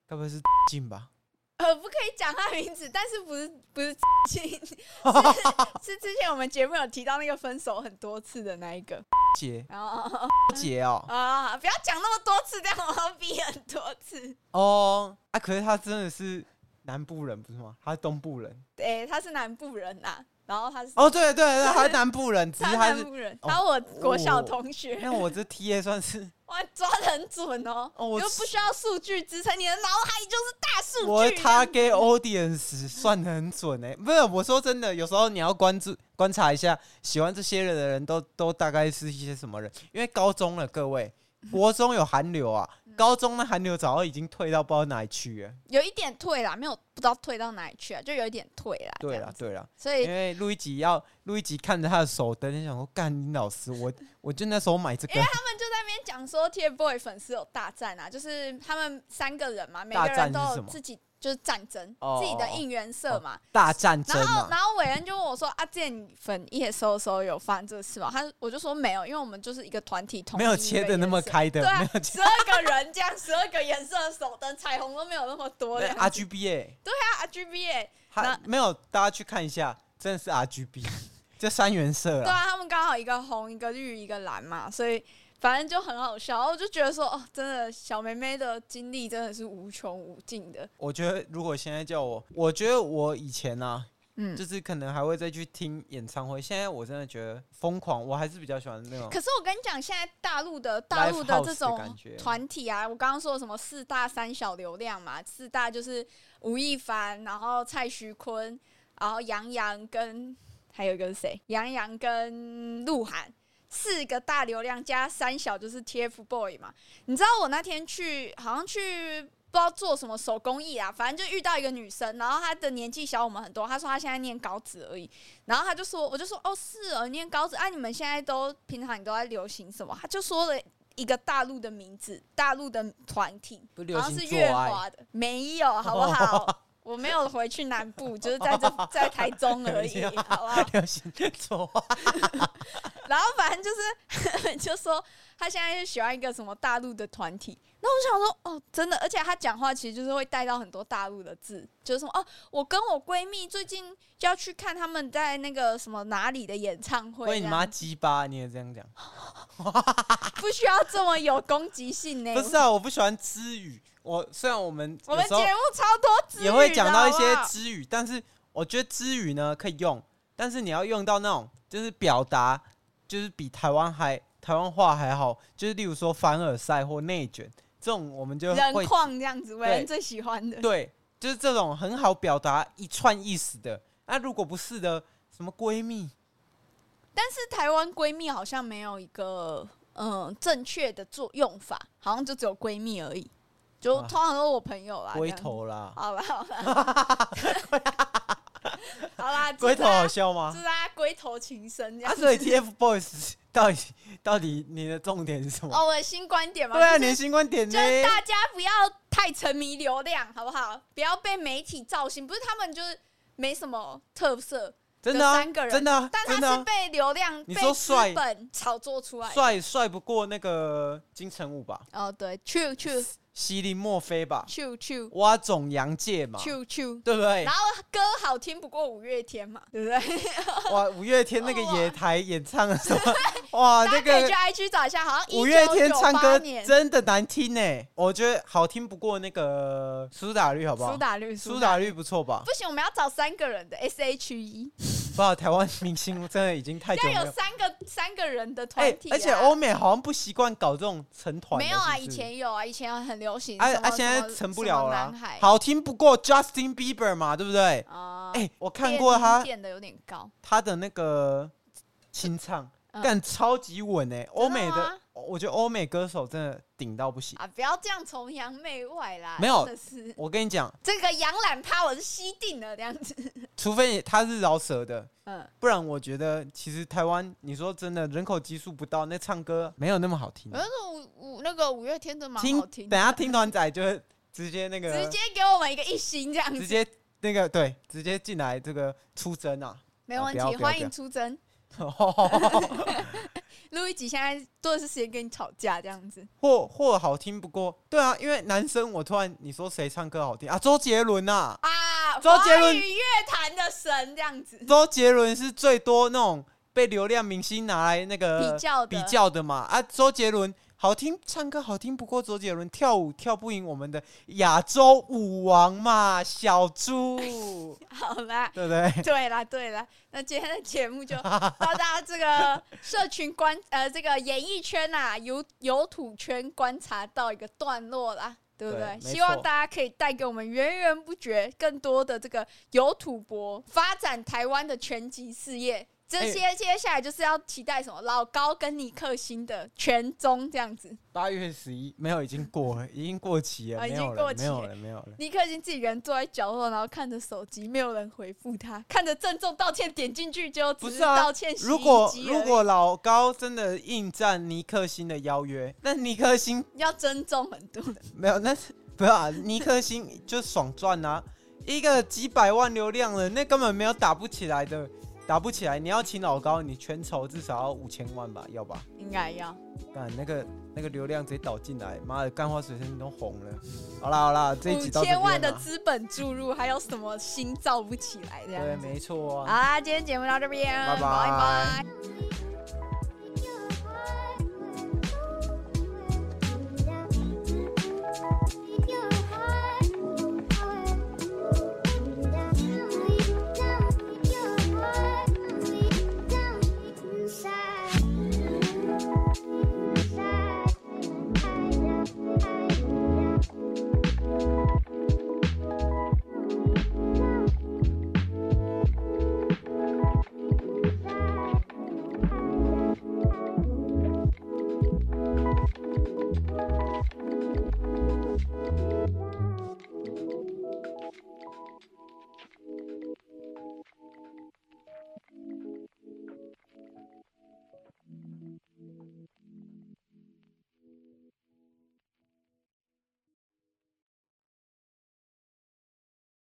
[SPEAKER 3] 该不会是进吧？
[SPEAKER 4] 呃，不可以讲他的名字，但是不是不是 是是之前我们节目有提到那个分手很多次的那一个，
[SPEAKER 3] 姐
[SPEAKER 4] 然后。
[SPEAKER 3] 姐哦
[SPEAKER 4] 啊、不要讲那么多次，这样我要逼很多 次。
[SPEAKER 3] 哦啊！可是他真的是南部人不是吗？他是东部人
[SPEAKER 4] 对，他是南部人呐、然后他是、
[SPEAKER 3] 哦，对对对，他是南部人，只
[SPEAKER 4] 他
[SPEAKER 3] 是
[SPEAKER 4] 是
[SPEAKER 3] 他
[SPEAKER 4] 南
[SPEAKER 3] 是
[SPEAKER 4] 部人，
[SPEAKER 3] 哦
[SPEAKER 4] 他是我国小同学，
[SPEAKER 3] 那我这 T A 算是
[SPEAKER 4] 哇，抓的很准哦，
[SPEAKER 3] 哦我
[SPEAKER 4] 你又不需要数据支撑，你的脑海就是大数据。啊
[SPEAKER 3] 我的
[SPEAKER 4] 这样子
[SPEAKER 3] target
[SPEAKER 4] 啊
[SPEAKER 3] audience 算的很准哎、不是我说真的，有时候你要关注观察一下，喜欢这些人的人都都大概是一些什么人？因为高中了，各位，
[SPEAKER 4] 嗯
[SPEAKER 3] 国中有韩流啊，高中的韩流早就已经退到不知道哪里去了。
[SPEAKER 4] 有一点退啦，没有不知道退到哪里去啊，就有一点退啦。
[SPEAKER 3] 对
[SPEAKER 4] 这
[SPEAKER 3] 了
[SPEAKER 4] 样子，哎
[SPEAKER 3] 对了，
[SPEAKER 4] 所
[SPEAKER 3] 因
[SPEAKER 4] 以
[SPEAKER 3] 为路易吉要路易吉看着他的手灯，就想说干林老师，我 我就那时候买这个，
[SPEAKER 4] 他们就在那边讲说 TFBOY 粉丝有大战啊，就是他们三个人嘛，每个
[SPEAKER 3] 大战
[SPEAKER 4] 人
[SPEAKER 3] 是
[SPEAKER 4] 都
[SPEAKER 3] 什
[SPEAKER 4] 有
[SPEAKER 3] 么
[SPEAKER 4] 自己就是战争，
[SPEAKER 3] 哦
[SPEAKER 4] 自己的
[SPEAKER 3] 哦哦
[SPEAKER 4] 应援色嘛。
[SPEAKER 3] 大战争啊
[SPEAKER 4] 然后，
[SPEAKER 3] 嘛，
[SPEAKER 4] 然后伟恩就问我说：“啊，之前你粉夜收的时候有发生这个事吗？”他我就说没有，因为我们就是一个团体统一
[SPEAKER 3] 没有切的那么开的，
[SPEAKER 4] 一个
[SPEAKER 3] 没
[SPEAKER 4] 颜
[SPEAKER 3] 有
[SPEAKER 4] 色。对啊，
[SPEAKER 3] 切
[SPEAKER 4] 十二个人这样，十二个颜色的手灯，彩虹都没有那么多的。
[SPEAKER 3] R G B 哎，
[SPEAKER 4] 啊，RGB，欸
[SPEAKER 3] 他
[SPEAKER 4] 那
[SPEAKER 3] 没有，大家去看一下，真的是 R G B，这三原色
[SPEAKER 4] 对
[SPEAKER 3] 啦。
[SPEAKER 4] 啊，他们刚好一个红、一个绿、一个蓝嘛，所以反正就很好笑。然后我就觉得说，哦，真的小妹妹的经历真的是无穷无尽的。
[SPEAKER 3] 我觉得如果现在叫我，我觉得我以前啊，
[SPEAKER 4] 嗯
[SPEAKER 3] 就是可能还会再去听演唱会，现在我真的觉得疯狂，我还是比较喜欢那种
[SPEAKER 4] 可是我跟你讲，现在大陆的大陆的这
[SPEAKER 3] Livehouse 的感
[SPEAKER 4] 种
[SPEAKER 3] 觉
[SPEAKER 4] 团体啊，我刚刚说的什么四大三小流量嘛，四大就是吴亦凡，然后蔡徐坤，然后杨洋跟还有一个是谁？杨洋跟鹿晗。四个大流量加三小就是 TFBOY 嘛，你知道我那天去好像去不知道做什么手工艺啊，反正就遇到一个女生，然后她的年纪小我们很多，她说她现在念高职而已，然后他就说，我就说哦是哦，你念高职啊，你们现在都平常你都在流行什么？他就说了一个大陆的名字，大陆的团体，
[SPEAKER 3] 不流
[SPEAKER 4] 好像
[SPEAKER 3] 行
[SPEAKER 4] 是
[SPEAKER 3] 做
[SPEAKER 4] 月
[SPEAKER 3] 爱。哦
[SPEAKER 4] 华的，没有好不好？ 我没有回去南部，就是在这在台中 而已，好不好？
[SPEAKER 3] 流行做爱，
[SPEAKER 4] 然后反正就是 就说他现在就喜欢一个什么大陆的团体，那我就想说哦，真的，而且他讲话其实就是会带到很多大陆的字，就是什么哦，我跟我闺蜜最近就要去看他们在那个什么哪里的演唱会，
[SPEAKER 3] 喂你
[SPEAKER 4] 这样
[SPEAKER 3] 妈鸡巴！你也这样讲，
[SPEAKER 4] 不需要这么有攻击性 呢、
[SPEAKER 3] 不是啊？我不喜欢知语。我虽然我们
[SPEAKER 4] 哎我
[SPEAKER 3] 有
[SPEAKER 4] 们
[SPEAKER 3] 时
[SPEAKER 4] 节
[SPEAKER 3] 候
[SPEAKER 4] 目超多词语的
[SPEAKER 3] 也会讲到一些
[SPEAKER 4] 好不好
[SPEAKER 3] 知语，但是我觉得知语呢可以用，但是你要用到那种就是表达，就是比台湾还台湾话还好，就是例如说凡尔赛或内卷这种，我们就会
[SPEAKER 4] 人况这样子，伟
[SPEAKER 3] 对
[SPEAKER 4] 人最喜欢 的。
[SPEAKER 3] 对，就是这种很好表达一串意思的。那、如果不是的，什么闺蜜
[SPEAKER 4] 但是台湾闺蜜好像没有一个嗯正确的作用法，好像就只有闺蜜而已，就
[SPEAKER 3] 啊
[SPEAKER 4] 通常都是我朋友啦。
[SPEAKER 3] 龟
[SPEAKER 4] 啊这样
[SPEAKER 3] 头啊啦，
[SPEAKER 4] 好啦，好啦， 好啦，
[SPEAKER 3] 龟
[SPEAKER 4] 祝
[SPEAKER 3] 头
[SPEAKER 4] 大
[SPEAKER 3] 好
[SPEAKER 4] 家
[SPEAKER 3] 笑吗
[SPEAKER 4] 祝？大家龟头情深这
[SPEAKER 3] 啊，
[SPEAKER 4] 啊样。
[SPEAKER 3] 所以 TFBOYS 到底到底你的重点是什么？
[SPEAKER 4] 哦，我的新观点嘛，
[SPEAKER 3] 对啊，
[SPEAKER 4] 就
[SPEAKER 3] 你
[SPEAKER 4] 是
[SPEAKER 3] 的新观点呢
[SPEAKER 4] 就？是大家不要太沉迷流量，好不好？不要被媒体造型，不是他们就是没什么特色，
[SPEAKER 3] 真的、啊、
[SPEAKER 4] 有三个人
[SPEAKER 3] 真的、啊，
[SPEAKER 4] 但
[SPEAKER 3] 真的
[SPEAKER 4] 他是
[SPEAKER 3] 啊、
[SPEAKER 4] 被流量、
[SPEAKER 3] 你
[SPEAKER 4] 被
[SPEAKER 3] 说
[SPEAKER 4] 资
[SPEAKER 3] 帅
[SPEAKER 4] 本炒作出来的。
[SPEAKER 3] 帅帅不过那个金城武吧，
[SPEAKER 4] 哦，对，true true
[SPEAKER 3] 西林墨菲吧，
[SPEAKER 4] true true
[SPEAKER 3] 蛙总杨介嘛，
[SPEAKER 4] true true，
[SPEAKER 3] 对不对
[SPEAKER 4] 然？后歌好听不过五月天嘛，对不对？
[SPEAKER 3] 哇，五月天那 个野台演唱的时候，哇，
[SPEAKER 4] 大
[SPEAKER 3] 啊那
[SPEAKER 4] 家可以
[SPEAKER 3] 个
[SPEAKER 4] 去 IG 找一下，好像
[SPEAKER 3] 五月天唱歌
[SPEAKER 4] 1998年
[SPEAKER 3] 真的难听呢、我觉得好听不过那个苏打绿，好不好？
[SPEAKER 4] 苏打绿，
[SPEAKER 3] 苏
[SPEAKER 4] 苏
[SPEAKER 3] 打
[SPEAKER 4] 打
[SPEAKER 3] 绿不错吧？
[SPEAKER 4] 不行，我们要找三个人的 SHE，
[SPEAKER 3] 不知道台湾明星真的已经太久没
[SPEAKER 4] 要有
[SPEAKER 3] 有。
[SPEAKER 4] 三个三个人的团
[SPEAKER 3] 哎、
[SPEAKER 4] 体啊、
[SPEAKER 3] 而且欧美好像不习惯搞这种成团的。
[SPEAKER 4] 没有啊，
[SPEAKER 3] 是
[SPEAKER 4] 以
[SPEAKER 3] 不是
[SPEAKER 4] 前有啊，以前很流行。
[SPEAKER 3] 啊
[SPEAKER 4] 什么
[SPEAKER 3] 啊，现在
[SPEAKER 4] 什么
[SPEAKER 3] 成不了
[SPEAKER 4] 什么
[SPEAKER 3] 了
[SPEAKER 4] 男孩。。
[SPEAKER 3] 好听不过 Justin Bieber 嘛，对不对？
[SPEAKER 4] 啊，
[SPEAKER 3] 哎、我看过他
[SPEAKER 4] 变得有点高。
[SPEAKER 3] 他的那个清唱，
[SPEAKER 4] 嗯
[SPEAKER 3] 干、超级稳哎、欧美
[SPEAKER 4] 真的
[SPEAKER 3] 的
[SPEAKER 4] 吗，
[SPEAKER 3] 我觉得欧美歌手真的顶到不行。
[SPEAKER 4] 啊，不要这样崇洋媚外啦！
[SPEAKER 3] 没有
[SPEAKER 4] 真的是
[SPEAKER 3] 我跟你讲，
[SPEAKER 4] 这个洋懒趴，我是吸定了这样子。
[SPEAKER 3] 除非他是饶舌的，
[SPEAKER 4] 嗯，
[SPEAKER 3] 不然我觉得其实台湾，你说真的，人口基数不到，那唱歌没有那么好听。
[SPEAKER 4] 可是五五那个五月天的呃蛮好听
[SPEAKER 3] 等
[SPEAKER 4] 的，
[SPEAKER 3] 下听团仔就会直接那个
[SPEAKER 4] 直接给我们一个一星这样
[SPEAKER 3] 直
[SPEAKER 4] 子，
[SPEAKER 3] 接那个对，直接进来这个出征啊！
[SPEAKER 4] 没问
[SPEAKER 3] 啊不要
[SPEAKER 4] 题，
[SPEAKER 3] 不要
[SPEAKER 4] 欢迎出征。录一集，现在多的是时间跟你吵架这样子。
[SPEAKER 3] 或或好听不过，对啊，因为男生我突然你说谁唱歌好听啊？周杰伦啊，
[SPEAKER 4] 啊，
[SPEAKER 3] 周杰伦
[SPEAKER 4] 华语乐坛的神这样子，
[SPEAKER 3] 周杰伦是最多那种被流量明星拿来那个
[SPEAKER 4] 比较的
[SPEAKER 3] 呃比较的嘛啊！周杰伦好听，唱歌好听不过周杰伦，跳舞跳不赢我们的亚洲舞王嘛，小 猪，
[SPEAKER 4] 好啦。
[SPEAKER 3] 对不对？
[SPEAKER 4] 对啦，对啦，那今天的节目就 到大家这个社群观呃，这个演艺圈啊，游游土圈观察到一个段落啦，对不
[SPEAKER 3] 对
[SPEAKER 4] 对？
[SPEAKER 3] 没
[SPEAKER 4] 希望
[SPEAKER 3] 错
[SPEAKER 4] 大家可以带给我们源源不绝更多的这个游土博发展台湾的拳击事业。这
[SPEAKER 3] 哎
[SPEAKER 4] 些接下来就是要期待什么老高跟尼克星的全中这样子，
[SPEAKER 3] 八月十一没有，已经过了，已经过期了，
[SPEAKER 4] 啊
[SPEAKER 3] 没
[SPEAKER 4] 已经
[SPEAKER 3] 有
[SPEAKER 4] 过
[SPEAKER 3] 了，
[SPEAKER 4] 期
[SPEAKER 3] 没有了，没有了。
[SPEAKER 4] 尼克星自己一个人坐在角落，然后看着手机，没有人回复他，看着郑重道歉点进去就
[SPEAKER 3] 不
[SPEAKER 4] 只
[SPEAKER 3] 是啊
[SPEAKER 4] 道歉洗衣
[SPEAKER 3] 如果
[SPEAKER 4] 机而
[SPEAKER 3] 如
[SPEAKER 4] 已
[SPEAKER 3] 果老高真的应战尼克星的邀约，那尼克星
[SPEAKER 4] 要尊重很多。
[SPEAKER 3] 没有，那是不要、啊、尼克星就爽赚啊！一个几百万流量的，那根本没有打不起来的，打不起来。你要请老高，你全筹至少要五千万吧，要吧？
[SPEAKER 4] 应该要。
[SPEAKER 3] 干那个那个流量直接倒进来，妈的，干花水生都红了。好啦好啦，这一
[SPEAKER 4] 五
[SPEAKER 3] 集到这边
[SPEAKER 4] 千万的
[SPEAKER 3] 啦
[SPEAKER 4] 资本注入，还有什么心造不起来这
[SPEAKER 3] 对，啊
[SPEAKER 4] 样子？
[SPEAKER 3] 没错
[SPEAKER 4] 好
[SPEAKER 3] 啊。
[SPEAKER 4] 啦，今天节目到这边，
[SPEAKER 3] 拜拜
[SPEAKER 4] 拜